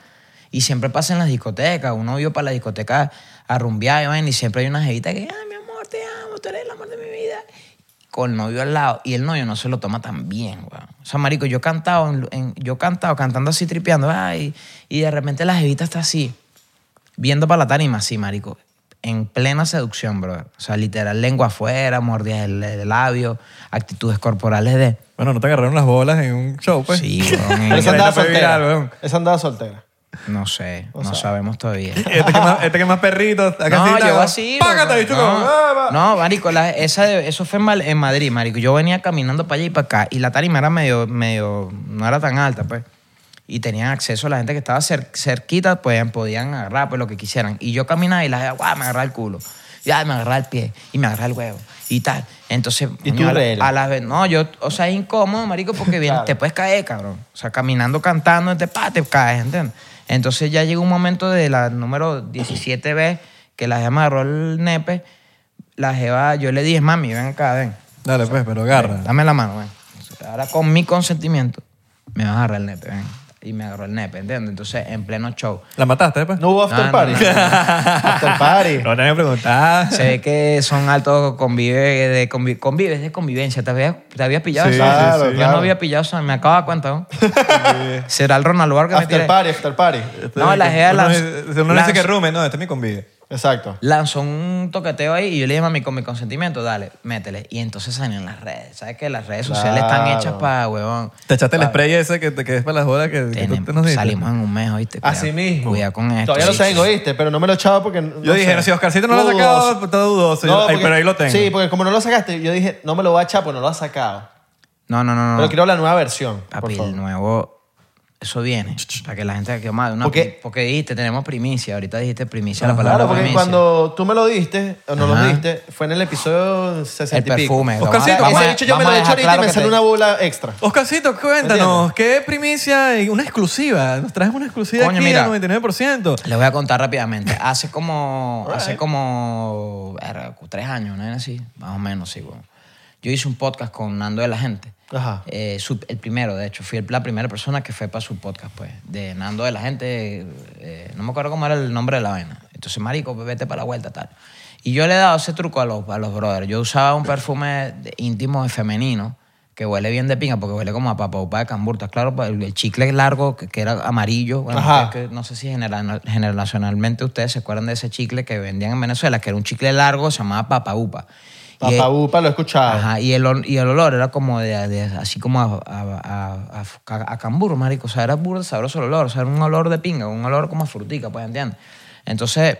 S1: Y siempre pasa en las discotecas, uno vio para la discoteca a rumbear y, vaina, y siempre hay una jevita que, ay, mi amor, te amo, tú eres el amor de mi vida. Con el novio al lado. Y el novio no se lo toma tan bien, weón. O sea, marico, yo he cantado, en- en- yo he cantado, cantando así, tripeando, ay, y de repente la jevita está así, viendo para la tarima, así, marico. En plena seducción, bro. O sea, literal, lengua afuera, mordidas del del labio, actitudes corporales de...
S2: Bueno, no te agarraron las bolas en un show, pues. <laughs>
S1: Sí, weón, en-
S3: Pero esa andaba
S2: Fue
S3: soltera.
S2: viral, weón.
S3: esa andaba soltera.
S1: No sé, no sabemos todavía.
S2: Este que más, este que más perrito. Acá
S1: No,
S2: sí,
S1: llegó así.
S2: Págate, bicho. como, ah, va.
S1: No, no, marico, la- esa de- eso fue en, Mal- en Madrid, marico. Yo venía caminando para allá y para acá y la tarima era medio, medio, no era tan alta, pues. Y tenían acceso a la gente que estaba cer- cerquita, pues podían agarrar pues, lo que quisieran. Y yo caminaba y la gente, guau, me agarraba el culo. Ya, me agarraba el pie y me agarraba el huevo y tal. Entonces,
S3: Y
S1: coño,
S3: tú
S1: a, la-
S3: rela.
S1: a las veces, no, yo, o sea, es incómodo, marico, porque bien, te puedes caer, cabrón. O sea, caminando, cantando, te, pa, te caes, ¿entiendes? Entonces ya llegó un momento de la número 17B que la jeva agarró el nepe. La jeva, yo le dije, mami, ven acá, ven.
S2: Dale, pues, pero agarra.
S1: Dame la mano, ven. Ahora con mi consentimiento me vas a agarrar el nepe, ven. Y me agarró el nepe, ¿entiendes? Entonces, en pleno show.
S2: ¿La mataste, pues?
S3: No hubo
S1: No,
S3: after
S1: Ah, no, <laughs> no, no.
S3: party. After party.
S2: No te había preguntado.
S1: Se ve que son altos convive, de convi- convives de convivencia. Te habías, te habías pillado.
S2: Sí,
S1: ¿sabes?
S3: claro,
S1: Yo
S3: claro.
S1: no había pillado, ¿sabes? me acabo de dar cuenta. ¿no? Será el Ronald Lugar que me
S3: After
S1: tiré.
S3: party, after party.
S1: No, la jeva
S2: Uno
S1: lanz-
S2: dice- Uno le
S1: lanz-
S2: dice que rume, no, este es mi convive.
S3: Exacto.
S1: lanzó un toqueteo ahí y yo le dije, mami, con mi consentimiento, dale, métele. Y entonces salieron las redes. ¿Sabes que Las redes sociales
S3: Claro.
S1: están hechas para, huevón.
S2: Te echaste el spray ese que, te- que es para las bolas que, que tú te
S1: Tenemos-
S2: nos diste.
S1: salimos en un mes, ¿oíste? Cuidado-
S3: Así mismo.
S1: Cuidado con esto.
S3: Todavía lo
S1: sí.
S3: tengo, ¿viste? Pero no me lo echaba porque.
S2: Yo dije, no, si Oscarcito no lo ha sacado, está dudoso. Yo- ay, pero ahí lo tengo.
S3: Sí, porque como no lo sacaste, yo dije, no me lo voy a echar porque no lo has sacado.
S1: No, no, no. no.
S3: Pero quiero la nueva versión. por
S1: Ah. Papi,
S3: favor.
S1: el nuevo. Eso viene. Para que la gente que más.
S3: Porque-
S1: Porque, porque dijiste, tenemos primicia. Ahorita dijiste primicia, la palabra
S3: Claro, porque
S1: primicia.
S3: cuando tú me lo diste, o no lo
S1: Ajá.
S3: diste, fue en el episodio 60
S1: El
S3: y pico.
S1: perfume. lo
S2: Oscarcito,
S1: vamos a-
S3: Ese
S1: vamos a-
S3: bicho yo
S1: vamos
S3: me lo
S1: a
S3: he hecho
S1: dejar
S3: ahorita
S1: claro
S3: y me
S1: que
S3: sale
S1: te-
S3: una bola extra.
S2: Oscarcito, cuéntanos, ¿qué primicia? y Una exclusiva. Nos traes una exclusiva
S1: Coño,
S2: aquí
S1: mira.
S2: del 99%.
S1: Les voy a contar rápidamente. Hace como.
S3: <laughs>
S1: Hace como. verga, tres años, ¿no era así? Más o menos, sí, weón. Yo hice un podcast con Nando de la Gente.
S3: Ajá.
S1: Eh, su- el primero, de hecho. Fui el- la primera persona que fue para su podcast, pues. De Nando de la Gente. eh, no me acuerdo cómo era el nombre de la vaina. Entonces, marico, vete para la vuelta, tal. Y yo le he dado ese truco a los, a los brothers. Yo usaba un perfume de- íntimo de femenino que huele bien de pinga porque huele como a papa upa de camburtas. Claro, pues, el, el chicle largo que, que era amarillo. Bueno,
S3: Ajá.
S1: ustedes que- no sé si genera- generacionalmente ustedes se acuerdan de ese chicle que vendían en Venezuela, que era un chicle largo, se llamaba Papa Upa. Y el-
S3: Papá Upa lo he escuchado.
S1: Ajá, y el, ol- y el olor era como de, de- así como a, a, a- a- a cambur, marico. O sea, era burda sabroso el olor. O sea, era un olor de pinga, un olor como a frutica, pues, ¿entiendes? Entonces,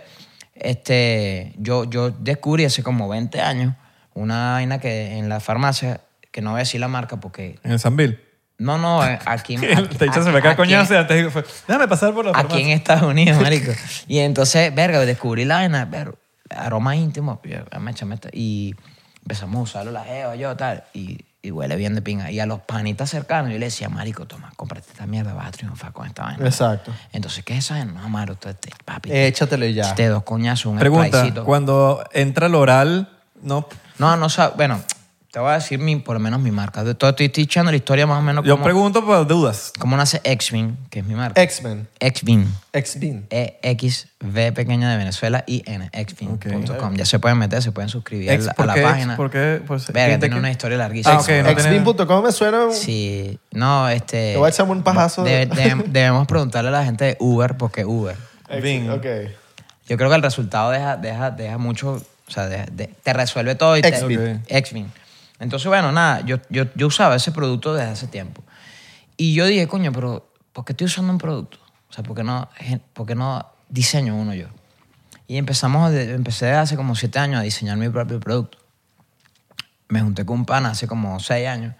S1: este, yo, yo descubrí hace como 20 años una vaina que en la farmacia, que no voy a decir la marca porque...
S2: En el Sanville.
S1: No, no,
S2: <laughs>
S1: eh, aquí...
S2: Te echas se me
S1: aquí-
S2: cae coñazo y antes digo, fue, déjame pasar por la
S1: Aquí en
S2: farmacia.
S1: Estados
S2: <laughs>
S1: Unidos, marico. Y entonces, verga, descubrí la vaina, ver, aroma íntimo, pues, yo, ah, dame, échame esta. y empezamos a usarlo la jeva, yo, tal, y, y huele bien de pinga. Y a los panitas cercanos yo le decía, marico, toma, cómprate esta mierda, vas a triunfar con esta vaina.
S3: Exacto.
S1: Entonces, ¿qué es esa vaina? No, Maro, tú, este, papi,
S3: Échatelo y ya.
S1: te dos coñazos, un
S2: Eh, Pregunta,
S1: spraycito.
S2: cuando entra el oral, no...
S1: No, no sabes, bueno, te voy a decir mi, por lo menos mi marca. De todo, estoy estoy echando la historia más o menos
S2: Yo Eh.
S1: como,
S2: pregunto por dudas.
S1: cómo nace X-Wing, que es mi marca.
S3: X-Men.
S1: X-Wing.
S3: X-Bean.
S1: E EXV pequeña de Venezuela y en xfin.com. Ya se pueden meter, se pueden suscribir
S2: Ex,
S1: a la-
S2: ¿por
S1: a la
S2: qué ex?
S1: página.
S2: ¿Por qué? Pues,
S1: Verga,
S2: gente
S1: tiene
S2: que-
S1: una historia larguísima.
S2: Ah, ok, no
S1: weón.
S2: tenés-
S3: Xbean.com me suena. un-
S1: Sí, no, este...
S3: Te voy a echar un pajazo
S1: de-
S3: de-
S1: de- debemos preguntarle a la gente de Uber, porque Uber...
S3: X-
S2: Bing.
S3: Ok.
S1: Yo creo que el resultado deja, deja, deja mucho... O sea, de- de- te resuelve todo y te...
S3: Xbin.
S1: Xbin. Entonces, bueno, nada, yo, yo, yo usaba ese producto desde hace tiempo. Y yo dije, coño, pero ¿por qué estoy usando un producto? O sea, ¿por qué no, gen- por qué no diseño uno yo? Y empezamos, de- empecé hace como siete años a diseñar mi propio producto. Me junté con un pana hace como seis años.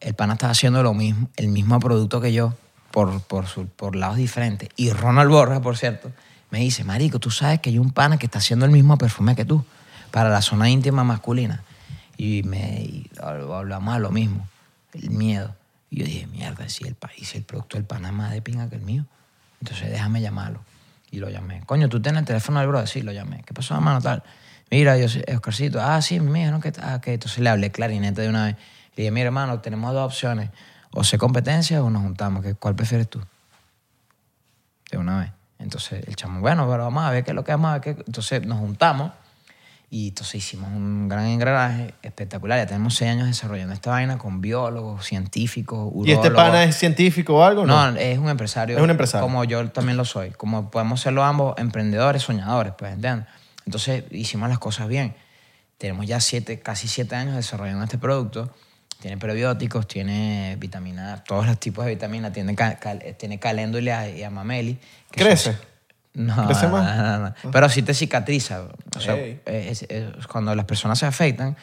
S1: El pana estaba haciendo lo mismo, el mismo producto que yo. por, por, su- por lados diferentes. Y Ronald Borges, por cierto, me dice, marico, tú sabes que hay un pana que está haciendo el mismo perfume que tú para la zona íntima masculina. Y me y hab- hablamos a lo mismo, el miedo. Y yo dije, mierda, si el país, el producto del pana es más de pinga que el mío. Entonces déjame llamarlo. Y lo llamé. Coño, ¿tú tienes el teléfono del brother? Sí, lo llamé. ¿Qué pasó, hermano? Tal. Mira, yo, soy- Oscarcito. Ah, sí, me dijeron que... Ah, que Entonces le hablé clarinete de una vez. Le dije, mira, hermano, tenemos dos opciones. O se competencia o nos juntamos. ¿Qué- ¿Cuál prefieres tú? de una vez. Entonces el chamo, bueno, pero vamos a ver qué es lo que vamos a ver. qué- Entonces nos juntamos y entonces hicimos un gran engranaje espectacular. Ya tenemos seis años desarrollando esta vaina con biólogos, científicos, urólogos.
S3: ¿Y este pana es científico o algo?
S1: No, es un empresario.
S3: Es un empresario.
S1: Como yo también lo soy. Como podemos serlo ambos, emprendedores, soñadores, pues, ¿entiendes? Entonces hicimos las cosas bien. Tenemos ya siete, casi siete años desarrollando este producto. Tiene prebióticos, tiene vitamina, todos los tipos de vitamina. Tiene, ca- cal- tiene caléndula y amameli. que son-
S3: ¿Crece?
S1: No,
S3: ¿Crece más?
S1: no, no, no. Pero sí te cicatriza. O sea,
S3: Ey.
S1: es- es- cuando las personas se afectan,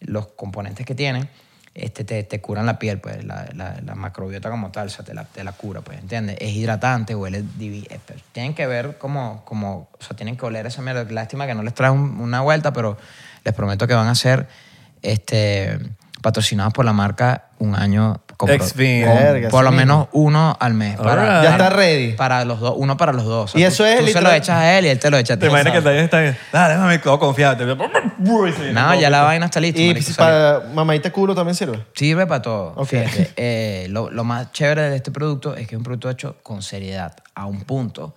S1: los componentes que tienen este, te, te curan la piel, pues, la, la- la macrobiota como tal, o sea, te la, te la cura, pues, ¿entiendes? Es hidratante, huele divi- eh, pero Tienen que ver como, como, o sea, tienen que oler esa mierda. Lástima que no les trae una vuelta, pero les prometo que van a ser este, patrocinados por la marca un año con-
S2: Ex fin.
S1: con
S3: Verga,
S1: por lo
S3: así mismo.
S1: menos uno al mes.
S2: Alright.
S3: Ya está ready.
S1: Para los dos, uno para los dos.
S3: Y eso
S1: tú-
S3: es
S1: Tú se lo
S3: literal-
S1: echas a él y él te lo echa a ti.
S2: Te imaginas que el taller está bien. Dale, mami, todo confiado.
S1: No, ya la vaina está lista.
S3: ¿Y pues,
S1: marico, sale.
S3: para mamadita culo también sirve?
S1: Sirve para todo.
S3: Ok.
S1: Fíjate, eh, lo, lo más chévere de este producto es que es un producto hecho con seriedad, a un punto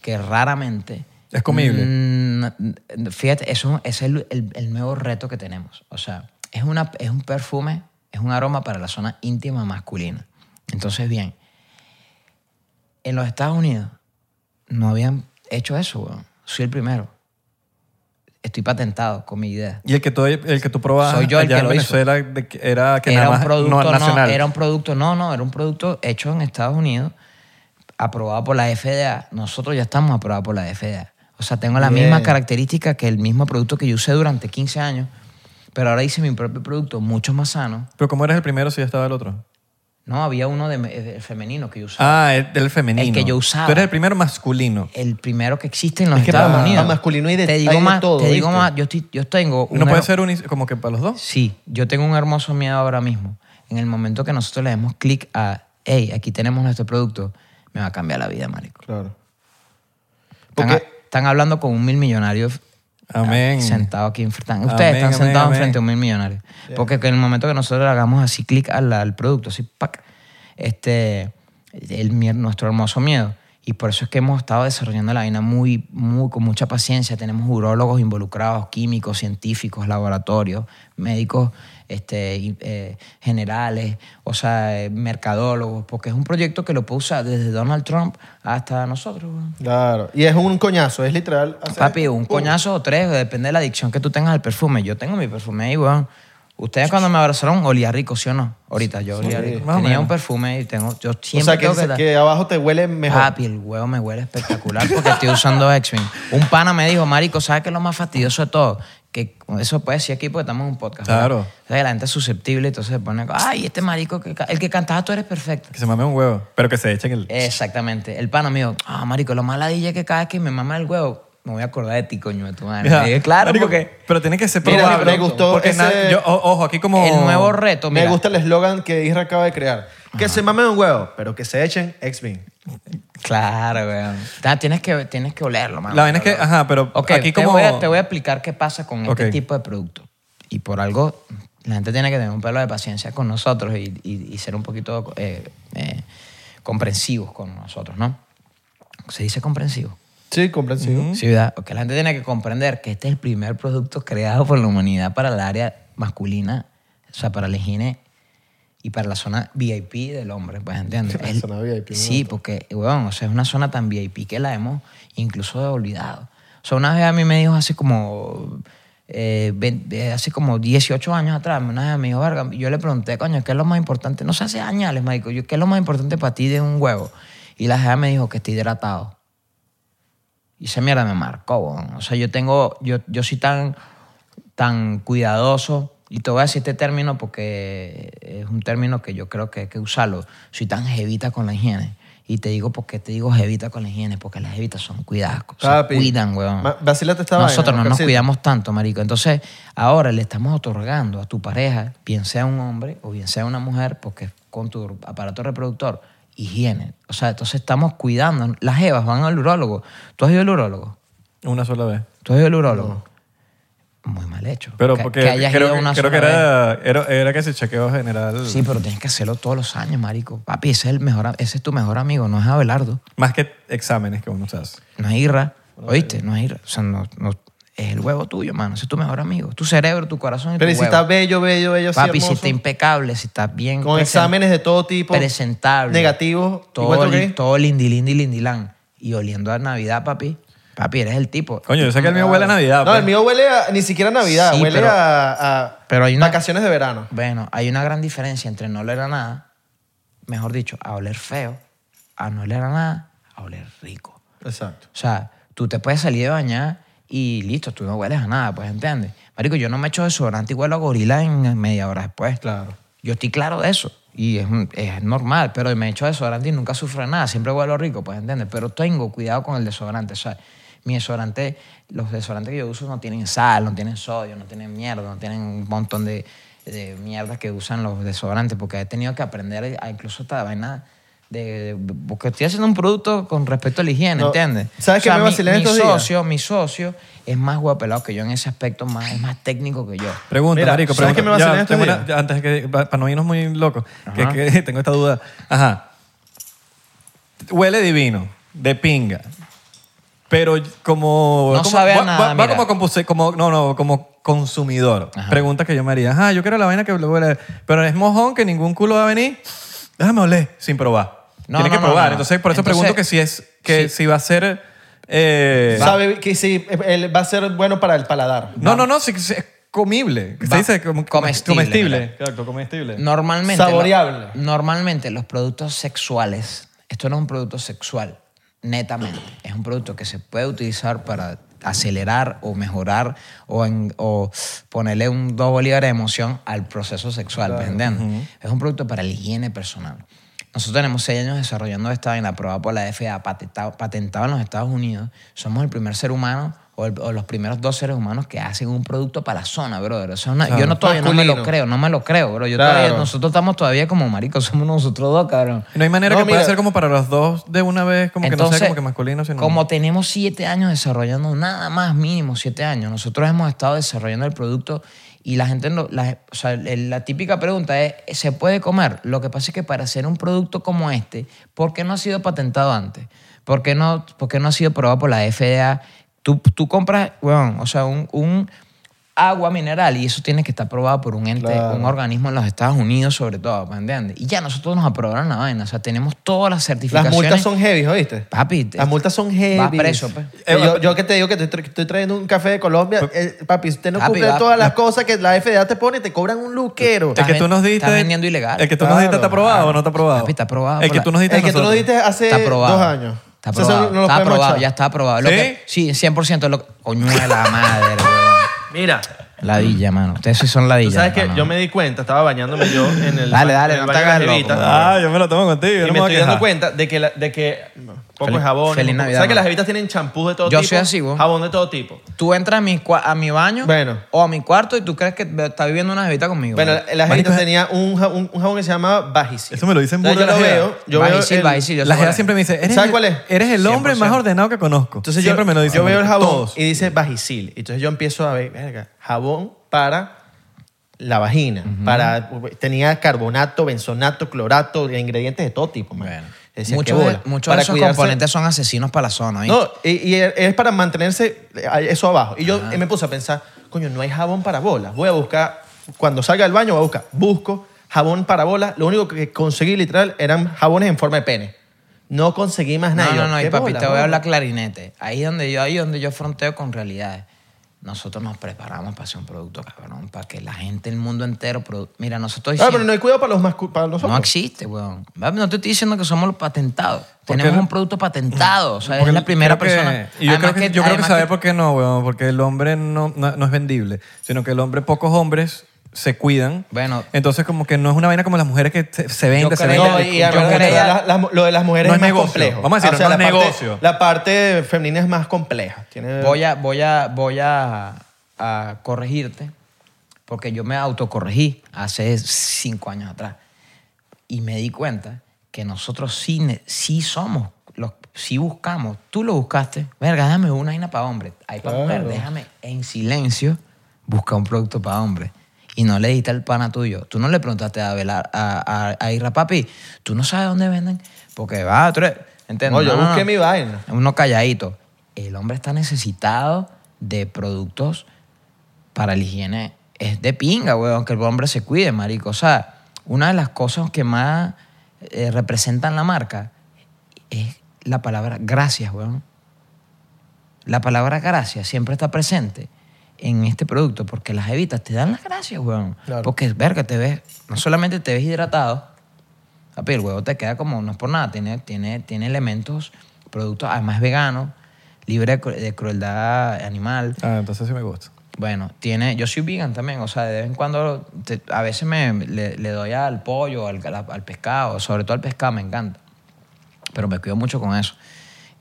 S1: que raramente...
S2: Es comible.
S1: Mm, fíjate, eso es el, el- el nuevo reto que tenemos. O sea, es, una, es un perfume, es un aroma para la zona íntima masculina. Entonces, bien, en los Estados Unidos no habían hecho eso, weón. Soy el primero. Estoy patentado con mi idea.
S2: Y el que tú, el que tú probabas
S1: Soy yo el
S2: allá
S1: que
S2: en
S1: lo hizo.
S2: Venezuela de que era que
S1: era
S2: nada
S1: un
S2: más
S1: producto
S2: no,
S1: no,
S2: nacional.
S1: era un producto no no era un producto hecho en Estados Unidos aprobado por la FDA nosotros ya estamos aprobados por la FDA o sea tengo la
S3: Bien.
S1: misma característica que el mismo producto que yo usé durante 15 años pero ahora hice mi propio producto mucho más sano
S2: Pero como eres el primero, si ya estaba el otro.
S1: no había uno de el femenino que yo usaba
S2: Ah, el, el femenino.
S1: El que yo usaba. Eh,
S2: Tú eres el primero masculino.
S1: el primero que existe en los
S3: Es que
S1: Estados
S3: para-
S1: Unidos
S3: para masculino hay de-
S1: te
S3: hay
S1: digo
S3: de
S1: más
S3: todo,
S1: te digo
S3: ¿viste?
S1: más yo estoy yo tengo
S2: ¿No
S1: un
S2: puede
S1: her-
S2: ser unis- como que para los dos?
S1: Sí, yo tengo un hermoso miedo ahora mismo. En el momento que nosotros le demos clic a, hey, aquí tenemos nuestro producto, me va a cambiar la vida, marico.
S3: Claro.
S1: Están,
S3: Porque-
S1: están hablando con un mil millonario Ah,
S2: Amén.
S1: sentado aquí. enf- están- ustedes
S2: Amén,
S1: están
S2: amén,
S1: sentados
S2: amén.
S1: frente a un mil millonario. Porque en el momento que nosotros le hagamos así clic al, al producto, así, pac, este, el, mier- nuestro hermoso miedo. Y por eso es que hemos estado desarrollando la vaina muy, muy, con mucha paciencia. Tenemos urólogos involucrados, químicos, científicos, laboratorios, médicos este, y, eh, generales, o sea, eh, mercadólogos, porque es un proyecto que lo puede usar desde Donald Trump hasta nosotros. weón.
S3: Claro. Y es un coñazo, es literal. hacer-
S1: Ah, Papi, un coñazo o tres, depende de la adicción que tú tengas al perfume. Yo tengo mi perfume ahí, weón. Ustedes cuando me abrazaron olía rico, ¿sí o no? Ahorita yo olía rico.
S2: más o
S1: Tenía
S2: menos.
S1: un perfume y tengo, yo
S3: O
S1: siempre
S3: sea, que,
S1: tengo que... dar- Ah,
S3: que abajo te huele mejor.
S1: Papi, el huevo me huele espectacular porque estoy usando X-Wing. Un pana me dijo, marico, ¿sabes qué es lo más fastidioso de todo? Que eso puede decir aquí porque estamos en un podcast. ¿verdad?
S2: Claro.
S1: O sea, que la gente es susceptible y entonces se pone, ay, este marico, que ca- el que cantaba tú eres perfecto.
S2: Que se mame un huevo. Pero que se echen el...
S1: Exactamente. El pana me dijo, ah, marico, lo más ladilla es que cada vez que me mama el huevo, me voy a acordar de ti, coño, de tu madre.
S2: Mira,
S1: Le dije, claro,
S2: marico,
S1: porque
S2: Pero tiene que ser
S3: Mira,
S2: probable.
S3: me gustó
S2: Porque
S3: ese-
S2: na- yo- o- ojo, aquí como...
S1: el nuevo reto, mira. Ah.
S3: Me gusta el eslogan que Isra acaba de crear. Que se mamen un huevo, pero que se echen X-Wing.
S1: Claro, weón. Ta- Tienes que, tienes que olerlo, mano.
S2: La vaina es que... Ajá, pero
S1: Ok,
S2: aquí
S1: te
S2: como...
S1: voy, a, te voy a explicar qué pasa con
S2: Ok.
S1: este tipo de producto. Y por algo, la gente tiene que tener un pelo de paciencia con nosotros y, y- y ser un poquito eh, eh, comprensivos con nosotros, ¿no? Se dice comprensivo.
S3: Sí, comprensivo.
S1: ciudad. Porque la gente tiene que comprender que este es el primer producto creado por la humanidad para el área masculina, o sea, para la higiene y para la zona VIP del hombre, pues ¿entiendes?
S3: La
S1: Es-
S3: zona VIP,
S1: Sí, porque, weón, o sea, es una zona tan VIP que la hemos incluso olvidado. O sea, una vez a mí me dijo hace como... eh, vein- eh, hace como 18 años atrás, una vez me dijo, "Verga", yo le pregunté, coño, ¿qué es lo más importante? No se hace añales, marico, yo, ¿qué es lo más importante para ti de un huevo? Y la jefa me dijo que esté hidratado. Y esa mierda me marcó, weón. O sea, yo tengo, yo, yo soy tan, tan cuidadoso Y te voy a decir este término porque es un término que yo creo que hay que usarlo. Soy tan jevita con la higiene. Y te digo por qué te digo jevita con la higiene. Porque las jevitas son cuidadas.
S3: Papi,
S1: se cuidan, weón.
S3: ma- vacílate esta vaina,
S1: Nosotros no nos
S3: Oscarcito.
S1: cuidamos tanto, marico. Entonces, ahora le estamos otorgando a tu pareja, bien sea un hombre o bien sea una mujer, porque con tu aparato reproductor, higiene. O sea, entonces estamos cuidando. Las jevas van al urólogo. ¿Tú has ido al urólogo?
S2: Una sola vez.
S1: ¿Tú has ido al urólogo? Muy mal hecho.
S2: Pero
S1: Que-
S2: porque
S1: que hayas
S2: creo,
S1: ido
S2: que-
S1: una
S2: creo
S1: sola
S2: que era, era, era que ese chequeo general.
S1: vez. Sí, pero tienes que hacerlo todos los años, marico. Papi, ese es, el mejor, ese es tu mejor amigo, no es Abelardo,
S2: Más que exámenes que uno se hace.
S1: no es Irra. ¿Oíste? No es Irra. O sea, no, no- es el huevo tuyo, mano. Ese es tu mejor amigo. Tu cerebro, tu corazón y
S3: Pero
S1: tu
S3: y si
S1: huevo.
S3: está bello, bello, bello, así
S1: Papi, si
S3: hermoso,
S1: está impecable, si está bien.
S3: Con
S1: presen-
S3: exámenes de todo tipo.
S1: Presentable.
S3: Negativos.
S1: Todo,
S3: igual tú
S1: li-
S3: que-
S1: todo lindi, lindi, lindilán. Y oliendo a Navidad, papi. Papi, eres el tipo.
S2: Coño, yo sé que el mío
S1: Ah,
S2: huele a Navidad.
S3: No,
S2: pero-
S3: el mío huele a, ni siquiera a Navidad,
S1: Sí,
S3: huele
S1: pero-
S3: a, a
S1: pero hay una-
S3: vacaciones de verano.
S1: Bueno, hay una gran diferencia entre no oler a nada, mejor dicho, a oler feo, a no oler a nada, a oler rico.
S3: Exacto.
S1: O sea, tú te puedes salir de bañar y listo, tú no hueles a nada, pues, ¿entiendes? Marico, yo no me echo desodorante y huelo a gorila en media hora después.
S3: Claro.
S1: Yo estoy claro de eso. Y es, un- es normal, pero me echo desodorante y nunca sufro de nada. Siempre huelo rico, pues, ¿entiendes? Pero tengo cuidado con el desodorante. O sea, mi desodorante, los desodorantes que yo uso no tienen sal, no tienen sodio, no tienen mierda, no tienen un montón de, de mierdas que usan los desodorantes, porque he tenido que aprender a incluso esta vaina de, de- porque estoy haciendo un producto con respecto a la higiene,
S3: No.
S1: ¿entiendes?
S3: ¿Sabes qué me
S1: mi-
S3: vacilé
S1: mi,
S3: estos días?
S1: socio, mi socio es más guapelado que yo en ese aspecto, más, es más técnico que yo.
S2: Pregunta,
S3: Mira,
S2: marico,
S3: ¿sabes
S2: pregunta.
S3: qué me va a
S2: Ya,
S3: hacer en este estos
S2: tengo una-
S3: días?
S2: ya, antes que, para no irnos muy locos, que, que <laughs> tengo esta duda. Ajá. Huele divino, de pinga. Pero como...
S1: No
S2: como-
S1: sabe a
S2: va,
S1: nada,
S2: va- va
S1: mira.
S2: como, compuse- como- no, no, como consumidor. Pregunta que yo me haría. Ajá, yo quiero la vaina que huele... Pero es mojón que ningún culo va a venir. Déjame oler sin probar.
S1: No,
S2: Tiene
S1: no,
S2: que
S1: no,
S2: probar.
S1: no, no.
S2: Entonces, por eso
S1: Entonces-
S2: pregunto que si es... Que
S1: Sí.
S2: si va a ser... eh,
S3: Sabe que sí, él va a ser bueno para el paladar.
S2: no, no, no, si, si es comible. que se
S1: Va-
S2: dice como-
S1: comestible,
S2: Comestible.
S1: mira.
S2: Exacto, comestible.
S1: Normalmente.
S3: Saboreable.
S1: lo- normalmente los productos sexuales, esto no es un producto sexual, netamente. Es un producto que se puede utilizar para acelerar o mejorar o, en- o ponerle un dos bolívares de emoción al proceso sexual, ¿me entiendes? Es un producto para la higiene personal. Nosotros tenemos seis años desarrollando esta vaina aprobada por la FDA, patentado, patentado en los Estados Unidos. Somos el primer ser humano o, el- o los primeros dos seres humanos que hacen un producto para la zona, brother. O sea, una- yo no, todavía no me lo
S3: Masculino.
S1: creo, no me lo creo, bro. Yo
S3: Claro.
S1: todavía- nosotros estamos todavía como maricos, somos nosotros dos, cabrón.
S2: No hay manera
S3: No,
S2: que pueda
S3: mira.
S2: ser como para los dos de una vez, como que no
S1: Entonces,
S2: sea como que masculino, sino.
S1: como tenemos siete años desarrollando, nada más mínimo siete años, nosotros hemos estado desarrollando el producto y la gente, no- la, o sea, el- la típica pregunta es, ¿se puede comer? Lo que pasa es que para hacer un producto como este, ¿por qué no ha sido patentado antes? ¿Por qué no, por qué no ha sido probado por la FDA? Tú, tú compras, weón, o sea, un, un agua mineral y eso tiene que estar probado por un ente,
S3: Claro.
S1: un organismo en los Estados Unidos sobre todo, ¿me entiendes? Y ya nosotros nos aprobaron la vaina, o sea, tenemos todas las
S3: Las
S1: certificaciones.
S3: multas son heavy, ¿oíste?
S1: Papi, te-
S3: Las multas son heavy.
S1: Vas este, preso, pues.
S3: Eh, yo, yo que te digo que te tra- estoy trayendo un café de Colombia. eh, papi, usted no
S1: Papi,
S3: cumple
S1: va-
S3: todas las cosas que la FDA te pone, te cobran un luquero.
S2: el que tú nos
S1: Estás ven-
S2: diste.
S1: estás vendiendo ilegal.
S2: El que tú nos
S3: Claro,
S2: diste está aprobado o no está aprobado.
S1: Papi, está aprobado
S2: El
S1: por
S2: que
S1: la-
S2: tú nos diste.
S3: El que tú nos
S2: nosotros.
S3: diste hace
S1: Está aprobado.
S3: dos años.
S1: Está
S3: O sea, eso
S1: aprobado.
S3: no lo
S1: está
S3: podemos
S1: aprobado,
S3: echar.
S1: ya está aprobado. Lo
S2: ¿Sí?
S1: que- sí, 100% lo que- Coño de la madre,
S3: <laughs>
S1: weón.
S3: Mira,
S1: La villa, mano. Ustedes sí son la villa.
S3: tú sabes que
S1: mano.
S3: yo me di cuenta, estaba bañándome yo en el.
S1: Dale,
S3: ba-
S1: dale,
S3: en el
S1: no te
S3: baño de la
S1: hagas loco,
S3: jevita.
S1: mano.
S2: Ah, yo me lo tengo contigo. Yo
S3: Y
S2: no
S3: me
S2: me voy
S3: estoy
S2: a
S3: dando
S2: quejar.
S3: cuenta de que, la- de que poco
S1: Feliz-
S3: de jabón.
S1: feliz
S3: poco-
S1: Navidad,
S3: ¿Sabes
S1: mano.
S3: que las evitas tienen champús de todo
S1: Yo
S3: tipo?
S1: soy así, weón.
S3: Jabón de todo tipo.
S1: Tú entras a mi, cua- a mi baño
S3: Bueno.
S1: o a mi cuarto y tú crees que está viviendo una jevita conmigo.
S3: Bueno,
S1: weón.
S3: la jevita
S2: Marico, es-
S3: tenía un, ja- un, un jabón que se llamaba Bajisil.
S2: Eso me lo dicen
S3: Entonces,
S2: burda
S3: Yo lo
S2: las
S3: veo.
S2: jevas.
S3: Yo veo
S1: Bajisil,
S3: el-
S1: Bajisil, yo sé
S2: La
S1: cuál
S2: gente
S1: es.
S2: siempre me dice. eres
S3: ¿Sabes
S2: el-
S3: cuál es?
S2: Eres el hombre más
S1: 100%.
S2: ordenado que conozco.
S3: Entonces
S2: siempre
S3: yo,
S2: me lo dicen.
S3: yo veo el
S2: marico,
S3: jabón
S2: todos.
S3: y dice Bajisil. Entonces yo empiezo a ver, verga, jabón para la vagina. para, tenía carbonato, benzonato, clorato, ingredientes de todo tipo. Man.
S1: Bueno.
S3: eh, Decía,
S1: muchos
S3: qué
S1: de,
S3: bola.
S1: muchos
S3: Para
S1: de esos
S3: cuidarse-
S1: componentes son asesinos para la zona. ¿oíste?
S3: No, y, y es para mantenerse eh, eso abajo. Y yo me puse a pensar, coño, no hay jabón para bolas. Voy a buscar, cuando salga del baño, voy a buscar, busco jabón para bolas. Lo único que conseguí literal eran jabones en forma de pene. No conseguí más nada.
S1: No,
S3: Yo,
S1: no, no, y
S3: ¿qué
S1: papi,
S3: bola,
S1: te voy
S3: bola?
S1: a hablar clarinete. Ahí donde yo, ahí donde yo fronteo con realidades. Nosotros nos preparamos para hacer un producto, cabrón, para que la gente, el mundo entero, produ- mira, nosotros
S3: Ah,
S1: hicimos-
S3: pero no hay cuidado para los, mascu- para los
S1: no
S3: hombres.
S1: existe, weón. Papi, No te estoy diciendo que somos los patentados.
S2: ¿Por qué
S1: Tenemos
S2: no?
S1: un producto patentado. O sea,
S2: <laughs> Porque
S1: es la primera
S2: creo que-
S1: persona.
S2: Y yo
S1: Además
S2: creo que, yo creo que
S1: además
S2: saber por qué no, weón, porque el hombre no, no, no es vendible, sino que el hombre, pocos hombres se cuidan.
S1: Bueno.
S2: Entonces, como que no es una vaina como las mujeres que se, se venden, se
S1: creo-
S2: venden.
S3: No,
S1: el-
S3: y a
S1: yo
S3: ver,
S1: creía-
S3: las- las- lo de las mujeres
S2: No
S3: es
S2: es
S3: más
S2: negocio.
S3: complejo.
S2: Vamos a decirlo, no
S3: la
S2: es
S3: parte-
S2: negocio.
S3: La parte femenina es más compleja. Tiene...
S1: Voy a, voy a, voy a, a corregirte, porque yo me autocorregí hace cinco años atrás y me di cuenta que nosotros sí, ne- sí somos, los, sí buscamos. Tú lo buscaste, verga, déjame una vaina para hombre, hay para mujer, déjame en silencio buscar un producto para hombre. Y no le diste al pana tuyo. Tú no le preguntaste a Velar, a, a, a Irra, papi, tú no sabes dónde venden, porque va, tú eres, ¿entiendes?
S3: No, yo busqué mi vaina.
S1: Uno calladito. El hombre está necesitado de productos para la higiene. Es de pinga, weón, que el hombre se cuide, marico. O sea, una de las cosas que más eh, representan la marca es la palabra gracias, weón. La palabra gracias siempre está presente en este producto porque las evitas te dan las gracias, weón.
S3: Claro.
S1: Porque, verga, te ves, no solamente te ves hidratado, Papi, el huevo te queda como, no es por nada, tiene, tiene, tiene elementos, productos, además vegano, libre de, cru- de crueldad animal.
S2: Ah, entonces sí me gusta.
S1: Bueno, tiene, yo soy vegan también, o sea, de vez en cuando, te- a veces me, le, le doy al pollo, al, al- al pescado, sobre todo al pescado, me encanta. Pero me cuido mucho con eso.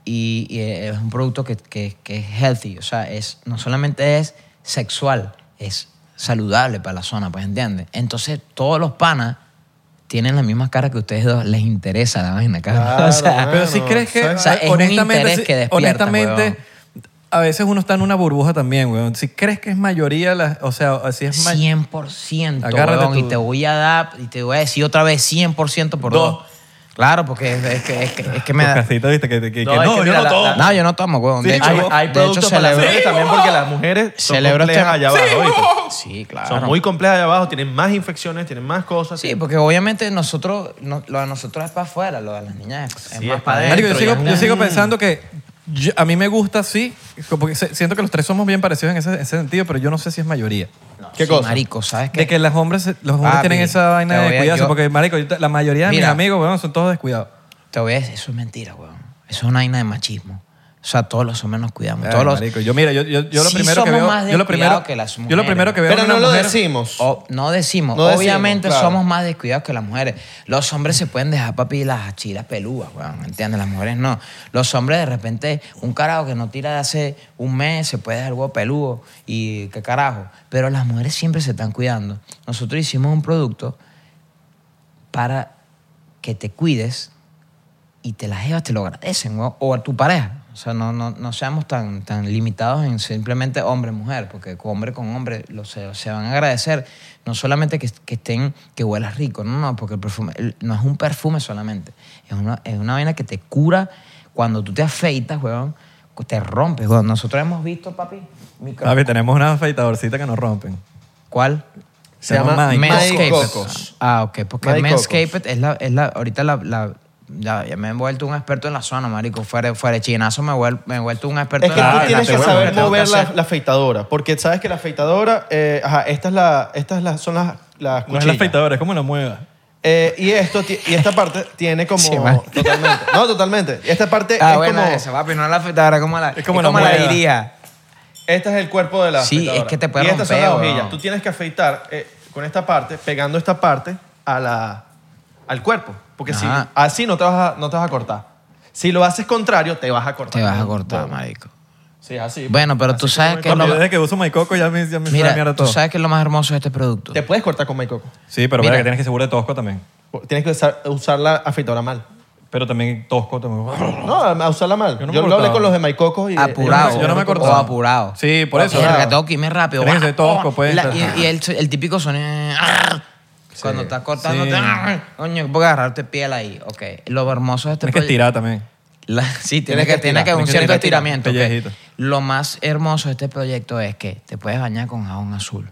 S1: Y, y es un producto que, que- que es healthy, o sea, es, no solamente es sexual, es saludable para la zona, pues, ¿entiendes? Entonces, todos los panas tienen la misma cara que ustedes dos, les interesa la vaina, cabrón. <laughs>
S3: Claro,
S1: <laughs> o sea,
S3: mano.
S2: Pero si crees que,
S1: o sea, es un
S2: honestamente,
S1: interés
S2: sí,
S1: que despierta,
S2: honestamente
S1: weón.
S2: a veces uno está en una burbuja también, weón. Si crees que es mayoría, las- o sea, así es ma-
S1: 100%,
S2: Agárrate
S1: weón,
S2: tu-
S1: y te voy a dar, y te voy a decir otra vez 100% por
S2: Dos.
S1: dos. Claro, porque es, es que, es, que, es que me
S2: Los
S1: da...
S2: casitos, viste, que, que- que
S3: No,
S2: no,
S3: es que
S2: yo
S3: mira,
S2: no
S3: la-
S2: tomo.
S3: la-
S1: No, yo no tomo, huevón. De
S2: Sí,
S1: hecho,
S3: hay,
S1: de
S3: hay
S1: hecho,
S3: productos para las
S1: celebro-
S3: mujeres también porque las mujeres son
S1: Celebro este-
S3: complejas allá abajo. ¿viste?
S1: Sí, claro.
S3: Son muy complejas allá abajo, tienen más infecciones, tienen más cosas.
S1: Sí, porque obviamente nosotros, no- lo de nosotros es para afuera, lo de las niñas es, es
S3: Sí,
S1: más para
S3: es para
S1: adentro.
S2: Marico, yo
S3: Dentro,
S2: sigo,
S3: ya.
S2: yo sigo pensando que yo- a mí me gusta sí, porque se- siento que los tres somos bien parecidos en ese, ese sentido, pero yo no sé si es mayoría.
S3: ¿Qué
S1: Sí,
S3: cosa?
S1: Marico, ¿sabes qué?
S2: De que los hombres, se- los hombres
S1: Papi,
S2: tienen esa
S1: te
S2: vaina
S1: voy
S2: de
S1: a-
S2: descuidarse,
S1: yo-
S2: porque marico, yo- la mayoría de
S1: Mira.
S2: mis amigos, weón, son todos descuidados.
S1: Te voy a decir, eso es mentira, huevón. Eso es una vaina de machismo. O sea, todos los hombres nos cuidamos.
S2: Ay,
S1: todos los...
S2: marico, yo mira, yo, yo- yo lo
S1: Sí
S2: primero que
S1: somos
S2: veo,
S1: más
S2: yo lo primero
S1: descuidados que las
S2: yo lo
S1: mujeres.
S2: primero que veo
S3: Pero
S2: en una
S3: no lo
S2: mujer-
S3: decimos.
S1: O- no decimos.
S3: No decimos,
S1: Obviamente
S3: claro.
S1: somos más descuidados que las mujeres. Los hombres se pueden dejar papi las achiras pelúas, weón. ¿Entiendes? Las mujeres no. Los hombres de repente, un carajo que no tira de hace un mes, se puede dejar el huevo peludo y qué carajo. Pero las mujeres siempre se están cuidando. Nosotros hicimos un producto para que te cuides y te las jevas te lo agradecen, weón, o a tu pareja. O sea, no, no, no seamos tan, tan limitados en simplemente hombre-mujer, porque hombre con hombre lo, se, se van a agradecer. No solamente que, que estén, que huelas rico, no, no, porque el perfume el- no es un perfume solamente. Es una, es una vaina que te cura cuando tú te afeitas, weón, te rompes, weón. Nosotros hemos visto, papi, micro-
S2: Papi, tenemos una afeitadorcita que nos rompen.
S1: ¿Cuál?
S3: Se
S2: Tenemos
S3: llama
S2: Mind
S3: Mind
S2: Cocos.
S1: Manscaped.
S3: Cocos.
S1: Ah, ok. Porque
S3: Mind
S1: Manscaped es la, es la. Ahorita la. la- ya, ya me he vuelto un experto en la zona, marico. Fuera, fuera de chinazo me, vuel- me he vuelto un experto
S3: Es que
S1: en la
S3: tú
S2: Claro,
S1: en la
S3: tienes que
S2: bueno,
S1: zona.
S3: saber
S1: Tengo que
S3: mover la,
S1: hacer-
S3: la afeitadora, porque sabes que la afeitadora, eh, ajá, estas, la, estas la- son las, las
S2: No es la
S3: cuchillas.
S2: afeitadora, es como la mueva.
S3: Eh, y, esto, ti- y esta parte tiene como...
S1: Sí, man.
S3: totalmente. No, totalmente. Esta parte
S1: Ah,
S3: es
S1: bueno,
S3: como...
S1: esa, papi. No la afectará como la.
S2: Es como
S1: es
S2: la
S1: como la
S2: muela.
S1: diría.
S3: Este es el cuerpo de la
S1: Sí,
S3: afeitadora.
S1: es que te puede
S3: Y estas son
S1: romper,
S3: las hojillas.
S1: weón.
S3: Tú tienes que afeitar eh, con esta parte, pegando esta parte a la, al cuerpo. Porque si
S1: Ajá.
S3: así no te, vas a, no te vas a cortar. Si lo haces contrario, te vas a
S1: Te
S3: cortar.
S1: vas a cortar,
S3: Bueno,
S1: marico.
S3: Sí, así.
S1: Bueno, pero tú sabes que
S2: Papi,
S1: lo.
S2: yo desde que uso My Coco ya me, ya me sabe mierda
S1: Mira, tú
S2: todo.
S1: sabes que es lo más hermoso de este producto.
S3: Te puedes cortar con Mike Coco.
S2: Sí, pero
S1: Mira.
S2: verga, que tienes que seguro de tosco también.
S3: Tienes que usar, usar la afeitadora mal.
S2: Pero también tosco también.
S1: <laughs>
S3: No, a usarla mal. Yo,
S2: Yo no me
S3: lo hablé
S2: cortaba.
S3: con los de Mike Coco y...
S1: apurado.
S2: yo no me he cortado.
S1: O apurado.
S2: Sí, por eso.
S1: Mierda,
S2: Claro.
S1: tengo que irme rápido. Oh,
S2: Tienes que ser tosco, pues.
S1: La- y y el, el típico sonido. "Arr", Cuando estás cortándote.
S2: Sí.
S1: "Arr", Coño, puedo agarrarte piel ahí. Ok. Lo hermoso de este
S2: Tienes que
S1: proye-
S2: estirar también.
S1: La- <laughs> sí, tiene
S3: Tienes
S1: que,
S3: que
S1: tiene
S3: estirar,
S1: que haber un
S2: tienes que
S1: cierto
S2: estirar,
S1: estiramiento. ok.
S2: pellejito.
S1: Lo más hermoso de este proyecto es que te puedes bañar con jabón azul.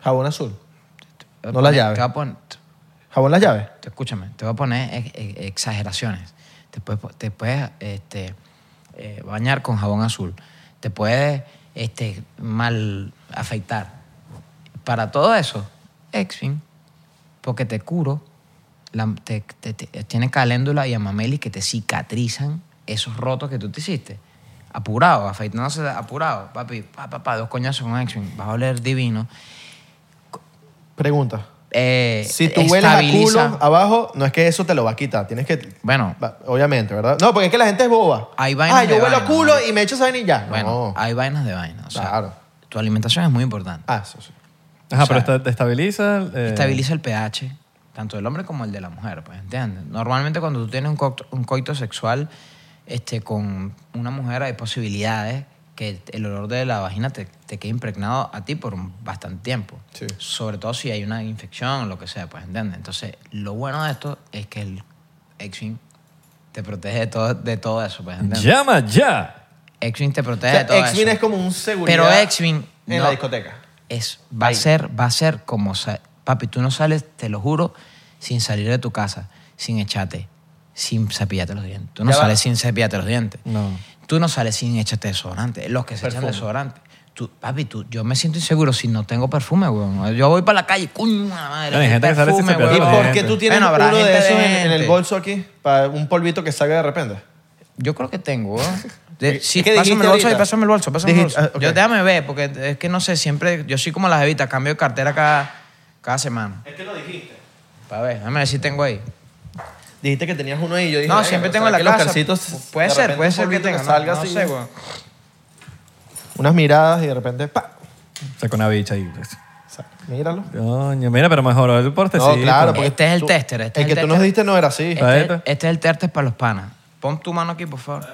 S3: Jabón azul.
S1: Te voy a
S3: No la
S1: poner-
S3: llave.
S1: Te voy a poner-
S3: Jabón las llaves.
S1: te- escúchame, te voy a poner ex- ex- exageraciones. Te puedes, po- te puedes este, eh, bañar con jabón azul. Te puedes este, mal afeitar. Para todo eso, Exfin, porque te curo, la- te- te- te- tiene caléndula y amameli que te cicatrizan esos rotos que tú te hiciste. Apurado, afeitándose apurado. Papi, pa, pa, pa, dos coñazos con Exfin. Vas a oler divino
S3: pregunta.
S1: eh,
S3: Si tú hueles a culo
S1: estabiliza-
S3: abajo, no es que eso te lo va a quitar. Tienes que.
S1: Bueno,
S3: va- Obviamente, ¿verdad? No, porque es que la gente es boba.
S1: Hay vainas
S3: Ah, yo
S1: de
S3: huelo a
S1: vainas,
S3: culo
S1: ¿no?
S3: y me echo esa vaina y ya.
S1: bueno,
S3: no.
S1: hay vainas de vainas. O sea,
S3: Claro.
S1: tu alimentación es muy importante.
S3: Ah, eso sí.
S2: Ajá,
S1: O sea,
S2: pero esta- te estabiliza. eh,
S1: Estabiliza el pH, tanto del hombre como el de la mujer, pues, ¿entiendes? Normalmente cuando tú tienes un coito, un coito sexual este, con una mujer hay posibilidades que el olor de la vagina te, te quede impregnado a ti por un- bastante tiempo.
S3: Sí.
S1: Sobre todo si hay una infección o lo que sea, pues, ¿entiendes? Entonces, lo bueno de esto es que el Exwing te protege de todo, de todo eso, pues, ¿entiendes?
S2: Llama ya.
S1: X-Wing te protege
S3: O sea,
S1: de todo
S3: X-Wing
S1: eso.
S3: es como un seguridad
S1: Pero X-Wing
S3: En
S1: no.
S3: la discoteca.
S1: Es, va a ser, va a ser como sa- papi, tú no sales, te lo juro, sin salir de tu casa, sin echarte, sin cepillarte los dientes. Tú no
S3: Ya va.
S1: sales sin cepillarte los dientes.
S2: No.
S1: Tú no sales sin echarte desodorante. Los que se
S3: Perfume.
S1: echan desodorante. Tú, papi, tú, yo me siento inseguro si no tengo perfume, weón. Yo voy para la calle, coño, la madre.
S2: Bueno, hay
S1: qué
S2: gente que sale sin
S1: perfume,
S2: cepillar
S3: ¿Y
S2: los
S1: weón.
S3: por
S2: dientes.
S3: qué tú tienes
S1: pues, Bueno, habrá
S3: uno de
S1: gente
S3: esos en, en el
S1: decente.
S3: bolso aquí? Para un polvito que salga de repente.
S1: Yo creo que tengo.
S3: <laughs>
S1: weón. De-
S3: ¿Qué-
S1: sí,
S3: qué dijiste
S1: pásame el bolso
S3: ahorita?
S1: ahí, pásame el bolso, pásame el
S3: Dijiste-
S1: bolso.
S3: ah, ok.
S1: Yo déjame ver, porque es que no sé, siempre, yo soy como las evitas, cambio de cartera cada, cada semana.
S3: Es que lo dijiste.
S1: Para ver, déjame ver si tengo ahí.
S3: Dijiste que tenías uno ahí. Yo dije,
S1: No,
S3: "Verga,
S1: siempre
S3: ¿será
S1: tengo en la
S3: que los
S1: casa.
S3: calcitos
S1: Pu- Puede
S3: de
S1: ser,
S3: repente
S1: puede
S3: un
S1: ser que
S3: polvito
S1: tenga. no-
S3: salga
S1: no
S3: así?
S1: sé, weón.
S3: Unas miradas y de repente, pa.
S2: Sacó una bicha ahí. pues.
S3: Sa- Míralo.
S2: Coño, mira, pero mejoró el porte.
S3: No, claro, porque
S1: Este es el
S3: tú-
S1: tester, este
S3: el
S1: es el
S3: que tú nos
S1: tester.
S3: diste no era así.
S1: Este,
S2: Ahí está.
S1: este es el tertes para los panas. Pon tu mano aquí, por favor.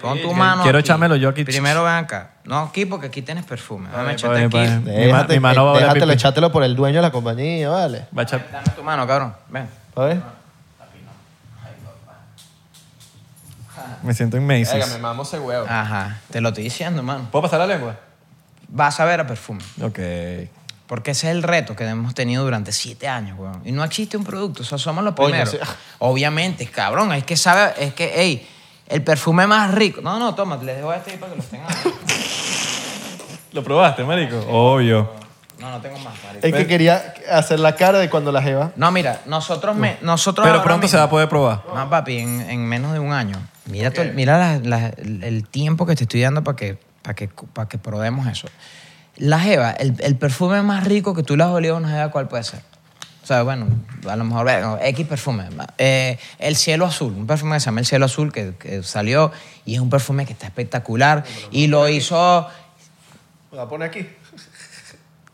S1: Pon tu
S2: Sí,
S1: mano.
S2: quiero
S1: aquí.
S2: echármelo yo aquí.
S1: Primero ven acá. No, aquí porque aquí tienes perfume. Dame
S2: ver,
S1: echarte
S2: pa' ver,
S1: aquí.
S2: pa' ver. Mi ma- mi mano va a oler a
S3: Déjatelo,
S2: pipí.
S3: échatelo por el dueño de la compañía, vale.
S2: Va a echar-
S1: Dame tu mano, cabrón. Ven.
S3: A ver.
S2: Me siento en Macy's.
S3: mamo ese huevo.
S1: Ajá. Te lo estoy diciendo, mano.
S2: ¿Puedo pasar la lengua?
S1: Vas a ver a perfume.
S2: Ok.
S1: Porque ese es el reto que hemos tenido durante siete años, weón. Y no existe un producto, o sea, somos los
S3: Coño,
S1: primeros.
S3: sí.
S1: Obviamente, cabrón, es que sabe, es que, ey, el perfume más rico. No, no, toma, les dejo este ahí para que los tengan.
S2: ¿Lo probaste, marico? Obvio.
S1: No, no tengo más, marico.
S3: El que quería hacer la cara de cuando la jeva.
S1: No, mira, nosotros, me, nosotros
S2: Pero
S1: ahora
S2: pronto se va a
S1: mismo-
S2: poder probar.
S1: No, papi, en, en menos de un año. Mira, todo- mira la- la- el tiempo que te estoy dando para que, para que, para que probemos eso. La jeva, el, el perfume más rico que tú le has olido a una jeva, ¿cuál puede ser? O sea, bueno, a lo mejor bueno, X perfume. Eh, el cielo azul, un perfume que se llama El cielo azul, que, que salió y es un perfume que está espectacular y lo hizo...
S3: La pone aquí.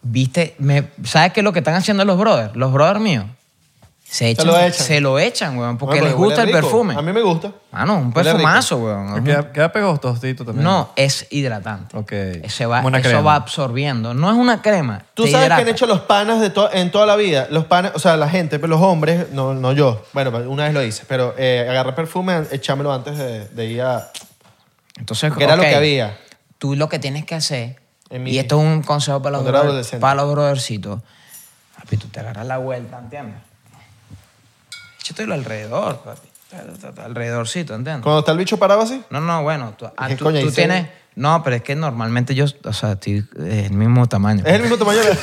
S1: ¿Viste? Me- ¿Sabes qué es lo que están haciendo los brothers? Los brothers míos. Se, echan,
S3: lo echan.
S1: Se lo echan, weón, porque
S3: Bueno,
S1: les
S3: pero huele
S1: gusta el
S3: rico.
S1: perfume.
S3: A mí me gusta.
S1: Mano, un
S3: Huele rico.
S1: perfumazo, weón.
S2: Queda, queda pegoso tostito también.
S1: No, es hidratante.
S2: Ok.
S1: Se va,
S2: Como una
S1: eso
S2: crema.
S1: va absorbiendo. No es una crema.
S3: Tú
S1: te
S3: sabes
S1: hidrata.
S3: que han hecho los panas de to- en toda la vida. Los panas, o sea, la gente, pero los hombres, no, no yo. Bueno, pues, una vez lo hice, pero eh, agarré perfume, echámelo antes de, de ir a.
S1: Entonces,
S3: que era lo
S1: ok,
S3: que había.
S1: Tú lo que tienes que hacer,
S3: En mi-
S1: y esto es un consejo para los,
S3: cuando era
S1: brother-
S3: adolescente.
S1: para los brothercitos, papi, tú te agarras la vuelta, ¿entiendes? Échatelo alrededor, papi. Ta, ta, ta, Alrededorcito, ¿entiendes?
S3: Cuando está el bicho parado así.
S1: No, no, bueno, tú, ah,
S3: ¿Qué
S1: tú-
S3: coño
S1: tú
S3: hice?
S1: tienes... No, pero es que normalmente yo, o sea, estoy del mismo tamaño.
S3: Es el mismo tamaño.
S1: <laughs>
S3: de-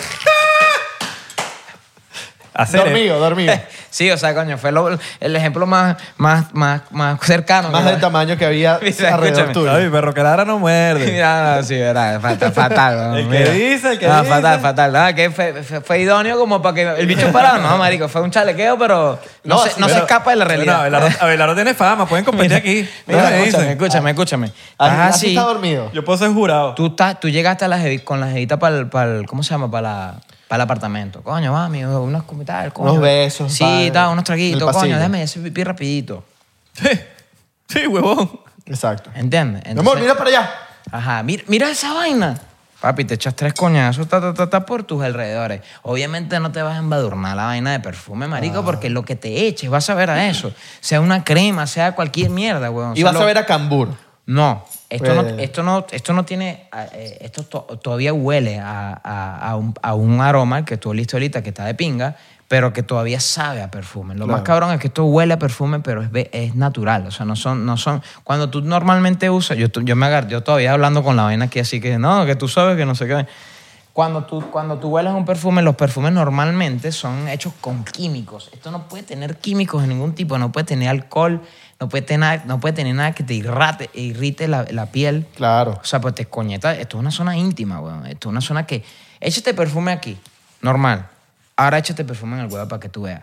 S2: Hacer
S3: dormido,
S1: <laughs>
S3: dormido.
S1: Sí, o sea, coño, fue lo- el ejemplo más, más, más, más cercano.
S3: Más
S1: que-
S3: del tamaño que había
S1: Mira, <laughs>
S3: alrededor
S1: escúchame.
S3: tuyo.
S2: Ay, perro que ladra no
S1: <laughs>
S2: muerde.
S1: Mira, no, sí, verdad,
S3: <laughs>
S1: fatal, fatal. ¿no?
S2: El que
S1: Mira.
S2: dice, el que
S1: No,
S2: dice.
S1: fatal, fatal. No, que fue, fue- fue idóneo como para que el bicho parado. No, marico, fue un chalequeo, pero no,
S3: No,
S1: se, no se
S3: pero-
S1: escapa de la realidad.
S2: Bueno, Abelardo, Abelardo tiene fama, pueden competir aquí.
S1: <laughs> Mira,
S2: Mira, me
S1: escúchame,
S2: dicen.
S1: escúchame, escúchame.
S3: Así-
S1: Estás
S3: Ah, así
S1: así,
S3: está dormido.
S2: Yo puedo ser jurado.
S1: tú, estás, tú llegaste a la jevi- con la jevita para el, ¿cómo se llama? Para la- para el apartamento. Coño, mami, unos comitas, coño.
S3: Unos besos,
S1: Sí,
S3: padre.
S1: da, unos
S3: El
S1: traguitos,
S3: pasillo.
S1: coño, déjame ese pipí rapidito.
S2: <laughs> Sí, sí, huevón.
S3: Exacto.
S1: ¿Entiendes?
S3: Mi amor,
S1: Entonces-
S3: mira para allá.
S1: Ajá, mira, mira esa vaina. Papi, te echas tres coñazos ta, ta, ta, ta, por tus alrededores. Obviamente no te vas a embadurnar la vaina de perfume, marico,
S3: Ah.
S1: porque lo que te eches vas a ver a eso. Sea una crema, sea cualquier mierda, weón. O
S3: Y
S1: sea,
S3: vas
S1: lo-
S3: a ver a Cambur.
S1: No, esto, no,
S3: Eh.
S1: esto, no, esto no tiene... eh, Esto to- todavía huele a, a- a un, a un aroma que tú oliste ahorita que está de pinga, pero que todavía sabe a perfume. Lo más
S3: Claro.
S1: cabrón es que esto huele a perfume, pero es, ve- es natural. O sea, no son, no son. Cuando tú normalmente usas, yo, tu- yo me agarro, yo todavía hablando con la vaina aquí, así que no, que tú sabes que no sé qué. Cuando tú, cuando tú hueles un perfume, los perfumes normalmente son hechos con químicos. Esto no puede tener químicos de ningún tipo, no puede tener alcohol, no puede tener, nada- no puede tener nada que te irrate, irrite la, la piel.
S3: Claro.
S1: O sea, pues te coñeta. Esto es una zona íntima, weón. Esto es una zona que. Échate perfume aquí, normal. ahora échate perfume en el huevo para que tú veas.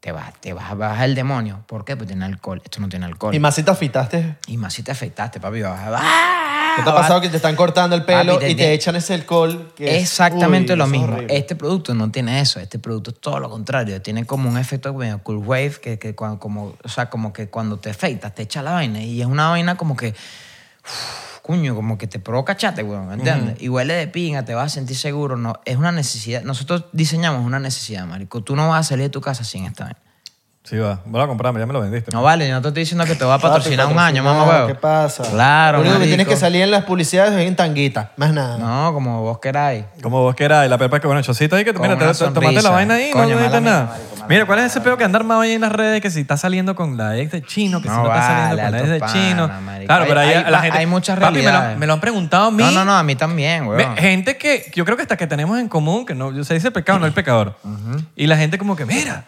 S1: Te vas, te vas, vas el demonio. ¿Por qué? Pues tiene alcohol. Esto no tiene alcohol.
S3: Y más si te afeitaste.
S1: Y más si te afeitaste, papi. Vas, ¡ah!
S3: ¿Qué te ha
S1: Vas-
S3: pasado que te están cortando el pelo
S1: Papi, te-
S3: y te
S1: te-
S3: echan ese alcohol? que es-
S1: Exactamente
S3: uy,
S1: lo
S3: eso es
S1: mismo.
S3: horrible.
S1: Este producto no tiene eso. Este producto es todo lo contrario. Tiene como un efecto medio cool wave que, que cuando, como, o sea, como que cuando te afeitas te echa la vaina y es una vaina como que uf, cuño, como que te provoca chate, weón, ¿me ¿entiendes? Y huele de pinga, te vas a sentir seguro. No, es una necesidad. Nosotros diseñamos una necesidad, marico. Tú no vas a salir de tu casa sin esta vaina.
S2: Sí, va. Voy a comprarme, ya me lo vendiste.
S1: No vale, yo no te estoy diciendo que te va a
S3: Papi,
S1: patrocinar un año, mamá,
S3: patrocinar,
S1: huevo.
S3: ¿Qué pasa?
S1: Claro,
S3: Lo único que
S1: marico.
S3: tienes que salir en las publicidades es en tanguita, más nada.
S1: No, como vos queráis.
S2: Como vos quieras, y la pepa que bueno, chocito ahí que tú,
S1: Con
S2: mira, te,
S1: una
S2: te- tomaste
S1: sonrisa.
S2: la vaina ahí,
S1: Coño,
S2: no necesitas
S1: mala
S2: nada.
S1: mía, marico, mala
S2: mira, ¿cuál es ese pedo que anda armado ahí en las redes que si está saliendo con la ex de chino, que si
S1: No
S2: no está
S1: vale,
S2: saliendo con la ex de
S1: alto
S2: chino?
S1: pana, marico.
S2: Claro, pero ahí
S1: Hay- hay-
S2: la gente.
S1: hay muchas
S2: Papi, me lo,
S1: realidades.
S2: me lo han preguntado a mí.
S1: No, no, no, a mí también,
S2: Ve,
S1: weón.
S2: Gente que que yo creo que hasta que tenemos en común, que no se dice pecado, no el pecador. Y la gente como que, mira,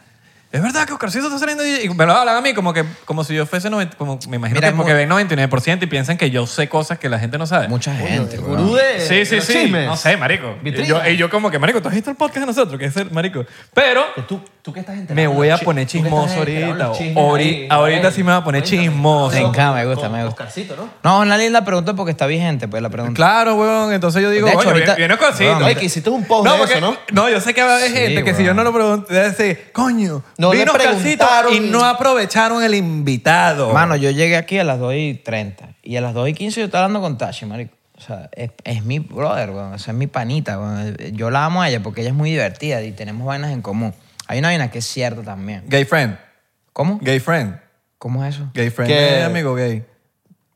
S2: es verdad que Oscarcito está saliendo y, y me lo hablan a mí como que como si yo fuese 90, como me imagino
S1: Mira,
S2: que como
S1: mu-
S2: que ven 99% y piensan que yo sé cosas que la gente no sabe.
S1: Mucha gente,
S3: El
S1: weón.
S3: gurú de-
S2: Sí, sí,
S3: de los
S2: sí.
S3: chismes.
S2: No sé, marico. Y
S3: Vitrina.
S2: yo, y yo como que, marico, tú has visto el podcast de nosotros, que es el marico. Pero
S3: Que Tú, tú que estás enterado
S2: me
S3: de los
S2: voy a
S3: chi-
S2: poner
S3: tú que estás
S2: chismoso
S3: enterado de los
S2: ahorita.
S3: chismes
S2: Ori-
S3: ahí,
S2: Ahorita
S3: ahí.
S2: sí me voy a poner
S3: Cuéntame.
S2: chismoso.
S1: Me encanta, me gusta,
S3: Con
S1: me gusta.
S3: Oscarcito, ¿no?
S1: No, la linda pregunta porque está vigente, pues la pregunta.
S2: Claro, weón. Entonces yo digo,
S1: De hecho,
S2: oye,
S1: ahorita-
S2: viene cosita.
S1: Weón,
S3: Oye, que hiciste un post
S2: No,
S3: de
S2: porque,
S3: eso, ¿no?
S2: yo sé que va a haber
S1: Sí,
S2: gente que si
S1: weón.
S2: yo no lo pregunto, debe decir, coño,
S3: No le
S2: vino Oscarcito
S3: preguntaron.
S2: y no aprovecharon el invitado.
S1: Mano, yo llegué aquí a las 2 y 30 y a las 2 y 15 yo estaba hablando con Tashi, marico. O sea, es, es mi brother, weón. O sea, es mi panita, weón. Yo la amo a ella porque ella es muy divertida y tenemos vainas en común. Hay una vaina que es cierta también.
S2: Gay friend.
S1: ¿Cómo?
S2: Gay friend.
S1: ¿Cómo es eso?
S2: Gay friend.
S3: ¿Qué?
S2: Eh, amigo gay.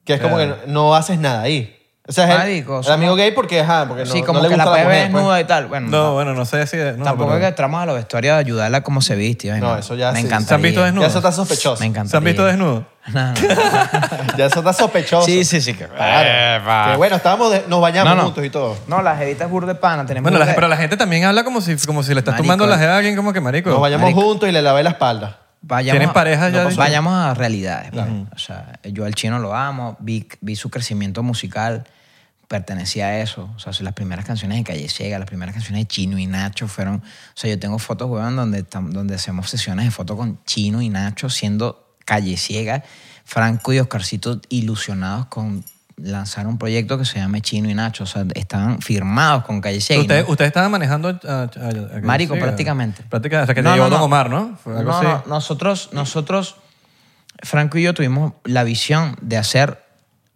S3: Que es como que no, no haces nada ahí. O sea, es el-
S1: Marico,
S3: el,
S1: somos-
S3: amigo gay porque, ajá, porque no,
S1: sí, como
S3: no le
S1: que
S3: gusta
S1: la
S3: la,
S1: puedes ver
S3: mujer, pues.
S1: desnuda y tal. Bueno,
S2: No, bueno, no sé si... No,
S1: tampoco
S2: pero-
S1: es que entramos a los vestuarios a ayudarla como se viste. ay,
S3: No, eso ya
S1: Me
S3: sí.
S1: encanta.
S2: ¿Se han
S1: <laughs>
S2: visto desnudos?
S3: Ya eso está sospechoso.
S1: Me encanta.
S2: ¿Se han visto desnudos?
S3: Ya eso está sospechoso.
S1: Sí, sí, sí. Que...
S3: Claro. Que bueno, estábamos de- nos bañamos juntos y todo.
S1: Eh, No, las evitas burde pana. Tenemos
S2: Bueno, la-
S1: burda-
S2: pero la gente también habla como si, como si le estás
S1: Marico.
S2: tumbando la jeva a alguien como que marico.
S3: Nos bañamos
S1: Marico.
S3: juntos y le lavé la espalda.
S1: Vayamos
S2: ¿Tienen
S1: a-
S2: parejas ya
S1: no,
S2: dicho?
S1: vayamos a realidades. pues. O sea, yo al chino lo amo, vi, vi su crecimiento musical, pertenecía a eso. O sea, las primeras canciones de Calle Ciega, las primeras canciones de Chino y Nacho fueron... O sea, yo tengo fotos, weón, donde, tam- donde hacemos sesiones de fotos con Chino y Nacho siendo Calle Ciega, Franco y Oscarcito ilusionados con lanzar un proyecto que se llame Chino y Nacho. O sea, estaban firmados con Calle Ciega. y
S2: Ustedes
S1: no-
S2: ustedes estaban manejando... a- a- a- a-
S1: Marico,
S2: sí, a-
S1: prácticamente.
S2: Prácticamente, hasta que te llegó Don Omar, ¿no? Fue algo
S1: no,
S2: así.
S1: no, nosotros, nosotros, Franco y yo tuvimos la visión de hacer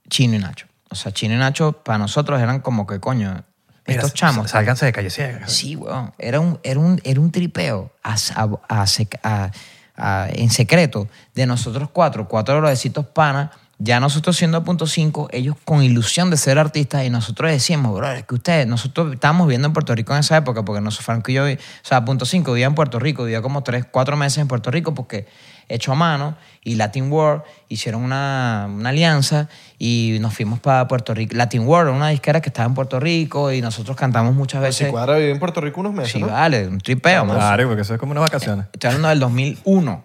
S1: Chino y Nacho. O sea, Chino y Nacho para nosotros eran como que, coño,
S2: Mira,
S1: estos chamos.
S2: Sálganse de calle <laughs> ciega.
S1: Sí, weón. Era un, era un, era un tripeo a- a- a sec- a- a- en secreto de nosotros cuatro, cuatro brotecitos panas, ya nosotros siendo punto cinco, ellos con ilusión de ser artistas y nosotros decíamos, bro, es que ustedes, nosotros estábamos viviendo en Puerto Rico en esa época porque nosotros, Franco y yo, vi- o sea, punto cinco, vivía en Puerto Rico, vivía como tres, cuatro meses en Puerto Rico porque hecho a mano y Latin World hicieron una, una alianza y nos fuimos para Puerto Rico. Latin World, una disquera que estaba en Puerto Rico y nosotros cantamos muchas
S3: Si
S1: veces.
S3: cuadra viví en Puerto Rico unos meses,
S1: Sí,
S3: ¿no?
S1: vale, un tripeo, man.
S2: Claro, porque eso es como unas vacaciones.
S1: Estoy hablando del 2001.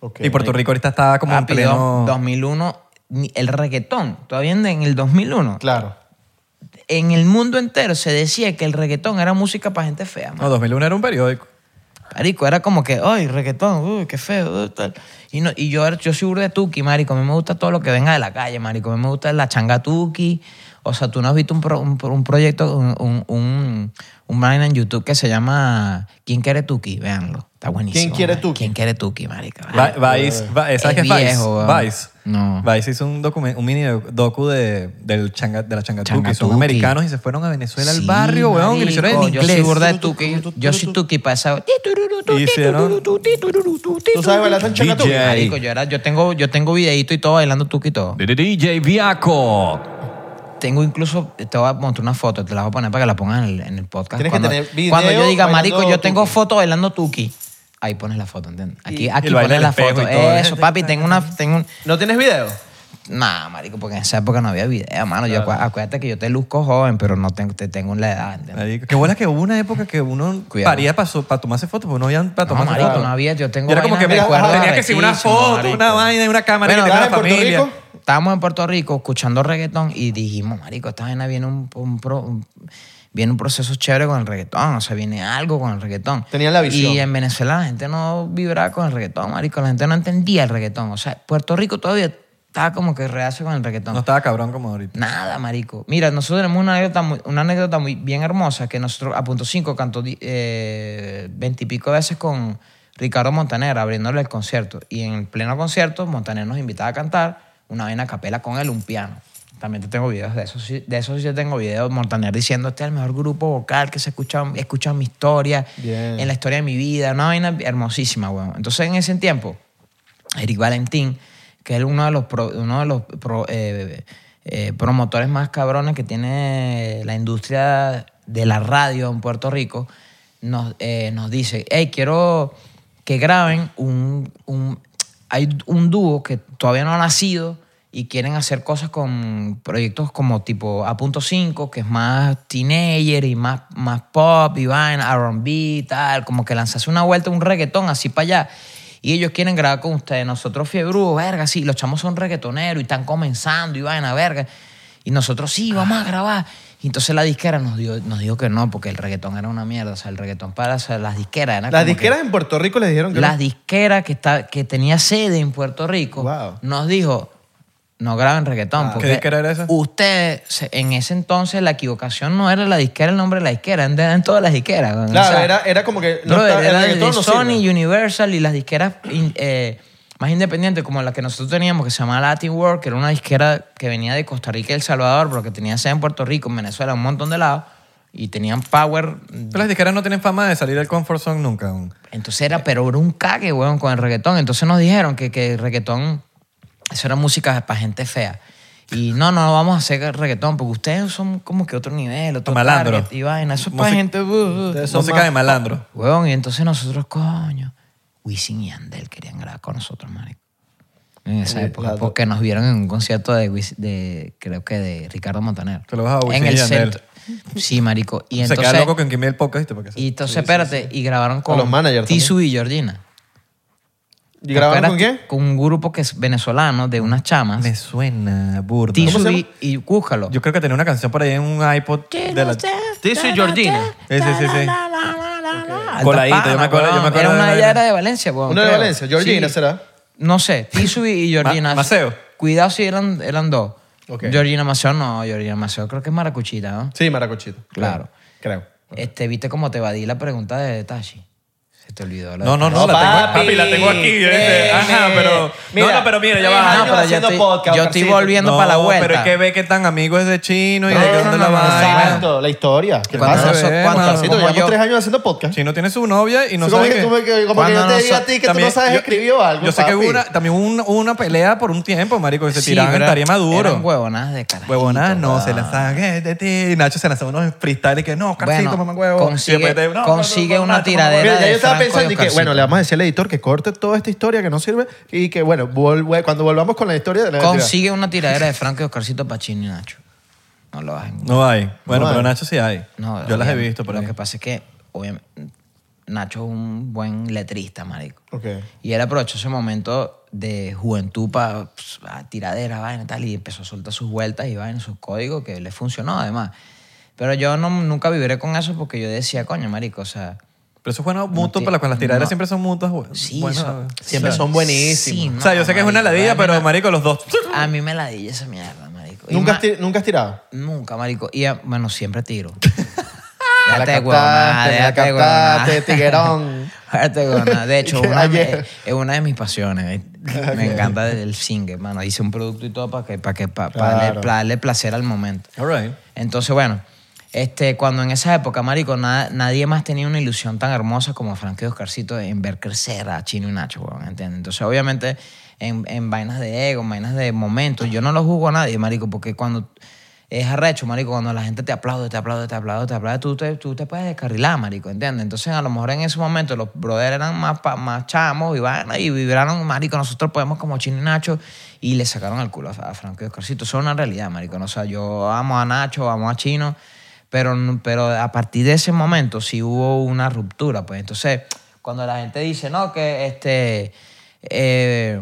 S3: Ok.
S2: Y Puerto Rico ahorita está como en
S1: Papi, Ah, dos-
S2: pleno...
S1: 2001, ni- el reggaetón, todavía en- en el 2001.
S3: Claro.
S1: En el mundo entero se decía que el reggaetón era música para gente fea, man.
S2: No, 2001 era un periódico.
S1: Marico, era como que, ay, reggaetón, uy, qué feo, uy, tal. Y, no, y yo, yo soy burda de Tuki, marico. A mí me gusta todo lo que venga de la calle, marico. A mí me gusta la changa Tuki. O sea, tú no has visto un, pro- un, un proyecto, un, un, un, un vaina en YouTube que se llama ¿Quién quiere Tuki? Véanlo. Está buenísimo.
S3: ¿Quién quiere
S1: marico.
S3: Tuki?
S1: ¿Quién quiere Tuki, marica?
S2: Vi- Vice, Vi- ¿sabes qué es Vice?
S1: viejo, weón.
S2: Vice.
S1: No.
S2: Vice hizo un, documen- un mini docu de, del changa, de la Changatuki. Son
S1: Changatuki.
S2: americanos y se fueron a Venezuela al
S1: Sí,
S2: barrio, weón, y lo hicieron en
S1: marico, Yo soy
S2: inglés.
S1: burda de Tuki. Yo soy Tuki para esa...
S2: Hicieron-
S3: ¿Tú sabes bailar tan chaca tú?
S2: DJ.
S1: Marico, yo, era, yo, tengo, yo tengo videíto y todo bailando Tuki y todo.
S2: DJ Viaco.
S1: Tengo incluso, te voy a mostrar una foto, te la voy a poner para que la pongan en el, en el podcast.
S3: Tienes que
S1: cuando,
S3: tener video
S1: cuando yo diga,
S3: bailando
S1: marico, yo
S3: tuki.
S1: tengo foto bailando tuki. Ahí pones la foto, ¿entiendes? Aquí, aquí
S2: el baile
S1: pones
S2: del
S1: la
S2: espejo
S1: foto.
S2: y todo.
S1: Eso, papi, tengo una... Tengo un...
S3: ¿No tienes video?
S1: Nah, marico, porque en esa época no había video, mano. Yo, acu- acuérdate que yo te luzco joven, pero no tengo, te tengo la edad, ¿entiendes?
S2: Marico, Qué bola que hubo una época que uno
S1: Cuidado.
S2: paría para tomarse fotos, porque uno había para
S1: No,
S2: tomarse
S1: marico,
S2: fotos.
S1: no había, yo tengo
S2: Y Era como que
S1: vainas
S3: de
S2: mira, ah,
S3: recuerdo
S2: tenía que ser una
S1: arrechísimo,
S2: foto,
S1: marico.
S2: una vaina, una cámara
S3: Bueno,
S2: que tenía la
S3: ¿estás en Puerto
S2: familia.
S1: Ah,
S3: Rico?
S1: Estábamos en Puerto Rico escuchando reggaetón y dijimos, marico, esta vaina viene un, un pro- un- viene un proceso chévere con el reggaetón, o sea, viene algo con el reggaetón.
S3: Tenían la visión.
S1: Y en Venezuela la gente no vibraba con el reggaetón, marico, la gente no entendía el reggaetón. O sea, Puerto Rico todavía estaba como que reacio con el reggaetón.
S2: No estaba cabrón como ahorita.
S1: Nada, marico. Mira, nosotros tenemos una anécdota muy, una anécdota muy bien hermosa que nosotros a punto 5 cantó eh, veintipico veces con Ricardo Montaner abriéndole el concierto. Y en pleno concierto, Montaner nos invitaba a cantar una vaina a capela con él, un piano. También te tengo videos de eso. sí- De eso sí yo tengo videos. Montaner diciendo, este es el mejor grupo vocal que se escucha, he escuchado en mi historia,
S3: Bien.
S1: en la historia de mi vida. Una vaina hermosísima, weón. Entonces, en ese tiempo, Eric Valentín, que es uno de los, pro- uno de los pro- eh, eh, promotores más cabrones que tiene la industria de la radio en Puerto Rico, nos, eh, nos dice, hey, quiero que graben un, un- Hay un dúo que todavía no ha nacido y quieren hacer cosas con proyectos como tipo A.5, que es más teenager y más, más pop y vaina, R&B tal, como que lanzase una vuelta, un reggaetón así para allá. Y ellos quieren grabar con ustedes. Nosotros fiebrudos, verga, sí, los chamos son reggaetoneros y están comenzando y vaina, verga. Y nosotros, sí, vamos a grabar. Y entonces la disquera nos, dio, nos dijo que no, porque el reggaetón era una mierda. O sea, el reggaetón para o sea, las disqueras. Era
S3: Las
S1: como que-
S3: disqueras en Puerto Rico les dijeron que
S1: la
S3: no.
S1: disquera que, está, que tenía sede en Puerto Rico
S3: Wow. Ah.
S1: nos dijo, no graben reggaetón. porque
S2: ¿Qué disquera era esa?
S1: Ustedes, se- en ese entonces, la equivocación no era la disquera, el nombre de la disquera, eran- eran todas las disqueras. weón. O
S3: Claro,
S1: sea,
S3: era, era como que no
S1: brother,
S3: está- el
S1: era de
S3: reggaetón no
S1: Sony,
S3: sirve.
S1: Universal y las disqueras in- eh, más independientes, como la que nosotros teníamos, que se llamaba Latin World, que era una disquera que venía de Costa Rica y El Salvador, pero que tenía sede en Puerto Rico, en Venezuela, un montón de lados, y tenían power
S2: Pero las disqueras no tienen fama de salir del comfort zone nunca aún.
S1: entonces era, pero era un cague, weón, con el reggaetón. Entonces nos dijeron que, que el reggaetón, eso era música para gente fea. Y no, no, vamos a hacer reggaetón, porque ustedes son como que otro nivel, otro
S2: Malandro.
S1: target y vaina. Eso es para
S2: Música-
S1: gente... uh, uh.
S3: Ustedes son
S2: Música
S3: más-
S2: de malandro.
S1: Weón, y entonces nosotros, coño, Wisin y Andel querían grabar con nosotros, marico. En esa
S3: Oye,
S1: época,
S3: claro.
S1: porque nos vieron en un concierto de, Wis- de creo que de Ricardo Montaner.
S2: Te lo vas a Wisin
S1: En el
S2: y Yandel.
S1: centro. Sí, marico. Y
S2: se
S1: entonces,
S2: queda loco con quien ve el podcast, ¿viste? Porque
S1: y entonces, espérate, y grabaron con
S3: los managers
S1: Tisu y Georgina.
S3: ¿Y grabaron con
S1: ¿Te
S3: quién?
S1: acuerdas? Con un grupo que es venezolano de unas chamas.
S2: me suena burda.
S1: Tizu
S3: se llama?
S1: y, y búscalo.
S2: Yo creo que tenía una canción por ahí en un iPod de la...
S3: Tizo y Georgina.
S2: Sí, sí, sí, sí.
S1: Alta
S2: Coladito,
S1: pana,
S2: yo me acuerdo- yo me
S1: weón.
S2: acuerdo
S1: Era
S2: de
S1: una,
S2: la
S1: ella
S2: vaina.
S1: era de Valencia, weón,
S3: Una de
S1: creo.
S3: Valencia. Georgina
S1: Sí.
S3: será.
S1: No sé, Tisu y y Georgina.
S2: Ma- Maceo.
S1: Cuidado si eran, eran dos.
S3: Ok.
S1: Georgina Maceo no, Georgina Maceo creo que es maracuchita, ¿no?
S3: Sí, Maracochito.
S1: Claro.
S3: Creo.
S1: Este, ¿viste cómo te evadí la pregunta de Tashi? Se te olvidó la
S2: No,
S1: de
S2: no,
S1: Tashi.
S2: no,
S3: No,
S2: la tengo,
S3: papi,
S2: papi, la tengo aquí. ¿viste?
S3: créeme.
S2: Ajá, pero... no,
S3: Mira,
S2: no, pero mira, ya
S3: tres
S2: va.
S1: No,
S3: años
S1: pero yo
S3: haciendo
S1: estoy,
S3: podcast,
S1: yo estoy
S3: Oscarcito.
S1: volviendo
S2: No,
S1: para la vuelta.
S2: pero es que ve que tan amigo es de chino y de que
S1: no,
S2: onda
S1: no,
S2: la
S1: no,
S2: vaina.
S3: Exacto, la historia. ¿Qué
S1: Cuando
S3: pasa?
S1: nosotros-
S2: bebé,
S1: cuando-
S2: mano.
S3: Oscarcito,
S1: como
S3: llevamos
S1: yo-
S3: tres años haciendo podcast.
S2: Chino tiene su novia y no
S3: ¿Eh? como
S2: sabe
S3: que,
S2: que...
S3: como que- como que
S1: Cuando
S3: yo te
S1: no
S3: diga a
S1: so-
S3: ti que
S2: también-
S3: tú no sabes
S2: yo-
S3: escribir o algo.
S2: Yo sé que
S3: papi.
S2: hubo una, también hubo una, hubo una pelea por un tiempo, marico, que se
S1: Sí,
S2: tiraban
S1: pero
S2: en tarima duro.
S1: Eran huevonadas de carajito.
S2: Huevonadas no,
S1: weón.
S2: se lanzaban eh, de ti. Nacho se lanzaba unos freestyles que no, carcito,
S1: Bueno,
S2: mamá huevo.
S1: consigue-
S2: Y después te- no,
S1: consigue
S2: no, no,
S1: una
S2: Nacho,
S1: tiradera
S2: mamá
S3: Mira, ya
S1: de
S3: yo estaba
S1: Franco y
S3: pensando y que,
S1: Oscarcito.
S3: bueno, le vamos a decir al editor que corte toda esta historia que no sirve y que, bueno, vol- we- cuando volvamos con la historia de la
S1: Consigue una tiradera de Franco y Oscarcito Pachini y Nacho. No lo vas a encontrar.
S2: No hay. Bueno,
S3: No hay.
S2: pero Nacho sí hay.
S1: No,
S2: Yo las he
S1: obviamente,
S2: visto por
S1: Lo
S2: ahí.
S1: que pasa es que, obviamente, Nacho es un buen letrista, marico.
S3: Ok.
S1: Y él aprovechó ese momento de juventud para a tiradera, vaina, tal, y empezó a soltar sus vueltas y vaina, sus códigos, que le funcionó además. Pero yo no, nunca viviré con eso porque yo decía, coño, marico, o sea,
S2: Pero eso es bueno mutuo,
S1: ti-
S2: pero con las tiraderas
S1: no.
S2: siempre son mutuas. bu-
S1: sí,
S2: buenas,
S1: son-
S3: siempre
S1: sí,
S3: son buenísimos.
S1: sí,
S2: o sea, yo sé que es
S1: marico,
S2: una ladilla,
S1: a mí
S2: pero
S1: me-
S2: marico, los dos.
S1: A mí me ladilla esa mierda, marico. Y
S3: ¿Nunca,
S1: ma-
S3: has ti- nunca has tirado?
S1: Nunca, marico. Y a- bueno, siempre
S3: <laughs>
S1: tiro.
S3: Ya la
S1: Déjate de
S3: captaste,
S1: huevonada,
S3: ya
S1: déjate de huevonada. <laughs>
S3: captaste, tiguerón.
S1: Déjate de huevonada. De
S3: <laughs>
S1: hecho,
S3: Que
S1: una de-
S3: ayer-
S1: es una de mis pasiones. ¿eh? Me encanta el single, mano. Hice un producto y todo para que, para que, para, darle,
S3: Claro.
S1: para darle placer al momento.
S2: All right.
S1: Entonces, bueno, este, cuando en esa época, marico, na- nadie más tenía una ilusión tan hermosa como Frankie y Oscarcito en ver crecer a Chino y Nacho, weón, ¿entiendes? Entonces, obviamente, en, en vainas de ego, en vainas de momentos, yo no lo juzgo a nadie, marico, porque cuando es arrecho, marico, cuando la gente te aplaude, te aplaude, te aplaude, te aplaude, tú te, tú te puedes descarrilar, marico, ¿entiendes? Entonces, a lo mejor en ese momento los brothers eran más, pa- más chamos y vaina y vibraron, marico, nosotros podemos como Chino y Nacho y le sacaron el culo a, a Franco y Oscarcito. Eso es una realidad, marico. O sea, yo amo a Nacho, amo a Chino, pero, n- pero a partir de ese momento sí hubo una ruptura. Pues entonces, cuando la gente dice, no, que este... eh,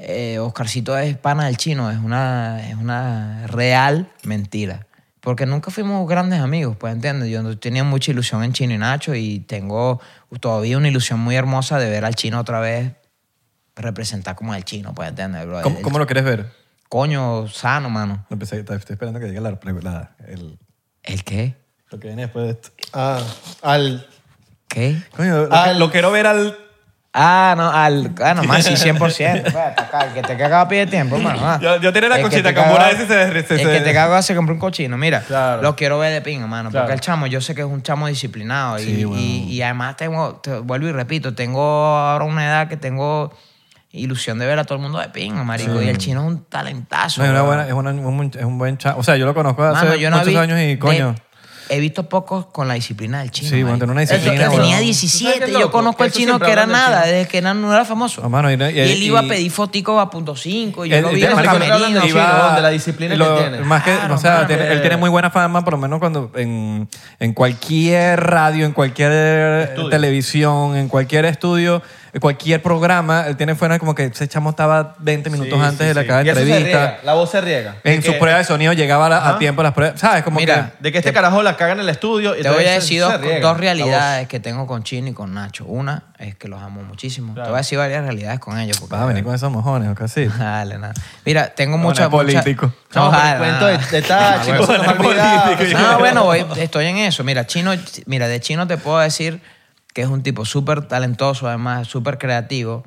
S1: eh, Oscarcito es pana del chino, es una, es una real mentira. Porque nunca fuimos grandes amigos, pues entiendes. Yo tenía mucha ilusión en Chino y Nacho y tengo todavía una ilusión muy hermosa de ver al chino otra vez representar como el chino, pues entiendes, bro.
S2: ¿Cómo,
S1: El-
S2: cómo lo quieres ver?
S1: Coño, sano, mano.
S2: No, pensé, que- estoy esperando que llegue la, la- el,
S1: ¿El qué?
S2: lo que viene después de esto.
S3: Ah, al...
S1: ¿Qué?
S2: Coño, lo,
S3: Ah,
S2: que- lo quiero ver al...
S1: Ah, no, al, ah, no, más, sí, 100%. Pues, acá, el que te caga a pie de tiempo, hermano. ah.
S2: Yo- yo tenía la
S1: El que
S2: conchita
S1: te
S2: cambura
S1: caga-
S2: ese y se- se-
S1: El
S2: se-
S1: que te caga se compró un cochino. Mira,
S3: Claro.
S1: lo quiero ver de pinga, hermano.
S3: Claro.
S1: Porque el chamo, yo sé que es un chamo disciplinado. Y,
S2: Sí, bueno.
S1: y, y además tengo, te- vuelvo y repito, tengo ahora una edad que tengo ilusión de ver a todo el mundo de pinga, marico. Y el chino es un talentazo.
S2: No, es, una
S1: weón.
S2: buena, es, una- un, buen- es un buen chavo. O sea, yo lo conozco hace
S1: Mano, yo no
S2: muchos
S1: vi-
S2: años y
S1: de-
S2: coño.
S1: he visto pocos con la disciplina del chino.
S2: Sí, bueno,
S1: marico.
S2: tiene una
S1: El que
S2: disciplina,
S1: tenía
S2: weón.
S1: 17,
S3: ¿Sabes qué
S1: yo
S3: loco?
S1: conozco
S3: Que
S1: al
S3: eso
S1: chino
S3: siempre
S1: que era
S3: hablan del
S1: nada,
S3: chino.
S1: desde que era- no era famoso.
S2: No, Ah, mano, y no- y-
S1: y, él iba
S2: y-
S1: a pedir fotico a punto .5, yo
S2: Él-
S1: lo vi
S2: ya,
S1: en el
S2: marico,
S3: siempre hablan
S1: camerino.
S3: del
S2: iba-
S3: chino, weón, de la disciplina que tiene.
S2: Más que,
S1: Claro,
S2: o sea,
S1: mano.
S2: tiene- él tiene muy buena fama, por lo menos cuando en, en cualquier radio, en cualquier televisión, en cualquier estudio, en cualquier programa, él tiene fuera como que ese chamo estaba 20 minutos
S3: Sí,
S2: antes
S3: sí,
S2: de la
S3: sí.
S2: cada
S3: Y eso se
S2: entrevista.
S3: riega, la voz se riega.
S1: Eh,
S2: En
S3: De
S2: sus
S3: que-
S2: pruebas de sonido llegaba a, la- a tiempo a las pruebas. ¿Sabes? Como
S1: Mira,
S2: que
S3: De que este carajo la caga en el estudio. y
S1: Te voy a
S3: entonces
S1: decir
S3: se
S1: dos,
S3: riega
S1: dos
S3: la
S1: realidades que tengo con Chino y con Nacho. Una es que los amo muchísimo. Te voy a decir varias realidades con ellos. Porque,
S2: vas a venir con esos mojones o casi.
S1: <laughs> Dale, nada. Mira, tengo
S2: Bueno,
S1: mucha...
S2: es político.
S1: mucha-
S3: voz. No,
S1: jala,
S3: el cuento de,
S1: nada.
S3: de tal, chicos, se nos ha olvidado.
S1: <laughs>
S2: político.
S1: No, bueno, voy- estoy en eso. Mira, chino, mira, de chino te puedo decir que es un tipo súper talentoso, además, súper creativo.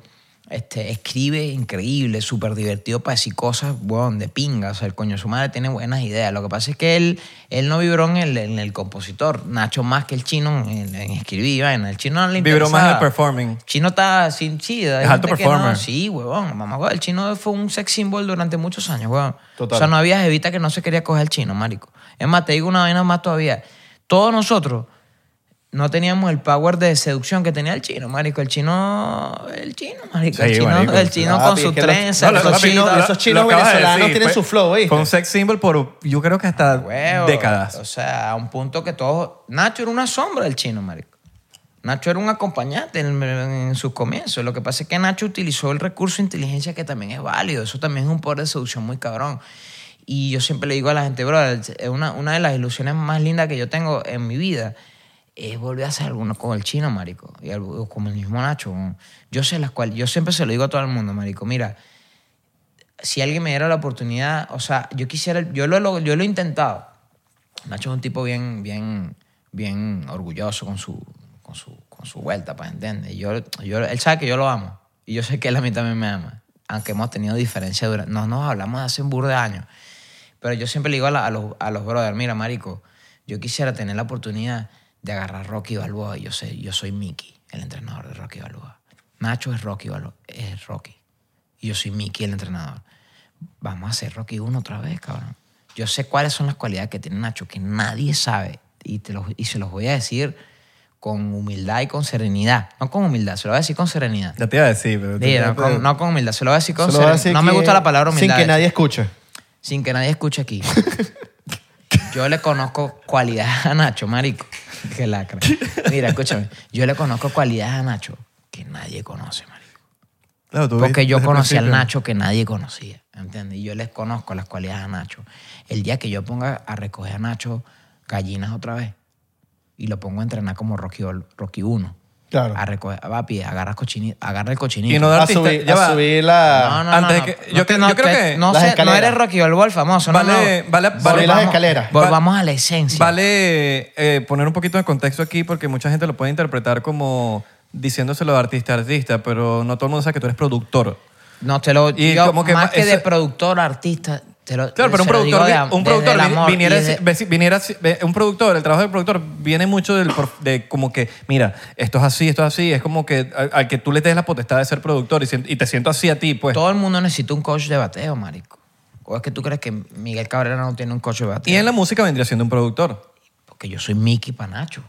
S1: Este, escribe increíble, súper divertido para decir cosas, weón, de pinga. O sea, el coño de su madre tiene buenas ideas. Lo que pasa es que él, él no vibró en el, en el compositor. Nacho más que el chino en, en escribir y vaina. El chino no le
S2: Vibró más en el
S1: interesaba.
S2: performing.
S1: Chino está sin chida. Hay
S2: Es alto
S1: gente que no.
S2: performer.
S1: sí, huevón. Mamá, huevón, el chino fue un sex symbol durante muchos años, huevón.
S3: Total.
S1: O sea, no había jevita que no se quería coger el chino, marico. Es más, te digo una vaina más todavía. Todos nosotros no teníamos el power de seducción que tenía el chino, marico. El chino... El chino, marico.
S2: Sí,
S1: el chino,
S2: marico.
S1: el chino
S3: Papi,
S1: con
S3: es
S1: su
S3: que los-
S1: trenza,
S3: no, los-
S1: con su
S3: papi,
S1: chino.
S3: no, esos chinos
S2: acabas de
S3: venezolanos tienen
S2: fue-
S3: su flow, ¿oíste?
S2: Fue un sex symbol por, yo creo que hasta
S1: Ah, Huevo.
S2: décadas.
S1: O sea, a un punto que todos... Nacho era una sombra del chino, marico. Nacho era un acompañante en, en sus comienzos. Lo que pasa es que Nacho utilizó el recurso de inteligencia que también es válido. Eso también es un poder de seducción muy cabrón. Y yo siempre le digo a la gente, bro, una, una de las ilusiones más lindas que yo tengo en mi vida es volver a hacer alguno con el chino, marico. Y algo, como el mismo Nacho. weón. Yo sé las cuales... Yo siempre se lo digo a todo el mundo, marico. Mira, si alguien me diera la oportunidad, o sea, yo quisiera, yo lo, he log- yo lo he intentado. Nacho es un tipo bien, bien, bien orgulloso con su, con su, con su vuelta, para entender. Yo, yo, él sabe que yo lo amo y yo sé que él a mí también me ama, aunque hemos tenido diferencias durante, no nos hablamos hace un burro de años, pero yo siempre le digo a, la- a los, a los brothers, mira, marico, yo quisiera tener la oportunidad de agarrar Rocky Balboa. Yo sé, yo soy Mickey, el entrenador de Rocky Balboa. Nacho es Rocky, Balboa, es Rocky. Y yo soy Mickey, el entrenador. Vamos a hacer Rocky 1 otra vez, cabrón. Yo sé cuáles son las cualidades que tiene Nacho que nadie sabe. Y, te los, y se los voy a decir con humildad y con serenidad. No con humildad, se lo voy a decir con serenidad.
S2: Ya te iba a decir, pero...
S1: Sí, no, con, no con humildad, se lo voy a decir con
S3: voz. Se lo voy a
S1: serenidad.
S3: decir
S1: No me
S3: que-
S1: gusta la palabra humildad.
S3: Sin
S1: de
S3: que
S1: hecho
S3: nadie escuche.
S1: sin que nadie escuche
S3: <laughs>
S1: aquí. Yo le conozco cualidades a Nacho, marico. Qué lacra. Mira, escúchame. Yo le conozco cualidades a Nacho que nadie conoce, marico.
S2: Claro, tú
S1: Porque
S2: viste
S1: yo
S2: desde el
S1: conocí al
S2: principio.
S1: Nacho que nadie conocía, ¿entiendes? Y yo les conozco las cualidades a Nacho. El día que yo ponga a recoger a Nacho gallinas otra vez y lo pongo a entrenar como Rocky, Ol- Rocky 1.
S3: Claro.
S1: A recoger, a papi, agarra, cochini- agarra el cochinito.
S2: Y no
S3: A
S2: darte...
S3: subir,
S2: ya
S3: a
S2: va.
S3: subir la...
S1: No, no,
S2: Antes
S1: no,
S2: que-
S1: no,
S2: yo
S1: no
S2: creo-
S1: no
S2: yo creo que
S1: no,
S3: las
S1: sé, no
S3: escaleras.
S1: eres Rocky Balboa el famoso, no,
S2: Vale,
S1: no.
S3: Sobre
S2: vale, vale,
S3: las
S1: Volvamos-
S3: escaleras.
S1: Volvamos a la esencia.
S2: Vale eh, poner un poquito de contexto aquí porque mucha gente lo puede interpretar como diciéndoselo de artista a artista, pero no todo el mundo sabe que tú eres productor.
S1: No, te lo
S2: Y
S1: yo,
S2: como que
S1: más
S2: ma-
S1: que de
S2: eso-
S1: productor, artista, te lo
S2: Claro, pero un
S1: se lo digo
S2: productor, vi-
S1: de-
S2: un
S1: desde
S2: productor
S1: el
S2: vi-
S1: amor y
S2: viniera,
S1: de-
S2: ve- viniera- ve- un productor, el trabajo del productor viene mucho del por- de como que, mira, esto es así, esto es así, es como que al, al que tú le des la potestad de ser productor y, sien- y te siento así a ti, pues.
S1: todo el mundo necesita un coach de bateo, marico. ¿O es que tú crees que Miguel Cabrera no tiene un coach de bateo?
S2: Y en la música vendría siendo un productor.
S1: Porque yo soy Mickey para Nacho.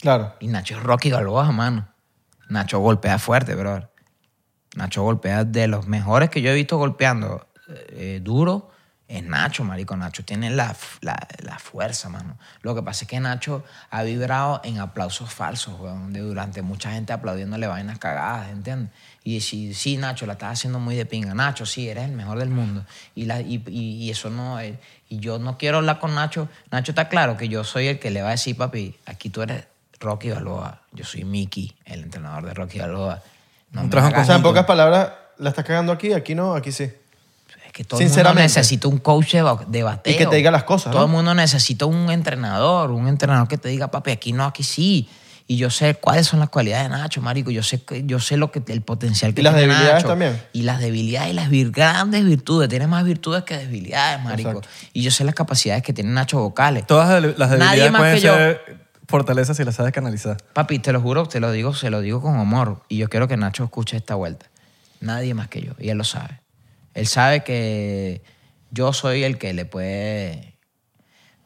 S3: Claro.
S1: Y Nacho es Rocky Balboa, mano. Nacho golpea fuerte, brother. Nacho golpea de los mejores que yo he visto golpeando eh, duro es Nacho, marico. Nacho tiene la, f- la- la fuerza, mano. Lo que pasa es que Nacho ha vibrado en aplausos falsos, weón, de durante mucha gente aplaudiéndole vainas cagadas, ¿entiendes? Y si, sí, Nacho, la estás haciendo muy de pinga. Nacho, sí, eres el mejor del mundo. Y, la, y, y- y eso no... eh, y yo no quiero hablar con Nacho. Nacho está claro que yo soy el que le va a decir, papi, aquí tú eres Rocky Balboa. Yo soy Mickey, el entrenador de Rocky Balboa. No
S2: Un
S1: me
S2: trabajo en
S3: O
S1: hagas-
S3: sea, en pocas palabras, la estás cagando aquí, aquí no, aquí sí.
S1: Es que todo el mundo
S3: Sinceramente.
S1: necesita un coach de, ba- de bateo.
S3: Y que te diga las cosas,
S1: Todo
S3: ¿no?
S1: el mundo necesita un entrenador, un entrenador que te diga, papi, aquí no, aquí sí. Y yo sé cuáles son las cualidades de Nacho, marico. Yo sé, que- yo sé lo que, el potencial que
S3: Y las
S1: tiene
S3: debilidades
S1: Nacho.
S3: también.
S1: Y las debilidades y las vir- grandes virtudes. Tiene más virtudes que debilidades, marico.
S3: Exacto.
S1: Y yo sé las capacidades que tiene Nacho vocales.
S2: Todas las debil- las
S1: Nadie
S2: debilidades
S1: más
S2: pueden
S1: que yo.
S2: ser fortalezas si las sabes canalizar.
S1: Papi, te lo juro, te lo digo, se lo digo con amor. Y yo quiero que Nacho escuche esta vuelta. Nadie más que yo. Y él lo sabe. Él sabe que yo soy el que le puede.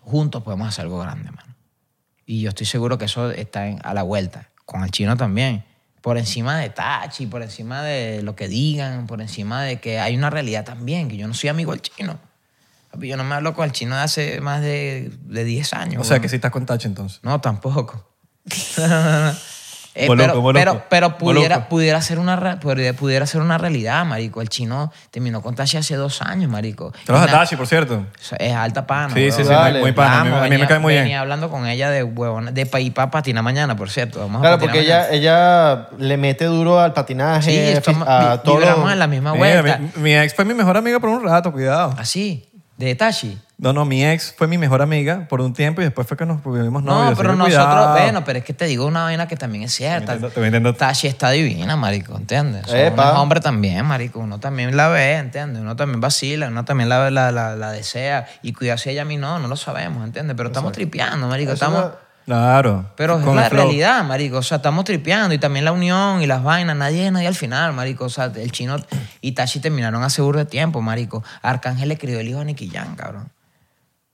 S1: Juntos podemos hacer algo grande, mano. Y yo estoy seguro que eso está en- a la vuelta. Con el chino también. Por encima de Tachi, por encima de lo que digan, por encima de que hay una realidad también, que yo no soy amigo del chino. Papi, yo no me hablo con el chino de hace más de, de 10 años.
S2: O sea
S1: weón.
S2: que si estás con Tacho entonces.
S1: No,
S3: <laughs>
S1: tampoco. Eh, pero,
S2: Moloco, moloco,
S1: pero, pero pudiera,
S2: moloco.
S1: pudiera, ser una, re- pudiera, pudiera ser una realidad, marico. El chino terminó con Tashi hace dos años, marico.
S2: Trabajas
S1: Y
S2: a
S1: na-
S2: Tachi, por cierto.
S1: o sea, Es alta pana.
S2: Sí,
S1: weón.
S2: sí, sí,
S3: Dale.
S2: muy, muy pana. A mí,
S1: Vamos,
S2: a mí
S1: venía-
S2: me cae muy
S1: Venía
S2: bien.
S1: hablando con ella de huevona, de país para patinar mañana, por cierto. Vamos a
S3: Claro,
S1: patinar
S3: porque
S1: mañana.
S3: ella, ella le mete duro al patinaje,
S1: Sí, estamos,
S3: a
S1: vi-
S3: todo lo-
S1: vibramos en la misma
S2: Mira,
S1: vuelta.
S2: mi, mi ex fue mi mejor amiga por un rato, cuidado.
S1: Así, de Tashi.
S2: No, no, mi ex fue mi mejor amiga por un tiempo y después fue que nos volvimos
S1: No,
S2: novios.
S1: pero
S2: así que
S1: nosotros,
S2: cuidado.
S1: bueno, pero es que te digo una vaina que también es
S2: Te
S1: cierta.
S2: voy a intentar- te voy a intentar-
S1: Tashi está divina, marico, ¿entiendes? O sea,
S3: Epa.
S1: uno es hombre también, marico. Uno también la ve, ¿entiendes? Uno también vacila, uno también la, la, la, la desea. Y cuidado si ella a mí no, no lo sabemos, ¿entiendes? Pero estamos tripeando, marico.
S3: Eso
S1: Estamos...
S3: no-
S2: Claro.
S1: Pero es
S2: con el
S1: la
S2: flow.
S1: realidad, marico. O sea, estamos tripeando y también la unión y las vainas. Nadie es nadie al final, marico. O sea, el chino y Tashi terminaron hace burro de tiempo, marico. Arcángel le crió el hijo a Nicky Jam, cabrón.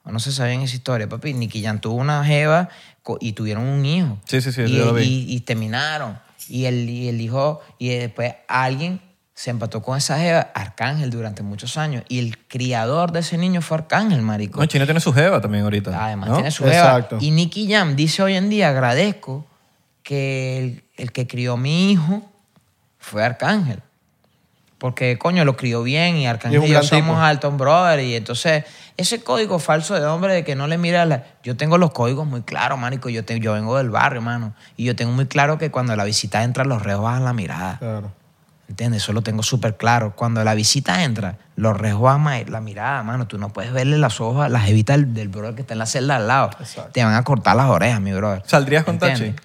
S1: O No se sabían esa historia, papi. Nicky Jam tuvo una jeva co- y tuvieron un hijo.
S2: Sí, sí, sí,
S1: Y,
S2: yo lo vi.
S1: y- y terminaron. Y el, y el hijo, y después alguien se empató con esa jeva, Arcángel, durante muchos años. Y el criador de ese niño fue Arcángel, marico.
S2: No, Chino tiene su jeva también ahorita.
S1: Ah, Además
S2: ¿no?
S1: tiene su jeva.
S3: Exacto.
S1: Y Nicky Jam dice hoy en día, agradezco que el, el que crió a mi hijo fue Arcángel. Porque, coño, lo crió bien y
S3: Y es
S1: Arcángel
S3: un
S1: y yo
S3: gran tipo.
S1: somos Alton Brother. Y entonces, ese código falso de hombre de que no le mira la... Yo tengo los códigos muy claros, manico. Yo, te- yo vengo del barrio, mano. Y yo tengo muy claro que cuando la visita entra, los reos bajan la mirada.
S3: Claro.
S1: ¿Entiendes? Eso lo tengo súper claro. Cuando la visita entra, los resguama la mirada, mano. Tú no puedes verle las hojas, las evitas del, del brother que está en la celda al lado. Te van a cortar las orejas, mi brother.
S2: ¿Saldrías con
S1: ¿Entiendes?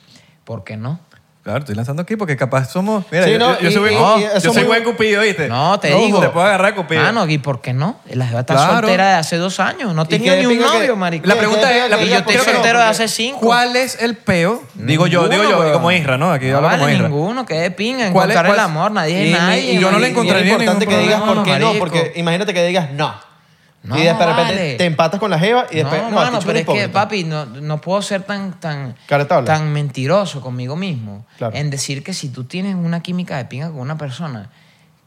S1: ¿Por qué no?
S2: Claro, estoy lanzando aquí porque capaz somos. Mira,
S3: Sí,
S2: yo,
S3: no,
S2: yo
S3: y-
S2: soy, buen-
S3: y-
S2: no,
S3: y eso
S2: yo soy
S3: muy-
S2: buen cupido, ¿viste?
S1: No, te digo.
S2: Te puedo agarrar cupido.
S1: Mano, ¿y por qué no? La jeva está
S2: Claro.
S1: soltera de hace dos años. No tenía
S3: qué
S1: ni un
S3: pinga que-
S1: novio, marico.
S2: la pregunta
S3: que-
S2: es, la-
S3: que
S1: y
S3: yo
S1: yo estoy
S2: creo que no,
S1: soltero de
S3: porque-
S1: hace cinco.
S2: ¿Cuál es el peo? Digo yo, digo
S1: Ninguno,
S2: yo,
S1: weón.
S2: como Isra, ¿no? Aquí hablo
S1: vale
S2: como Isra.
S1: ninguno, que de pinga.
S2: ¿Cuál es-
S1: Encontrar el
S2: cuál-
S1: amor, nadie
S2: Y- y-
S1: es nadie.
S2: y yo no le
S1: marico.
S3: Y es
S2: encontraría
S3: importante
S2: ningún
S3: que digas
S1: problema,
S3: por qué no,
S1: marico.
S3: porque imagínate que digas no.
S1: No,
S3: y de repente
S1: vale.
S3: te empatas con la jeva y después.
S1: no,
S3: No,
S1: mano,
S3: este
S1: pero es
S3: chico
S1: que,
S3: hipócrita.
S1: papi, no, no puedo ser tan, tan,
S3: Cara tabla.
S1: tan mentiroso conmigo mismo
S3: Claro.
S1: en decir que si tú tienes una química de pinga con una persona,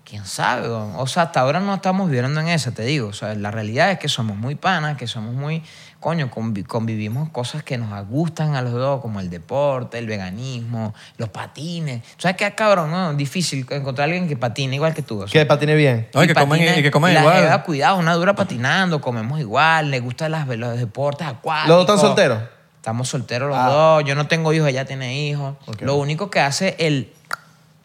S1: quién sabe, weón? o sea, hasta ahora no estamos viviendo en esa, te digo, o sea, la realidad es que somos muy panas, que somos muy, coño, convi- convivimos cosas que nos gustan a los dos, como el deporte, el veganismo, los patines, ¿sabes qué, cabrón? no? Difícil encontrar a alguien que patine igual que tú, o sea,
S3: Que patine bien.
S2: No, y que comen-
S1: patina-
S2: y que comen
S1: la
S2: igual.
S1: jeva, cuidado, una dura patinando, comemos igual, le gustan las, los deportes acuáticos.
S3: ¿Los dos están solteros?
S1: Estamos solteros los
S3: Ah.
S1: dos. Yo no tengo hijos, ella tiene hijos. Lo único que hace el,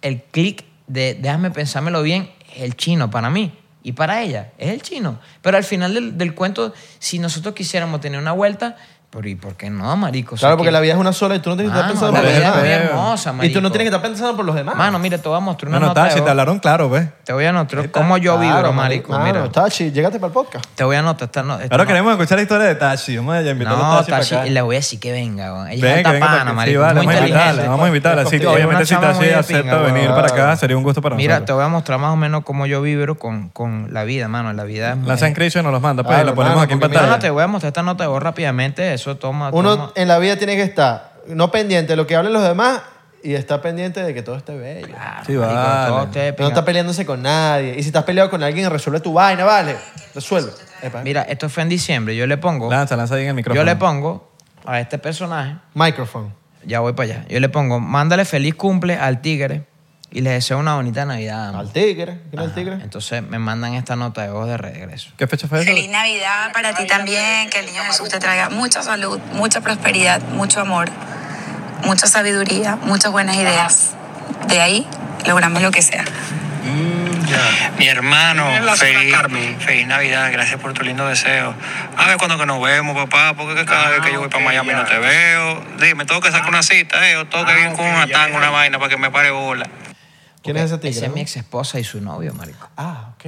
S1: el clic de déjame pensármelo bien es el chino para mí y para ella. Es el chino. Pero al final del, del cuento, si nosotros quisiéramos tener una vuelta, pero ¿y por qué no, marico? O sea,
S3: Claro, porque
S1: que-
S3: la vida es una sola y tú no tienes que estar
S1: Mano,
S3: pensando
S1: la
S3: por los
S1: vida es muy
S3: demás.
S1: hermosa,
S3: Y tú no
S1: marico.
S3: tienes que estar pensando por los demás.
S1: Mano, mira, te voy a mostrar una
S2: No, no,
S1: nota. de
S2: Tachi,
S1: voz.
S2: te hablaron claro, pues.
S1: Te voy a mostrar cómo yo
S3: Claro,
S1: vibro, marico.
S3: mano,
S1: Mira,
S3: Tachi, llégate para el podcast.
S1: te voy a anotar esta, no- esta
S2: Ahora
S1: nota.
S2: queremos escuchar la historia de Tachi. Vamos a invitar a
S1: No,
S2: Tachi para
S1: Tachi,
S2: acá.
S1: le voy a decir que venga, weón. Ella
S2: Venga,
S1: está
S2: venga,
S1: pana,
S2: Tachi. Sí,
S1: marico. muy
S2: vale, vamos a
S1: inteligente.
S2: invitarla, vamos a invitarla. Sí,
S3: Es
S2: obviamente
S1: una
S2: si
S1: chama muy
S2: Tachi
S1: de
S2: acepta
S1: pinga, weón.
S2: venir para acá, sería un gusto para
S1: Mira, te
S2: nosotros.
S1: voy a mostrar más o menos cómo yo vibro con, con la vida, mano. La vida es muy...
S2: La San Cristo nos los manda, pues,
S3: Claro,
S2: y la ponemos
S3: mano,
S2: aquí en
S3: porque
S1: No, no,
S2: pantalla.
S1: te voy a mostrar esta nota de voz rápidamente. Eso toma...
S3: Uno
S1: toma-
S3: en la vida tiene que estar no pendiente de lo que hablen los demás y está pendiente de que todo esté bello.
S2: Sí,
S1: marico,
S2: vale.
S1: todo esté
S3: No está peleándose con nadie. Y si estás peleado con alguien, resuelve tu vaina, vale. Resuelve. Epa.
S1: Mira, esto fue en diciembre. Yo le pongo.
S2: Lanza, lanza ahí en el micrófono.
S1: Yo le pongo a este personaje.
S3: Microphone.
S1: Ya voy para allá. Yo le pongo, mándale feliz cumple al tigre y les deseo una bonita Navidad. a ambos".
S3: Al tigre. ¿Quién es el
S1: Ajá.
S3: tigre?
S1: Entonces me mandan esta nota de voz de regreso.
S2: ¿Qué fecha fue eso?
S4: Feliz Navidad para ti también, que el niño Jesús te traiga mucha salud, mucha prosperidad, mucho amor, mucha sabiduría, muchas buenas ideas. De ahí logramos lo que sea.
S5: Mi hermano, feliz, feliz Navidad, gracias por tu lindo deseo. A ver cuándo que nos vemos, papá, porque que cada vez que yo voy para Miami no te veo. Dime, tengo que sacar una cita, eh, o tengo que ir con una tanga, una vaina para que me pare bola.
S3: ¿Quién es ese
S1: Porque
S3: tigre?
S1: Esa es
S3: no?
S1: mi ex esposa y su novio, marico.
S3: Ah, ok.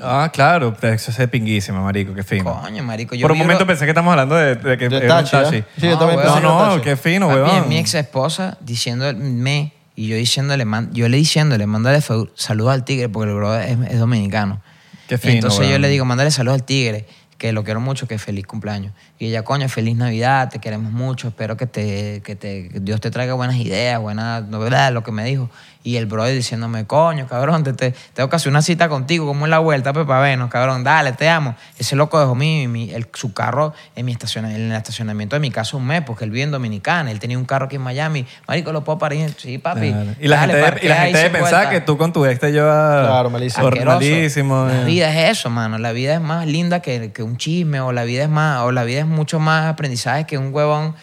S2: Ah, claro. Eso es pinguísimo, marico. Qué fino.
S1: Coño, marico. Yo
S2: Por un
S1: vibro-
S2: momento pensé que estamos hablando de, de que
S3: De
S2: era un
S3: Tachi, ¿eh? Sí, yo
S1: No,
S3: también
S1: weón.
S3: pensé
S2: No,
S3: que era
S2: no,
S3: Tachi.
S2: qué fino,
S1: Papi,
S2: weón.
S1: es mi ex esposa diciéndome y yo diciéndole, man- yo le diciéndole, mándale fe- saludos al tigre porque el brother es, es dominicano.
S2: Qué fino,
S1: Entonces yo
S2: weón.
S1: le digo, mándale saludos al tigre, que lo quiero mucho, que feliz cumpleaños. Y ella, coño, feliz Navidad, te queremos mucho, espero que te, que te que Dios te traiga buenas ideas, buenas novedades, lo que me dijo. Y el brother diciéndome, coño, cabrón, te, te- tengo que hacer una cita contigo, como es la vuelta, Pepa Venos, cabrón, dale, te amo. Ese loco dejó mi, mi- el- su carro en, mi estaciona- en el estacionamiento de mi casa un mes, porque él vive en Dominicana, él tenía un carro aquí en Miami. Marico, lo puedo parir, sí, papi.
S2: Claro. Y la
S1: dale,
S2: gente, debe- y
S1: parquea
S2: la
S1: ahí
S2: gente debe
S1: sin
S2: pensar
S1: vuelta".
S2: que tú con tu ex te llevas
S3: Claro, malísimo.
S2: por-
S1: Asqueroso.
S2: malísimo.
S1: La
S2: eh.
S1: vida es eso, mano. La vida es más linda que, que un chisme o la vida es más o la vida es mucho más aprendizaje que un huevón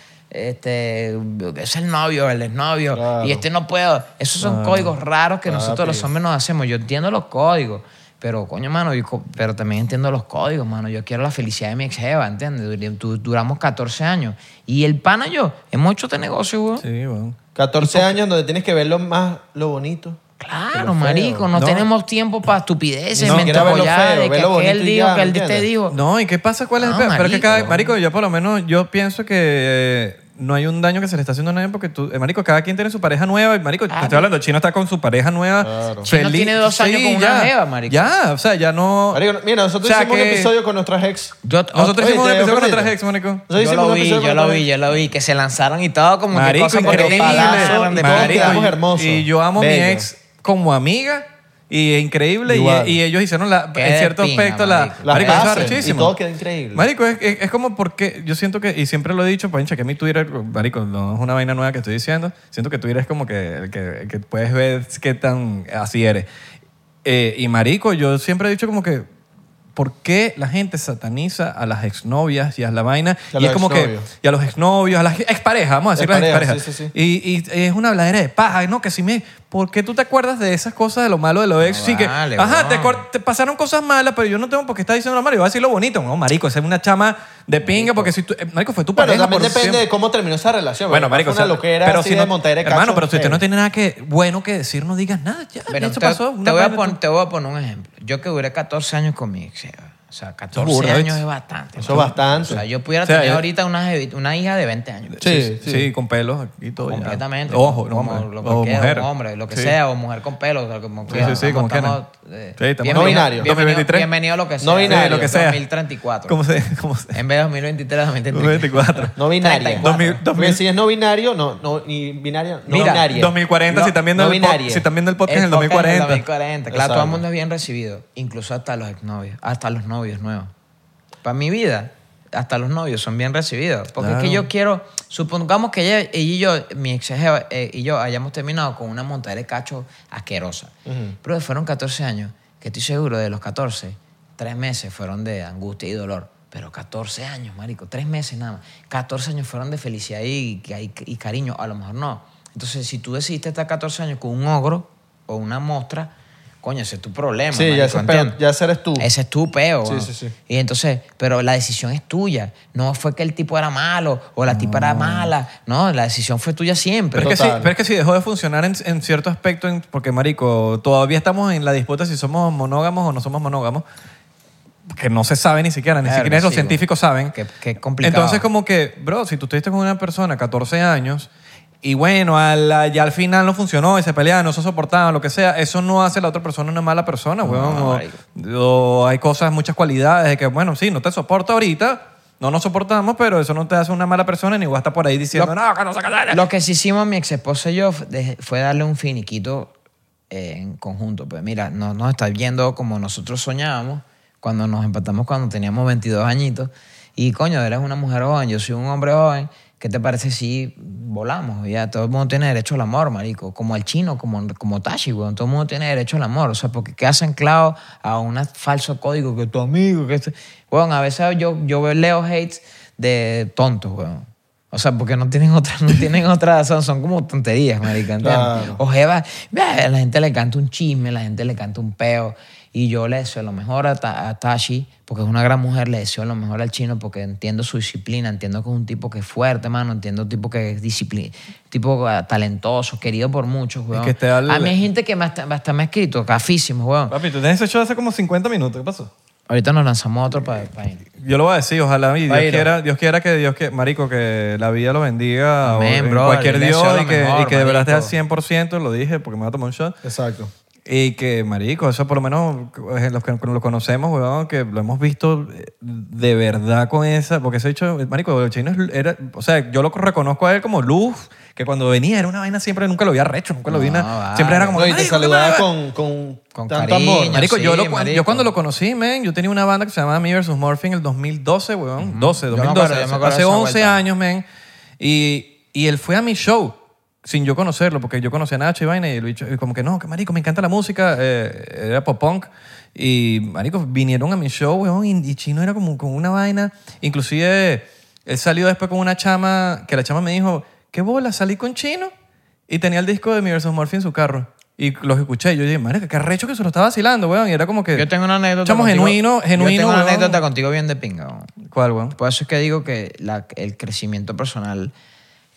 S1: este es el novio, el exnovio
S3: Claro.
S1: y este no puedo. Esos son códigos raros que nosotros los hombres nos hacemos. Yo entiendo los códigos, pero coño, mano, yo co- pero también entiendo los códigos, mano. Yo quiero la felicidad de mi ex jeva, ¿entiendes? Dur- tu- Duramos 14 años y el pana y yo hemos hecho este negocio, huevón.
S2: Sí, weón.
S3: 14 años donde tienes que ver lo más lo bonito. Lo
S1: Claro,
S3: feo.
S1: marico, no,
S2: No.
S1: tenemos tiempo para estupideces,
S3: Ni siquiera ve lo
S1: mentoladas,
S3: feo,
S1: de
S3: ve
S1: que
S3: lo
S1: aquel
S3: bonito y
S1: dijo,
S3: ya,
S1: que él
S3: ¿me
S1: te
S3: entiendes?
S1: dijo.
S2: No, ¿y qué pasa? ¿Cuál es el
S1: No,
S2: peor? Pero es que cada,
S1: Ah, marico.
S2: marico, yo por lo menos, yo pienso que eh, no hay un daño que se le está haciendo a nadie porque tú, eh, marico, cada quien tiene su pareja nueva y, marico, te estoy hablando, Chino está con su pareja nueva.
S3: Claro.
S1: Chino tiene dos años con una
S2: ya,
S1: jeva, marico.
S2: Ya, o sea, ya no...
S3: Marico, mira, nosotros
S2: O sea,
S3: hicimos un
S2: que-
S3: episodio con nuestras ex.
S1: Yo,
S2: Nosotros
S3: Oye,
S2: hicimos un
S3: te
S2: episodio con
S3: ofrecí.
S2: otras ex, marico.
S3: Nosotros
S1: yo
S3: hicimos
S1: lo
S3: un
S1: vi,
S3: episodio
S1: yo
S3: con
S1: lo
S3: otras
S1: vi,
S3: ex.
S1: yo lo vi, que se lanzaron y todo como
S2: Marico,
S1: que cosa
S2: increíble.
S3: palazo,
S1: de
S3: todos quedamos
S2: Marico,
S3: hermosos.
S2: y yo amo a
S3: Bello.
S2: mi ex como amiga y es increíble y,
S3: Igual.
S2: y ellos hicieron la,
S1: Qué de
S2: en cierto
S1: pinga,
S2: aspecto la,
S1: marico.
S3: Las
S2: eso es
S3: bases, y
S2: arrechísimo.
S3: todo queda increíble.
S2: Marico, es, es- es como porque yo siento que, y siempre lo he dicho, pancha, que mi Twitter, Marico, no es una vaina nueva que estoy diciendo, siento que Twitter es como que, el que, el que puedes ver qué tan así eres. Eh, y Marico, yo siempre he dicho como que, ¿por qué la gente sataniza a las exnovias y a la vaina?
S3: Y a
S2: y
S3: los
S2: es como
S3: exnovios.
S2: que, y a los exnovios, a las exparejas, vamos a decir las
S3: Exparejas, sí,
S2: exparejas.
S3: sí,
S2: Y, y es una habladera de paja, no, que si me... ¿Por qué tú te acuerdas de esas cosas de lo malo de los ex?
S1: No
S2: sí que,
S1: vale,
S2: ajá, te,
S1: weón.
S2: cor- te pasaron cosas malas, pero yo no tengo por qué estar diciendo lo malo. Yo voy a decir lo bonito. No, marico, esa es una chama de pinga porque si tú... eh, marico, fue tu
S3: Bueno,
S2: pareja
S3: también
S2: por
S3: depende
S2: siempre.
S3: de cómo terminó esa relación.
S2: Bueno,
S3: porque
S2: marico,
S3: fue
S2: o sea,
S3: una loquera
S2: pero
S3: así
S2: si
S3: de
S2: no,
S3: Monterrey de eh.
S2: hermano,
S3: Cacho,
S2: pero si usted
S3: feo.
S2: no tiene nada que bueno que decir, no digas nada. Ya,
S1: Pero te,
S2: eso pasó.
S1: te
S2: una
S1: voy a
S2: vaina,
S1: pon-
S2: tú-
S1: te voy a poner un ejemplo. Yo que duré 14 años con mi ex. jeva. O sea, 14
S2: burda,
S1: años
S2: ¿viste?
S1: es bastante.
S3: Eso es
S1: man.
S3: bastante. eh,
S1: O sea, yo pudiera
S2: O sea,
S1: tener
S2: yo-
S1: ahorita una, jevi- una hija de 20 años.
S3: Sí,
S2: Sí,
S3: sí.
S2: con pelos y todo. ya.
S1: Completamente.
S2: Ojo, no,
S1: como
S2: hombre.
S1: lo que
S2: o
S1: quiera,
S2: mujer.
S1: un hombre, lo que
S2: Sí. Eh,
S1: sea, o mujer con pelo. o sea, como
S2: Sí,
S1: quiera.
S2: sí, sí, como
S1: Estamos-
S2: quieran.
S1: eh,
S2: Sí, estamos-
S1: bienvenido-
S3: No binario.
S1: Bienvenido,
S2: 2023.
S1: bienvenido lo que sea.
S3: No binario.
S2: Sí, lo que sea.
S1: 2034.
S2: ¿Cómo se, cómo se
S1: <laughs> En vez de 2023, 2034.
S2: 24.
S3: No binaria.
S1: 34.
S2: 2000,
S3: Porque si es no binario, no, no ni binaria, no
S1: Mira,
S3: binaria.
S2: 2040,
S3: No-
S2: si están viendo
S3: no
S2: el pod-
S3: binaria.
S2: si están viendo el podcast en el
S1: podcast
S2: 2040.
S1: 2040. Claro,
S3: Exacto.
S1: todo el mundo es bien recibido, incluso hasta los exnovios, hasta los novios nuevos. Para mi vida, hasta los novios son bien recibidos. Porque es que
S2: Claro.
S1: yo quiero, supongamos que ella, ella y yo, mi ex jeva, eh, y yo hayamos terminado con una montada de cacho asquerosa. Pero fueron 14 años, que estoy seguro de los 14, tres meses fueron de angustia y dolor. Pero 14 años, marico, tres meses nada más. 14 años fueron de felicidad y, y- y cariño, a lo mejor no. Entonces, si tú decidiste estar 14 años con un ogro o una mostra, coño, ese es tu problema.
S3: Sí, ya
S1: marico,
S3: ese es
S1: ¿entiendes?
S3: peor, ya ese eres tú.
S1: Ese es tu peo.
S3: Sí,
S1: weón.
S3: sí, sí.
S1: Y entonces, pero la decisión es tuya. No fue que el tipo era malo o la tipa era mala. No, la decisión fue tuya siempre.
S2: Pero es, que sí,
S3: Total.
S2: pero es que sí dejó de funcionar en, en cierto aspecto, en- porque, marico, todavía estamos en la disputa si somos monógamos o no somos monógamos, que no se sabe ni siquiera, ni
S1: Verga,
S2: siquiera
S1: sí,
S2: los
S1: güey.
S2: científicos saben.
S1: Qué- qué complicado.
S2: Entonces, como que, bro, si tú estuviste con una persona 14 años y bueno, a la- ya al final no funcionó y se peleaban, no se soportaban, lo que sea, eso no hace a la otra persona una mala persona, weón. o-
S1: marico.
S2: o hay cosas, muchas cualidades de que, bueno, sí, no te soporto ahorita, No nos soportamos, pero eso no te hace una mala persona ni vas a estar por ahí diciendo, no, que no se <laughs> casaron".
S1: Lo que sí hicimos mi ex esposa y yo de- fue darle un finiquito eh, en conjunto. Pues mira, no nos está viendo como nosotros soñábamos cuando nos empatamos cuando teníamos 22 añitos. Y coño, eres una mujer joven, yo soy un hombre joven. ¿Qué te parece si volamos? Ya, todo el mundo tiene derecho al amor, marico. Como el chino, como, como Tashi, weón. Todo el mundo tiene derecho al amor. O sea, porque quedas anclado a un falso código que tu amigo, que... este- Weón, a veces yo, yo leo hates de tontos, weón. O sea, porque no tienen otra, no
S2: <laughs>
S1: tienen otra son, son como tonterías, marica, ¿entiendes?
S3: Claro.
S1: O jeva, "Bah, la gente le canta un chisme, la gente le canta un peo. Y yo le deseo lo mejor a, Ta- a Tashi, porque es una gran mujer, le deseo lo mejor al chino, porque entiendo su disciplina, entiendo que es un tipo que es fuerte, mano, entiendo un tipo que es disciplina, tipo ah, talentoso, querido por muchos, weón.
S2: que este te da el-
S1: A mí hay gente que me hasta, hasta me ha escrito, cafísimos, weón.
S2: Papi, tú tienes ese show hace como 50 minutos. ¿Qué pasó?
S1: Ahorita nos lanzamos otro para
S2: Yo lo voy a decir, ojalá y Dios
S1: Bailo.
S2: quiera, Dios quiera que Dios que, marico, que la vida lo bendiga o
S1: Amén,
S2: en
S1: brother,
S2: cualquier
S1: le
S2: Dios
S1: deseo lo
S2: y que,
S1: mejor,
S2: y que de verdad esté al
S1: marico.
S2: 100%, lo dije porque me va a tomar un shot.
S3: Exacto.
S2: Y que, marico, eso por lo menos eh, los que lo conocemos, weón, que lo hemos visto eh, de verdad con esa. Porque ese hecho, marico, el chino es- era. O sea, yo lo reconozco a él como luz, que cuando venía era una vaina siempre, nunca lo había recho, nunca lo vi.
S1: No,
S2: na-
S1: vale.
S2: Siempre era como.
S3: No, y te
S2: "Marico, ¿qué
S3: saludaba
S2: más?".
S3: con, con,
S1: Con
S3: tanto
S1: cariño.
S3: amor.
S2: Marico,
S1: Sí,
S2: yo, lo-
S1: marico.
S2: yo cuando lo conocí, men, yo tenía una banda que se llamaba Me vs. Morphy en el 2012, weón. 12,
S1: Yo me
S2: 2012.
S1: acuerdo, yo me
S2: hace-
S1: acuerdo de
S2: hace
S1: esa
S2: 11
S1: vuelta.
S2: años, men. Y, y él fue a mi show sin yo conocerlo, porque yo conocía a Nacho y vaina y el bicho, y como que no, que marico, me encanta la música. eh, era pop-punk. Y, marico, vinieron a mi show, weón, y, y Chino era como con una vaina. Inclusive, él salió después con una chama, que la chama me dijo, ¿qué bola? ¿Salí con Chino? Y tenía el disco de Mi vs. Morphy en su carro. Y los escuché. Y yo dije, marica, qué recho que se lo estaba vacilando, weón. Y era como que...
S1: Yo tengo una anécdota.
S2: Chamo
S1: contigo-
S2: genuino, genuino,
S1: Yo tengo una
S2: weón.
S1: anécdota contigo bien de pinga, weón.
S2: ¿Cuál, weón?
S1: Por eso es que digo que la- el crecimiento personal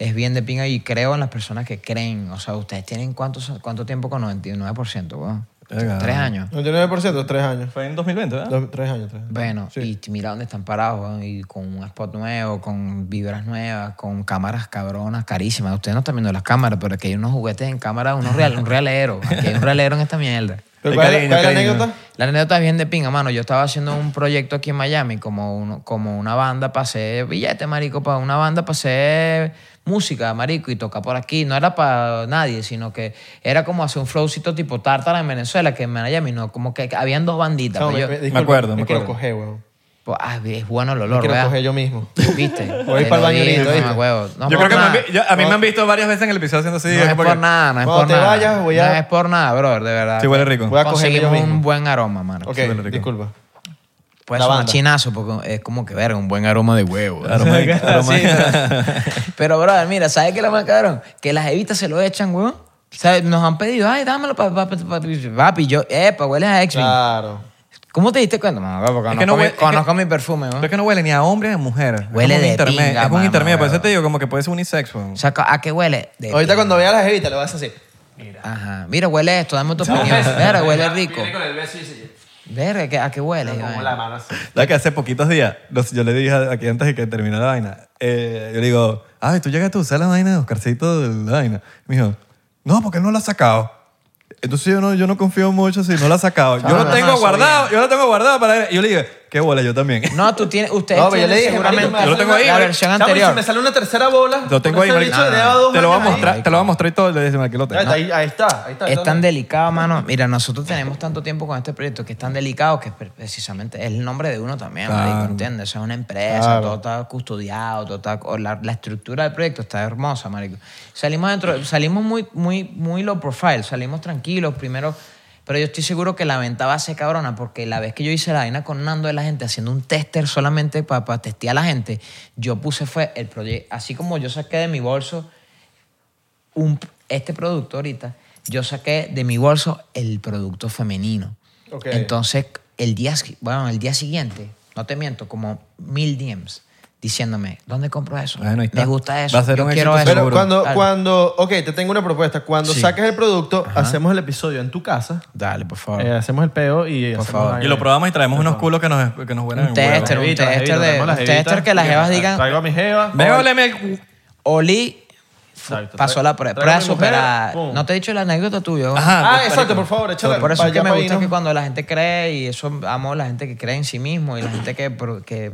S1: es bien de pinga y creo en las personas que creen. O sea, ustedes tienen cuántos, cuánto tiempo con 99%, weón.
S2: Verga.
S1: Tres años.
S3: 99%, tres años.
S2: Fue en 2020, ¿verdad?
S3: Dos- tres años, tres años.
S1: Bueno, y mira dónde están parados, weón, y con un spot nuevo, con vibras nuevas, con cámaras cabronas, carísimas. Ustedes no están viendo las cámaras, pero aquí hay unos juguetes en cámara, unos real, un realero. Aquí hay un realero en esta mierda.
S3: ¿Pero
S2: El
S3: ¿Cuál, es-
S2: cariño,
S3: cuál es la
S2: cariño.
S3: anécdota?
S1: La anécdota es bien de pinga, mano. Yo estaba haciendo un proyecto aquí en Miami, como, uno- como una banda, pasé billete, marico, para una banda, pasé música, marico, y toca por aquí. No era para nadie, sino que era como hacer un flowcito tipo tártara en Venezuela, que en Miami no, como que habían dos banditas.
S3: No,
S1: pues yo-
S2: me acuerdo, me
S3: quiero
S2: acuerdo.
S3: coger, weón.
S1: pues, ah, es bueno el
S3: Me
S1: olor,
S3: quiero
S1: ¿verdad?
S3: coger yo mismo.
S1: ¿Viste?
S3: <laughs> Voy
S1: Te
S3: pa'l
S1: lo
S3: baño
S1: dije,
S3: ahorita, ¿viste?
S1: mamahuevo. No,
S2: yo creo
S1: por
S2: que me
S1: nada.
S2: han vi- yo- a mí me han visto varias veces en el episodio haciendo así.
S1: No es
S2: como
S1: por
S2: que-
S1: nada, no es
S3: Cuando
S1: por
S3: te
S1: nada.
S3: vayas, voy a-
S1: No es por nada, brother, de verdad.
S2: Sí, huele rico.
S3: Voy a coger yo
S1: Conseguimos un
S3: mismo.
S1: buen aroma, mano.
S3: Ok,
S2: huele rico.
S3: disculpa.
S1: Pues
S3: La
S1: sonar
S3: banda.
S1: chinazo, porque es como que verga, un buen aroma de huevo.
S2: Aroma de- aroma de-
S1: Pero, brother, mira, ¿sabes qué es lo más cabrón? Que las evitas se lo echan, weón. ¿Sabes? Nos han pedido, ay, dámelo, papi. Pa, pa, pa- papi, yo, epa, hueles a X-Wing.
S3: Claro.
S1: ¿Cómo te diste cuenta? No, porque
S2: Es
S1: conozco,
S2: que no
S1: mi,
S2: huele- es que-
S1: conozco mi perfume,
S2: Pero
S1: weón.
S2: es que no huele ni a hombre ni a mujer. Es
S1: Huele
S2: como un
S1: de
S2: intermedio,
S1: pinga,
S2: Es un
S1: mamá,
S2: intermedio. Por
S1: huevo.
S2: eso te digo como que puede ser unisex, weón.
S1: O sea, ¿a qué huele? De-
S3: Ahorita cuando vea a las evitas le vas a hacer así.
S1: Ajá. Mira, huele esto, dame tu opinión.
S3: <laughs>
S1: Verga, huele rico. Verga, ¿qué- ¿a qué huele? Iván?
S2: La que hace poquitos días, los- yo le dije aquí antes de que terminara la vaina, eh, yo le digo, ay, tú llegaste a usar la vaina de Oscarcito de la vaina. Me dijo, no, porque él no la ha sacado. Entonces yo no, yo no confío mucho si no la ha sacado. Yo
S1: No,
S2: lo
S1: no,
S2: tengo
S1: no,
S2: guardado, yo lo tengo guardado para él. Y yo le dije, qué bola, yo también. <laughs>
S1: No, tú tienes, ustedes
S3: No, pero yo le
S1: tienen
S3: dije,
S1: seguramente
S3: marico, me
S2: Yo lo tengo ahí,
S1: la
S2: marico.
S1: versión
S3: Chamo, y
S1: anterior.
S3: si me sale una tercera bola.
S2: Lo tengo
S3: con
S2: ahí,
S3: ese
S2: marico.
S3: bicho le daba dos
S2: Te lo voy a
S3: años ahí.
S2: mostrar, te lo voy a mostrar y todo. Le dije, "Mira, aquí lo tengo".
S3: Ahí, ahí- ahí está, ahí está. ahí
S1: Es
S3: está.
S1: tan delicado, mano. Mira, nosotros tenemos tanto tiempo con este proyecto que es tan delicado que pre- precisamente es el nombre de uno también,
S2: Claro.
S1: marico, ¿entiendes? O sea, es una empresa, todo está custodiado, todo está, o la, la estructura del proyecto está hermosa, marico. Salimos dentro, salimos muy, muy, muy low profile, salimos tranquilos primero, pero yo estoy seguro que la venta va a ser cabrona porque la vez que yo hice la vaina con Nando de la gente haciendo un tester solamente para testear a la gente, yo puse fue el proyecto, así como yo saqué de mi bolso un- este producto ahorita, yo saqué de mi bolso el producto femenino.
S3: Ok.
S1: Entonces, el día, si- bueno, el día siguiente, no te miento, como mil DMs diciéndome, ¿dónde compro eso?
S2: Bueno, ahí
S1: Me
S2: está.
S1: gusta eso.
S2: Va a ser
S1: yo
S2: un
S1: quiero eso.
S2: éxito
S3: Pero
S2: Seguro.
S3: cuando,
S1: Dale.
S3: cuando, ok, te tengo una propuesta. Cuando
S1: Sí.
S3: saques el producto, hacemos el episodio en tu casa,
S1: Dale, por favor.
S3: eh, hacemos el peo y hacemos
S1: favor.
S3: la-
S2: Y lo probamos y traemos unos culos que nos, que nos huelen
S1: un
S2: en huevo.
S1: tester, un
S3: Evita,
S1: tester,
S3: evita,
S1: de,
S3: tenemos las
S1: un tester
S3: evitas.
S1: que las jevas
S3: Traigo
S1: digan,
S3: a mi jeva.
S2: Ven, óleme el cu-
S1: Oli
S3: Exacto,
S1: pasó
S3: tra-
S1: la prueba. Prueba
S3: traigo a mi mujer,
S1: superada.
S3: pum.
S1: No te he dicho la anécdota tuya. ¿no?
S2: Ajá.
S3: Ah, exacto, por favor, échala.
S1: Por eso
S3: pa'
S1: es que
S3: allá,
S1: me
S3: pa'
S1: gusta
S3: ahí,
S1: que
S3: ¿no?
S1: cuando la gente cree, y eso amo la gente que cree en sí mismo y la gente que, pro- que,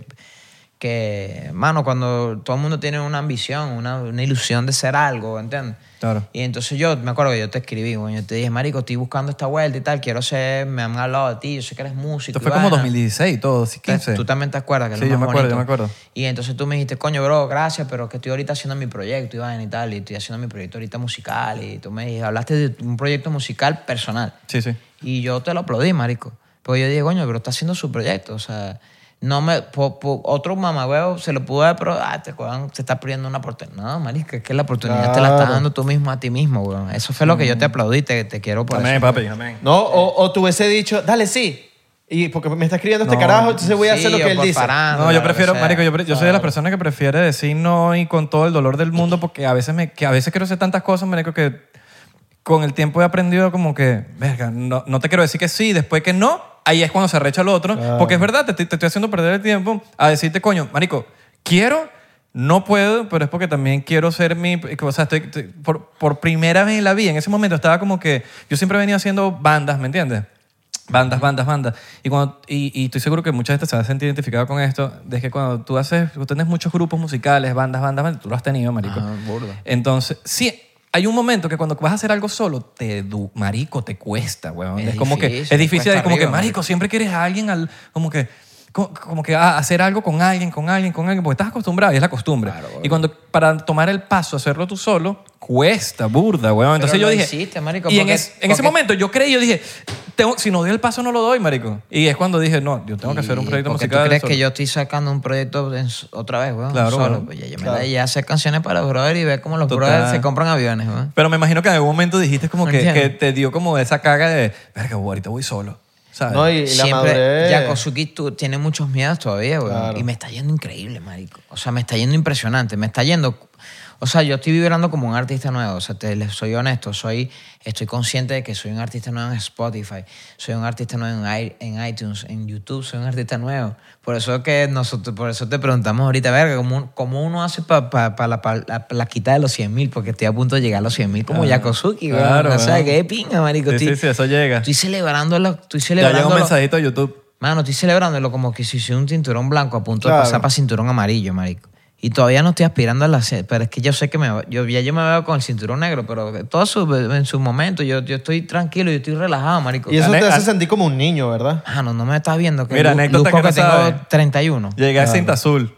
S1: que, mano, cuando todo el mundo tiene una ambición, una, una ilusión de ser algo, ¿entiendes?
S2: Claro.
S1: Y entonces yo, me acuerdo que yo te escribí, coño, te dije, marico, estoy buscando esta vuelta y tal, quiero ser, me han hablado de ti, yo sé que eres músico.
S2: Esto
S1: y
S2: fue como
S1: vaina".
S2: 2016 y todo, sí, 15.
S1: Tú también te acuerdas que es
S2: Sí,
S1: lo
S2: yo
S1: más
S2: me acuerdo, yo
S1: bonito.
S2: me acuerdo.
S1: Y entonces tú me dijiste, coño, bro, gracias, pero que estoy ahorita haciendo mi proyecto, Iván, y tal, y estoy haciendo mi proyecto ahorita musical. Y tú me dijiste, hablaste de un proyecto musical personal.
S2: Sí, sí.
S1: Y yo te lo aplaudí, marico. Porque yo dije, coño, pero está haciendo su proyecto. O sea, no me, po- po- otro mamagüeo se lo pudo haber, pero ah, te, weón, te está perdiendo una oportunidad. No, marico, es que la oportunidad te la estás
S3: Claro.
S1: dando tú mismo a ti mismo, weón. Eso fue lo que yo te aplaudí, te, te quiero por
S2: Mm. Amén,
S1: eso.
S2: papi, amén.
S3: No, o, o tú hubiese dicho, dale, sí. Y porque me está escribiendo este
S2: No.
S3: carajo, entonces voy a hacer
S1: Sí,
S3: lo
S1: o
S3: que él
S1: por
S3: dice.
S1: parando,
S2: No, yo
S1: Ah, lo que
S2: prefiero,
S1: sea.
S2: marico, yo, pre- yo soy de las personas que prefiere decir no y con todo el dolor del mundo porque a veces me, que a veces quiero hacer tantas cosas, marico, que con el tiempo he aprendido como que, verga, no, no te quiero decir que sí, después que no, ahí es cuando se arrecha el otro, porque es verdad, te, te estoy haciendo perder el tiempo a decirte, coño, marico, quiero, no puedo, pero es porque también quiero ser mi, o sea, estoy, estoy- por, por primera vez en la vida, en ese momento estaba como que, yo siempre venía haciendo bandas, ¿me entiendes? Bandas, bandas, bandas. Y, cuando, y, y estoy seguro que mucha gente se va a sentir identificada con esto. De que cuando tú haces, tú tienes muchos grupos musicales, bandas, bandas, bandas, tú lo has tenido, marico.
S1: Ajá, burda.
S2: Entonces, sí, hay un momento que cuando vas a hacer algo solo, te du- marico, te cuesta, weón. Es,
S1: Es
S2: como que
S1: difícil,
S2: es difícil,
S1: cuesta
S2: es como que,
S1: arriba,
S2: marico,
S1: marico.
S2: siempre quieres a alguien al, como que co- como que ah, hacer algo con alguien, con alguien, con alguien, porque estás acostumbrado y es la costumbre. y cuando para tomar el paso, hacerlo tú solo, cuesta, burda, weón. Entonces
S1: Pero
S2: yo
S1: lo
S2: dije,
S1: hiciste, marico,
S2: y en,
S1: porque-
S2: es- en ese
S1: porque-
S2: momento yo creí, yo dije, tengo- si no doy el paso no lo doy, marico. Y es cuando dije, no, yo tengo que hacer un
S1: Y
S2: proyecto
S1: porque
S2: musical.
S1: ¿Tú crees
S2: solo.
S1: que yo estoy sacando un proyecto en- otra vez, weón?
S2: Claro,
S1: Solo,
S2: weón.
S1: pues ya, ya
S3: Claro.
S1: me da ya hacer canciones para los brothers y ver cómo los
S2: Total.
S1: brothers se compran aviones, weón.
S2: Pero me imagino que en algún momento dijiste como
S1: ¿Me
S2: que, que
S1: entiendes?
S2: te dio como esa caga de, verga, güey, ahorita voy solo. ¿Sabes?
S3: No, y la madurez.
S1: Yakosuki tú, tiene muchos miedos todavía, weón.
S3: Claro.
S1: Y me está yendo increíble, marico. O sea, me está yendo impresionante. Me está yendo... O sea, yo estoy vibrando como un artista nuevo. O sea, te, les soy honesto. Soy, estoy consciente de que soy un artista nuevo en Spotify. Soy un artista nuevo en, i- en iTunes. En YouTube soy un artista nuevo. Por eso que nosotros... Por eso te preguntamos ahorita, verga, ¿cómo, cómo uno hace para la, pa la plaquita de los 100 mil? Porque estoy a punto de llegar a los 100 mil como Yakosuki, weón.
S2: Claro,
S1: o sea,
S2: weón.
S1: qué pinga, marico.
S2: Sí,
S1: Estoy-
S2: sí, sí, eso llega.
S1: Estoy celebrando lo- estoy
S2: Ya llega
S1: celebrando
S2: un
S1: lo-
S2: mensajito de YouTube.
S1: Mano, estoy celebrándolo como que si soy un cinturón blanco a punto
S3: Claro.
S1: de pasar para cinturón amarillo, marico. Y todavía no estoy aspirando a la... ce- Pero es que yo sé que me... va- Yo, ya yo me veo con el cinturón negro, pero todo su- en su momento yo, yo estoy tranquilo, yo estoy relajado, marico.
S3: Y eso
S2: Ale-
S3: te hace
S2: ale-
S3: sentir como un niño, ¿verdad?
S1: Mano, no me estás viendo que
S2: Mira,
S1: lu-
S2: anécdota
S1: luzco
S2: que
S1: que,
S2: no
S1: tengo
S2: sabes.
S1: 31.
S2: Llegué a Cinta Azul.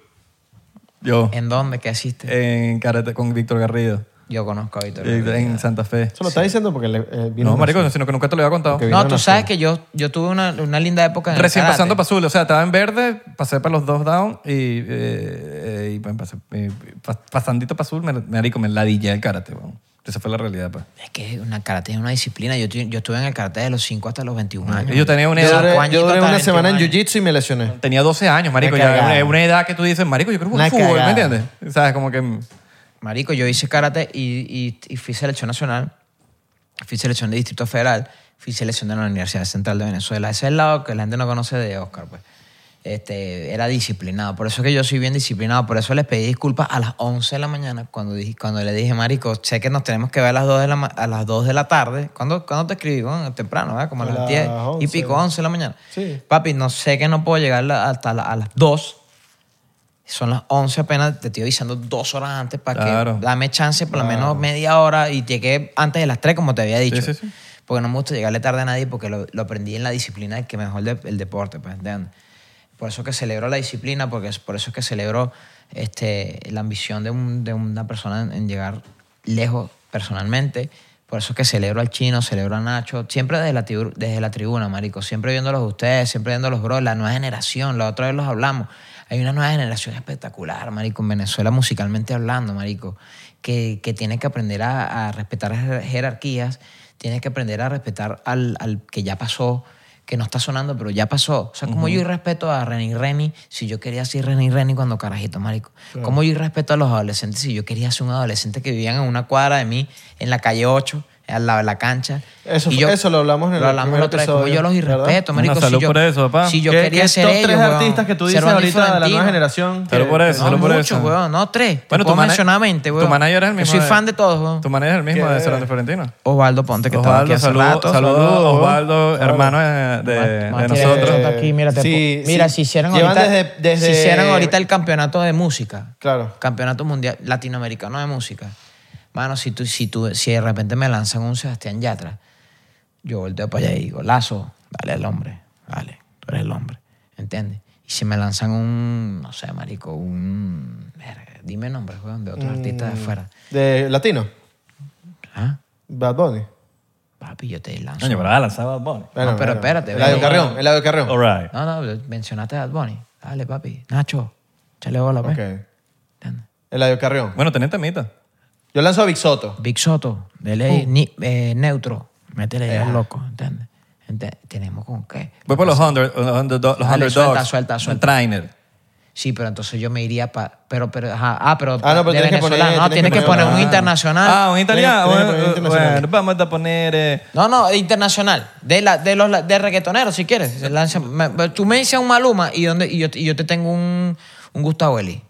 S2: Yo,
S1: ¿En dónde? ¿Qué existe?
S2: en carrete con Víctor Garrido.
S1: yo conozco a Víctor.
S2: En, en Santa Fe.
S3: Eso lo está diciendo porque le, eh, vino
S2: No,
S3: una-
S2: marico, sino que nunca te lo había contado.
S3: Ok.
S1: No,
S3: vino
S1: tú
S3: en
S1: sabes que yo, yo tuve una, una linda época en el
S2: Recién
S1: karate.
S2: pasando para azul, o sea, estaba en verde, pasé para los dos down y, eh, eh, y bueno, pasé, eh, pas- pasandito para azul, me, marico, me ladillé el karate. weón. Esa fue la realidad, pues.
S1: Es que una karate es una disciplina. Yo, tu- yo estuve en el karate de los 5 hasta los 21 años.
S2: Y yo tenía una
S3: Yo
S1: Cinco
S2: edad
S3: duré,
S1: añitos
S3: eh, yo duré
S1: hasta
S3: una
S1: 21
S3: semana en
S1: años.
S3: jiu-jitsu y me lesioné.
S2: Tenía 12 años, marico.
S3: Una
S2: Ya es
S3: cagada.
S2: una, una edad que tú dices, marico, yo creo que
S3: Una
S2: es fútbol,
S3: cagada.
S2: ¿me entiendes? ¿Sabes? Como que... mm,
S1: Marico, yo hice karate y, y- y fui selección nacional, fui selección de Distrito Federal, fui selección de la Universidad Central de Venezuela. Ese es el lado que la gente no conoce de Oscar, pues. Este, era disciplinado. Por eso que yo soy bien disciplinado. Por eso les pedí disculpas a las 11 de la mañana cuando, dije, cuando le dije, Marico, sé que nos tenemos que ver a las 2 de la, ma- a las 2 de la tarde. ¿Cuándo, cuándo te escribí? Bueno, temprano, ¿verdad? Como a
S3: A
S1: las
S3: las
S1: 10 y
S3: 11.
S1: pico, 11 de la mañana.
S3: Sí.
S1: Papi, no sé que no puedo llegar la- hasta la- a las 2. Son las 11 apenas, te estoy avisando dos horas antes para
S2: Claro.
S1: que dame chance por lo menos media hora y llegué antes de las 3 como te había dicho.
S2: sí, sí.
S1: Porque no me gusta llegarle tarde a nadie porque lo, lo aprendí en la disciplina que mejor de- el deporte, pues, ¿entiendes? Por eso que celebro la disciplina, porque es, por eso es que celebro este, la ambición de, un- de una persona en, en llegar lejos personalmente. Por eso es que celebro al chino, celebro a Nacho, siempre desde la, tibu- desde la tribuna, marico. Siempre viéndolos a ustedes, siempre viéndolos, bro, la nueva generación. La otra vez los hablamos. Hay una nueva generación espectacular, marico, en Venezuela musicalmente hablando, marico, que, que tiene que aprender a, a respetar jer- jerarquías, tiene que aprender a respetar al, al que ya pasó, que no está sonando, pero ya pasó. O sea, como yo irrespeto a Reni Reni si yo quería ser Reni Reni cuando carajito, marico. Como yo irrespeto a los adolescentes si yo quería ser un adolescente que vivían en una cuadra de mí, en la calle 8, al lado de la cancha.
S3: Eso
S1: Y
S3: fue- eso lo hablamos en el
S1: Lo hablamos
S3: primer
S1: la otra vez, como
S3: episodio,
S1: yo los
S3: ¿verdad?
S1: irrespeto,
S2: Una
S1: marico.
S2: salud
S1: si yo,
S2: por eso, papá.
S1: Si yo
S3: ¿Qué-
S1: quería
S3: qué
S1: ser
S3: top
S1: ellos,
S3: tres
S1: weón.
S3: artistas que tú dices
S1: Cervantes y
S3: ahorita de la nueva
S1: Florentino.
S3: generación?
S2: Salud por eso,
S1: No,
S2: salud por eso.
S1: muchos, weón. No, tres. Te
S2: Bueno, tu
S1: puedo
S2: mana-
S1: mencionar 20, weón.
S2: Tu manager es el
S1: Yo
S2: mismo.
S1: soy fan de todos, weón.
S2: Tu manager es el mismo
S3: ¿Qué?
S2: de Cervantes Florentino.
S1: Osvaldo Ponte, que estaba aquí
S2: Osvaldo,
S1: hace
S2: saludos,
S1: rato.
S2: saludos,
S3: Saludos.
S2: Osvaldo, hermano eh, de, de
S1: Más- más tiene-
S2: nosotros.
S1: Eh, aquí, mira, te
S3: sí,
S1: po- mira,
S3: sí.
S1: si hicieran
S3: Llevan
S1: ahorita,
S3: desde- desde-
S1: si hicieran ahorita el campeonato de música,
S3: Claro.
S1: campeonato mundial latinoamericano de música, mano, si tú, si tú, si de repente me lanzan un Sebastián Yatra, yo volteo para allá y digo, Lazo, dale al hombre, dale, tú eres el hombre, ¿entiendes? Y si me lanzan un, no sé, marico, un, verga, dime nombres, weón, de otros
S2: Mm.
S1: artistas de afuera,
S3: De latino.
S1: ¿ah?
S3: Bad Bunny.
S1: Papi, yo te lanzo.
S2: Coño, pero la lanzaba Bad Bunny.
S1: Ah, pero espérate,
S3: El de
S1: ve.
S3: Carrión. El de Carrión.
S2: All right.
S1: No, no, mencionaste a Bad Bunny, dale, papi, Nacho, échale bola, pues.
S3: Ok.
S1: ¿Entiendes?
S3: El de Carrión.
S2: Bueno, tenés temita.
S3: Yo lanzo a Big Soto.
S1: Big Soto, de
S3: Uh.
S1: ley, ni- eh, neutro, métele ya al loco, ¿entiendes? Ente- Tenemos con qué.
S2: Voy por los, under, los, underdo- los
S1: Dale,
S2: underdogs.
S1: suelta, suelta, suelta.
S2: Un trainer.
S1: Sí, pero entonces yo me iría para. Pero, pero, ajá, ah, pero.
S3: Ah, no, pero
S1: de
S3: tienes que poner-
S1: venezolano. no, tienes que poner un
S3: ah.
S1: internacional.
S2: Ah, un italiano.
S3: Tienes- tienes que poner
S2: Bueno,
S3: internacional.
S2: bueno, vamos a poner... eh,
S1: No, no, internacional. De, la, de los la- de reggaetoneros, si quieres. Se lanza- me- tú me dices un Maluma y, donde, y, yo, y yo te tengo un, un Gustavo Eli.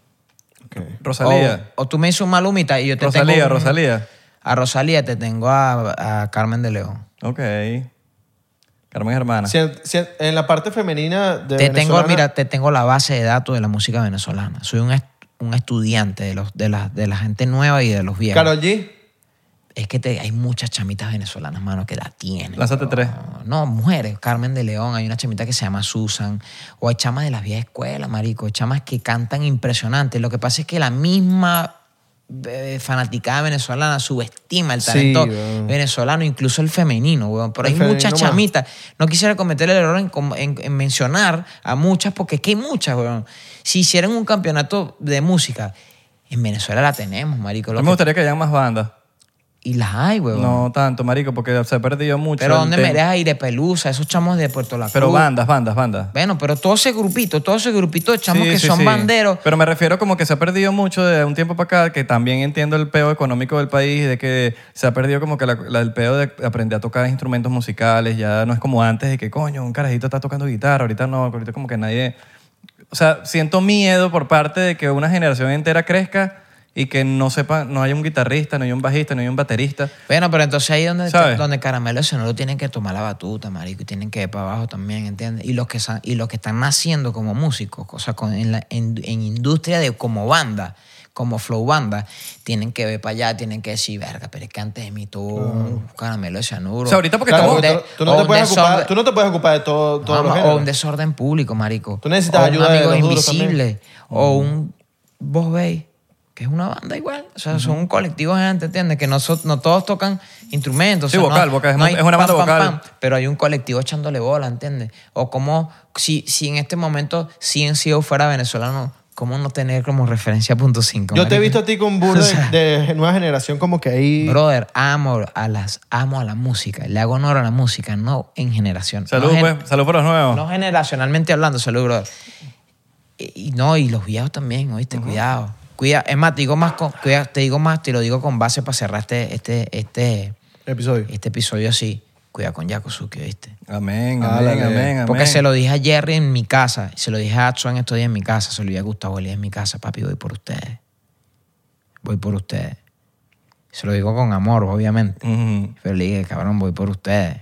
S2: Rosalía.
S1: O, o tú me dices un Malumita y yo te
S2: Rosalía,
S1: tengo. un-
S2: Rosalía.
S1: A Rosalía te tengo a, a Carmen de León.
S2: Ok. Carmen Hermana.
S3: Si en, si en- en la parte femenina de
S1: Te tengo,
S3: venezolana-
S1: mira, te tengo la base de datos de la música venezolana. Soy un, est- un estudiante de, los, de, la, de la gente nueva y de los viejos.
S3: Karol G.
S1: Es que te- hay muchas chamitas venezolanas, mano, que la tienen.
S2: Lánzate tres.
S1: No, mujeres. Carmen de León, hay una chamita que se llama Susan. O hay chamas de las viejas escuelas, marico. Hay chamas que cantan impresionantes. Lo que pasa es que la misma eh, fanaticada venezolana subestima el
S3: Sí,
S1: talento
S3: weón.
S1: venezolano, incluso el femenino, weón. Pero
S3: El
S1: hay muchas
S3: femenino más.
S1: chamitas. No quisiera cometer el error en, com- en- en mencionar a muchas, porque es que hay muchas, weón. Si hicieran un campeonato de música, en Venezuela la tenemos, marico.
S2: A
S1: Lo
S2: mí me
S1: que-
S2: gustaría que hayan más bandas.
S1: y las hay, weón.
S2: No tanto, marico, porque se ha perdido mucho.
S1: Pero
S2: el
S1: ¿dónde
S2: tema.
S1: me dejas ir de pelusa? Esos chamos de Puerto La Cruz.
S2: Pero bandas, bandas, bandas.
S1: Bueno, pero todo ese grupito, todo ese grupito de chamos
S2: Sí,
S1: que
S2: sí,
S1: son
S2: sí.
S1: banderos.
S2: Pero me refiero como que se ha perdido mucho de un tiempo para acá, que también entiendo el peo económico del país, de que se ha perdido como que la- la- el peo de aprender a tocar instrumentos musicales, ya no es como antes de que, coño, un carajito está tocando guitarra, ahorita no, ahorita como que nadie... O sea, siento miedo por parte de que una generación entera crezca y que no sepa, no haya un guitarrista, no haya un bajista, no haya un baterista.
S1: Bueno, pero entonces ahí es donde,
S2: ¿Sabes?
S1: donde Caramelo ese no lo tienen que tomar la batuta, marico, y tienen que ir para abajo también, ¿entiendes? Y los que, sa- y los que están naciendo como músicos, o sea, con- en, la, en, en industria de como banda, como flow banda, tienen que ver para allá, tienen que decir, verga, pero es que antes de mí tuvo un Caramelo de Cianuro.
S2: O sea, ahorita porque
S3: Claro,
S2: estamos...
S1: de-
S3: porque tú, tú no
S1: o
S3: te
S1: un
S3: puedes ocupar,
S1: desorden-
S3: tú no te puedes ocupar de todo, todos los
S1: Mamá, o
S3: géneros.
S1: un desorden público, marico.
S3: Tú necesitas
S1: o
S3: ayuda
S1: un
S3: de
S1: amigo
S3: los duros
S1: invisible. O un Vos Veis, que es una banda igual. O sea, son un colectivo de gente, ¿entiendes? Que no, so- no todos tocan instrumentos.
S2: Sí,
S1: o sea,
S2: vocal,
S1: no-
S2: vocal, es
S1: no
S2: un-
S1: hay
S2: es una banda vocal.
S1: pero hay un colectivo echándole bola, ¿entiendes? O como, si, si en este momento CNCO fuera venezolano, ¿cómo no tener como referencia punto cinco?
S3: Yo te he
S1: marico?
S3: visto a ti con burro
S1: O <laughs> sea,
S3: de, de nueva generación como que ahí...
S1: Brother, amo a, las, amo a la música. Le hago honor a la música, no en generación.
S2: Salud,
S1: no gen-
S2: pues, salud por los nuevos.
S1: no generacionalmente hablando, salud, brother. Y, y no, y los viejos también, oíste, cuidado. Cuida, es más, te digo más, con- cuida- te digo más, te lo digo con base para cerrar este, este, este,
S3: Episodio.
S1: este episodio así. Cuida con Yakuzuki, oíste.
S2: Amén,
S3: Ah,
S2: amén,
S3: dale.
S2: amén, amén.
S1: Porque se lo dije a Jerry en mi casa, se lo dije a Atsu en estos días en mi casa, se lo dije a Gustavo Elías en mi casa, papi, voy por ustedes. Voy por ustedes. Se lo digo con amor, obviamente.
S2: Ujú.
S1: Pero le dije, cabrón, voy por ustedes.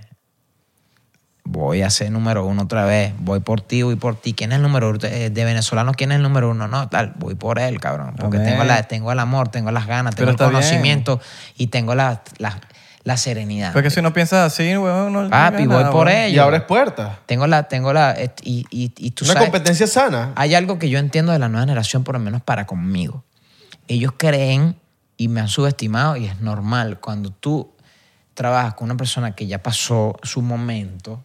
S1: Voy a ser número uno otra vez. Voy por ti, voy por ti. ¿Quién es el número uno? Eh, De venezolanos, ¿quién es el número uno? No, tal. Voy por él, cabrón. Porque
S2: Amén.
S1: tengo, la, tengo el amor, tengo las ganas, tengo
S2: Pero
S1: el
S2: está bien.
S1: conocimiento y tengo la, la, la serenidad.
S2: Porque si no piensas así, weón, no...
S1: Papi,
S2: no
S1: voy
S2: gana,
S1: por
S2: weón.
S1: ellos.
S3: Y abres puertas.
S1: Tengo la, tengo la, et- y, y, y tú
S3: Una
S1: sabes,
S3: competencia sana.
S1: hay algo que yo entiendo de la nueva generación, por lo menos para conmigo. Ellos creen y me han subestimado y es normal. Cuando tú trabajas con una persona que ya pasó su momento,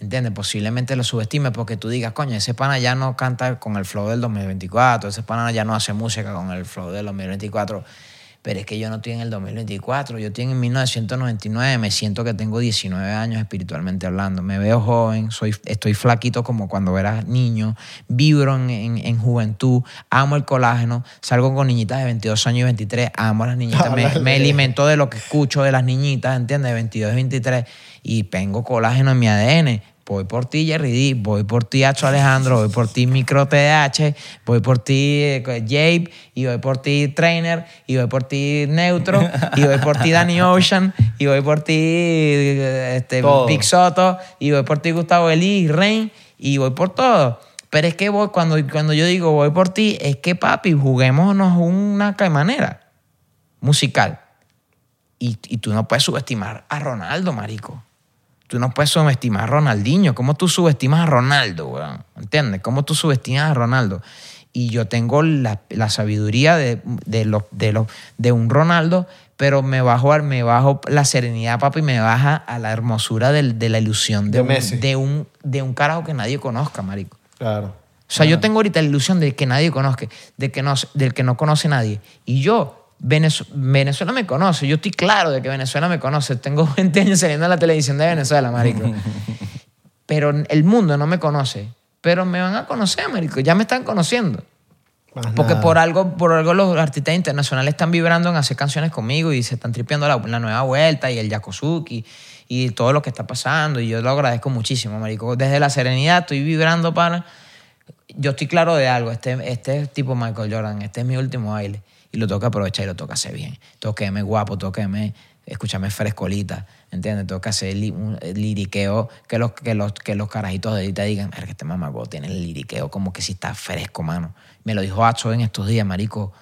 S1: ¿entiendes? Posiblemente lo subestime porque tú digas, coño, ese pana ya no canta con el flow del 2024, ese pana ya no hace música con el flow del 2024. pero es que yo no estoy en el 2024, yo estoy en 1999, me siento que tengo 19 años espiritualmente hablando, me veo joven, soy, estoy flaquito como cuando era niño, vibro en, en- en juventud, amo el colágeno, salgo con niñitas de 22 años y 23, amo a las niñitas, me, me alimento de lo que escucho de las niñitas, ¿entiendes? De 22 y 23, y tengo colágeno en mi ADN, Voy por ti, Jerry D. Voy por ti, Acho Alejandro. Voy por ti, Micro TDH. Voy por ti, eh, Jape. Y voy por ti, Trainer. Y voy por ti, Neutro. Y voy por ti, Danny Ocean. Y voy por ti, eh, este,
S3: Todo.
S1: Big Soto. Y voy por ti, Gustavo Elí, Rain. Y voy por todo. Pero es que voy, cuando, cuando yo digo voy por ti, es que papi, juguémonos una manera musical. Y, y tú no puedes subestimar a Ronaldo, marico. Tú no puedes subestimar a Ronaldinho. ¿Cómo tú subestimas a Ronaldo, weón? ¿Entiendes? ¿Cómo tú subestimas a Ronaldo? Y yo tengo la, la sabiduría de, de, los- de, los- de un Ronaldo, pero me bajo, al- me bajo la serenidad, papi, me baja a la hermosura del- de la ilusión de,
S3: De
S1: un,
S3: Messi.
S1: de, un, de un carajo que nadie conozca, marico.
S3: Claro.
S1: O sea,
S3: Ah.
S1: yo tengo ahorita la ilusión de que nadie conozca, de que no, del que no conoce nadie. Y yo, Venez- Venezuela me conoce, yo estoy claro de que Venezuela me conoce. Tengo <laughs> 20 años saliendo en la televisión de Venezuela,
S3: <laughs>
S1: marico. Pero el mundo no me conoce. Pero me van a conocer, marico. Ya me están conociendo.
S3: Más
S1: Porque
S3: nada.
S1: por algo, por algo los artistas internacionales están vibrando en hacer canciones conmigo y se están tripeando la, la nueva vuelta y el Yakosuki y todo lo que está pasando. Y yo lo agradezco muchísimo, marico. Desde la serenidad estoy vibrando para... Yo estoy claro de algo. Este, este es tipo Michael Jordan. Este es mi último baile. Y lo toca aprovechar y lo toca hacer bien. Tengo que verme guapo, tengo que verme- escucharme frescolita, ¿entiendes? Tengo que hacer li- un eh, liriqueo que los, que los, que los carajitos de ahorita digan, "Verga, este mamagüey tiene el liriqueo como que si está fresco, mano. Me lo dijo Acho en estos días, marico,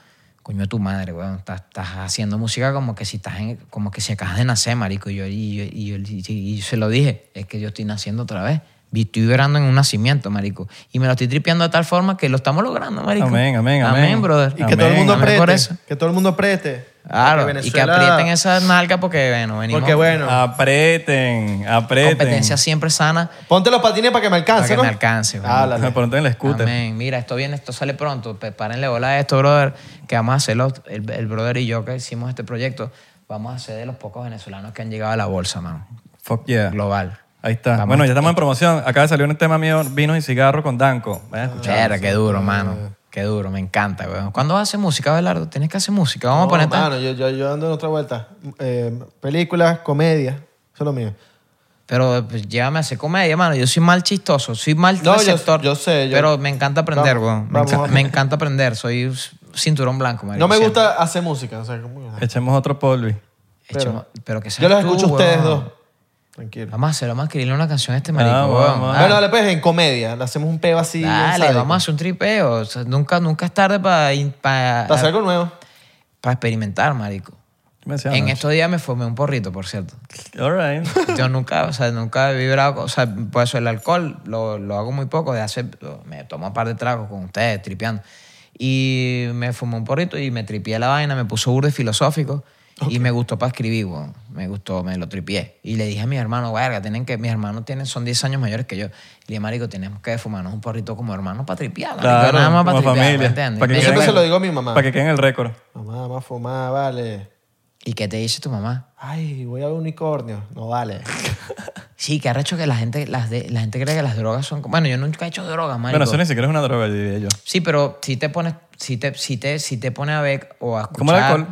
S1: coño de tu madre, weón, estás, estás haciendo música como que si estás en- como que si acabas de nacer, marico. Y yo, y yo- y yo- y yo- y yo se lo dije, es que yo estoy naciendo otra vez. Y Estoy vibrando en un nacimiento, marico. Y me lo estoy tripeando de tal forma que lo estamos logrando, marico.
S2: Amén, amén, amén.
S1: Amén, brother.
S2: Y
S3: Y que todo el mundo
S1: Amén por
S3: apriete.
S1: eso.
S3: Que todo el mundo apriete.
S1: Claro,
S3: Porque
S1: y que
S3: Venezuela-
S1: aprieten Ah. esas nalgas porque, bueno, venimos.
S3: Porque bueno,
S2: Apreten, apreten.
S1: competencia siempre sana.
S3: ponte los patines para que me alcance,
S1: Para que
S3: ¿no?
S1: me alcance, bueno.
S3: Álale.
S2: Apreten el scooter.
S1: Amén. Mira, esto viene, esto sale pronto. Pe- Párenle bola a esto, brother, que vamos a hacerlo. El, el brother y yo que hicimos este proyecto, vamos a ser de los pocos venezolanos que han llegado a la bolsa, mano.
S2: Fuck yeah.
S1: Global.
S2: Ahí está.
S1: Vamos.
S2: Bueno, ya estamos en promoción. Acaba de salir un tema mío, vinos y cigarro con Danco. Vayan a escuchar.
S1: Chera, qué duro, mano. Qué duro, me encanta, weón. ¿Cuándo vas a hacer música, Belardo? Tienes que hacer música. Vamos
S3: No,
S1: a ponerte.
S3: mano, yo, yo, yo ando en otra vuelta. Eh, películas, comedia, eso es lo mío.
S1: Pero pues, llévame a hacer comedia, mano. Yo soy mal chistoso, soy mal
S3: No, yo-
S1: receptor.
S3: yo sé, yo-
S1: Pero me encanta aprender,
S3: Vamos,
S1: weón. Me,
S3: vamos,
S1: enca-
S3: vamos.
S1: me encanta aprender. Soy cinturón blanco, marico,
S3: No me
S1: siempre.
S3: gusta hacer música, o sea, como-
S2: Echemos otro polvi.
S1: Hecho, Pero, que seas
S3: Yo los
S1: tú,
S3: escucho a ustedes
S1: weón.
S3: dos. Tranquilo.
S1: Vamos a hacer, vamos a escribirle una canción a este marico,
S2: Vamos,
S1: weón.
S2: vamos.
S1: Ah,
S3: Bueno, dale, pues en comedia, le hacemos un peo así.
S1: dale,
S3: sádico.
S1: vamos a hacer un tripeo. O sea, nunca, nunca es tarde para
S3: Para hacer algo nuevo.
S1: experimentar, marico.
S2: Me decía,
S1: En
S2: no.
S1: estos días me fumé un porrito, por cierto.
S2: All right.
S1: Yo nunca, o sea, nunca he vibrado, o sea, por eso el alcohol lo, lo hago muy poco, de hacer, me tomo un par de tragos con ustedes, tripeando. Y me fumé un porrito y me tripié la vaina, me puso burde filosófico y me gustó para escribir, weón. me gustó, me lo tripié. Y le dije a mi hermano, verga, tienen que, mis hermanos tienen, son 10 años mayores que yo. Y le dije, marico, tenemos que fumarnos un porrito como hermanos para tripear, marico,
S2: Claro,
S1: nada más para
S2: como
S1: tripear, ¿me
S2: familia.
S1: entiendes?
S2: Para que
S1: Y me
S3: Yo
S2: queden
S3: siempre
S1: dijo,
S3: se lo digo a mi mamá.
S2: Para que quede en el récord.
S3: Mamá, vamos a fumar, vale.
S1: ¿Y qué te dice tu mamá?
S3: Ay, voy a ver unicornio. No vale.
S1: Sí, que arrecho que la gente, las de- la gente cree que las drogas son... como- Bueno, yo nunca he hecho drogas, marico.
S2: Bueno, eso ni siquiera es una droga, yo diría yo.
S1: Sí, pero si te pones, si te, si te, si te pone a ver o a escuchar.
S2: Como el alcohol.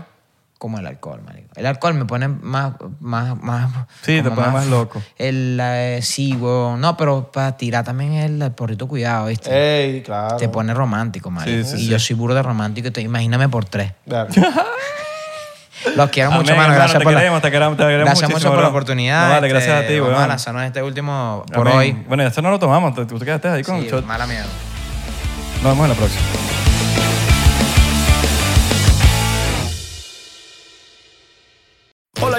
S1: Como el alcohol, marico. El alcohol me pone más, más, más.
S2: Sí, te
S1: como
S2: pone más loco.
S1: El, eh, sí, huevón. No, pero para tirar también el porrito cuidado, ¿viste?
S3: Ey, Eh, claro.
S1: Te pone romántico, marico.
S2: Sí, sí,
S1: y
S2: sí.
S1: yo soy burda romántico y te imagíname por tres.
S3: Claro.
S1: Los quiero mucho,
S2: Amén,
S1: mano.
S2: hermano,
S1: Gracias
S2: te
S1: por
S2: queremos,
S1: la,
S2: te queremos, te queremos
S1: Gracias mucho
S2: muchísimo,
S1: por la
S2: bro.
S1: oportunidad.
S2: No, vale,
S1: este,
S2: gracias a ti,
S1: Vamos a
S2: weón.
S1: lanzarnos este último por
S2: Amén.
S1: hoy.
S2: Bueno, esto no lo tomamos. Tú tú te quedaste ahí con el
S1: Sí,
S2: shot.
S1: mala mía.
S2: Nos vemos en la próxima.
S6: Hola,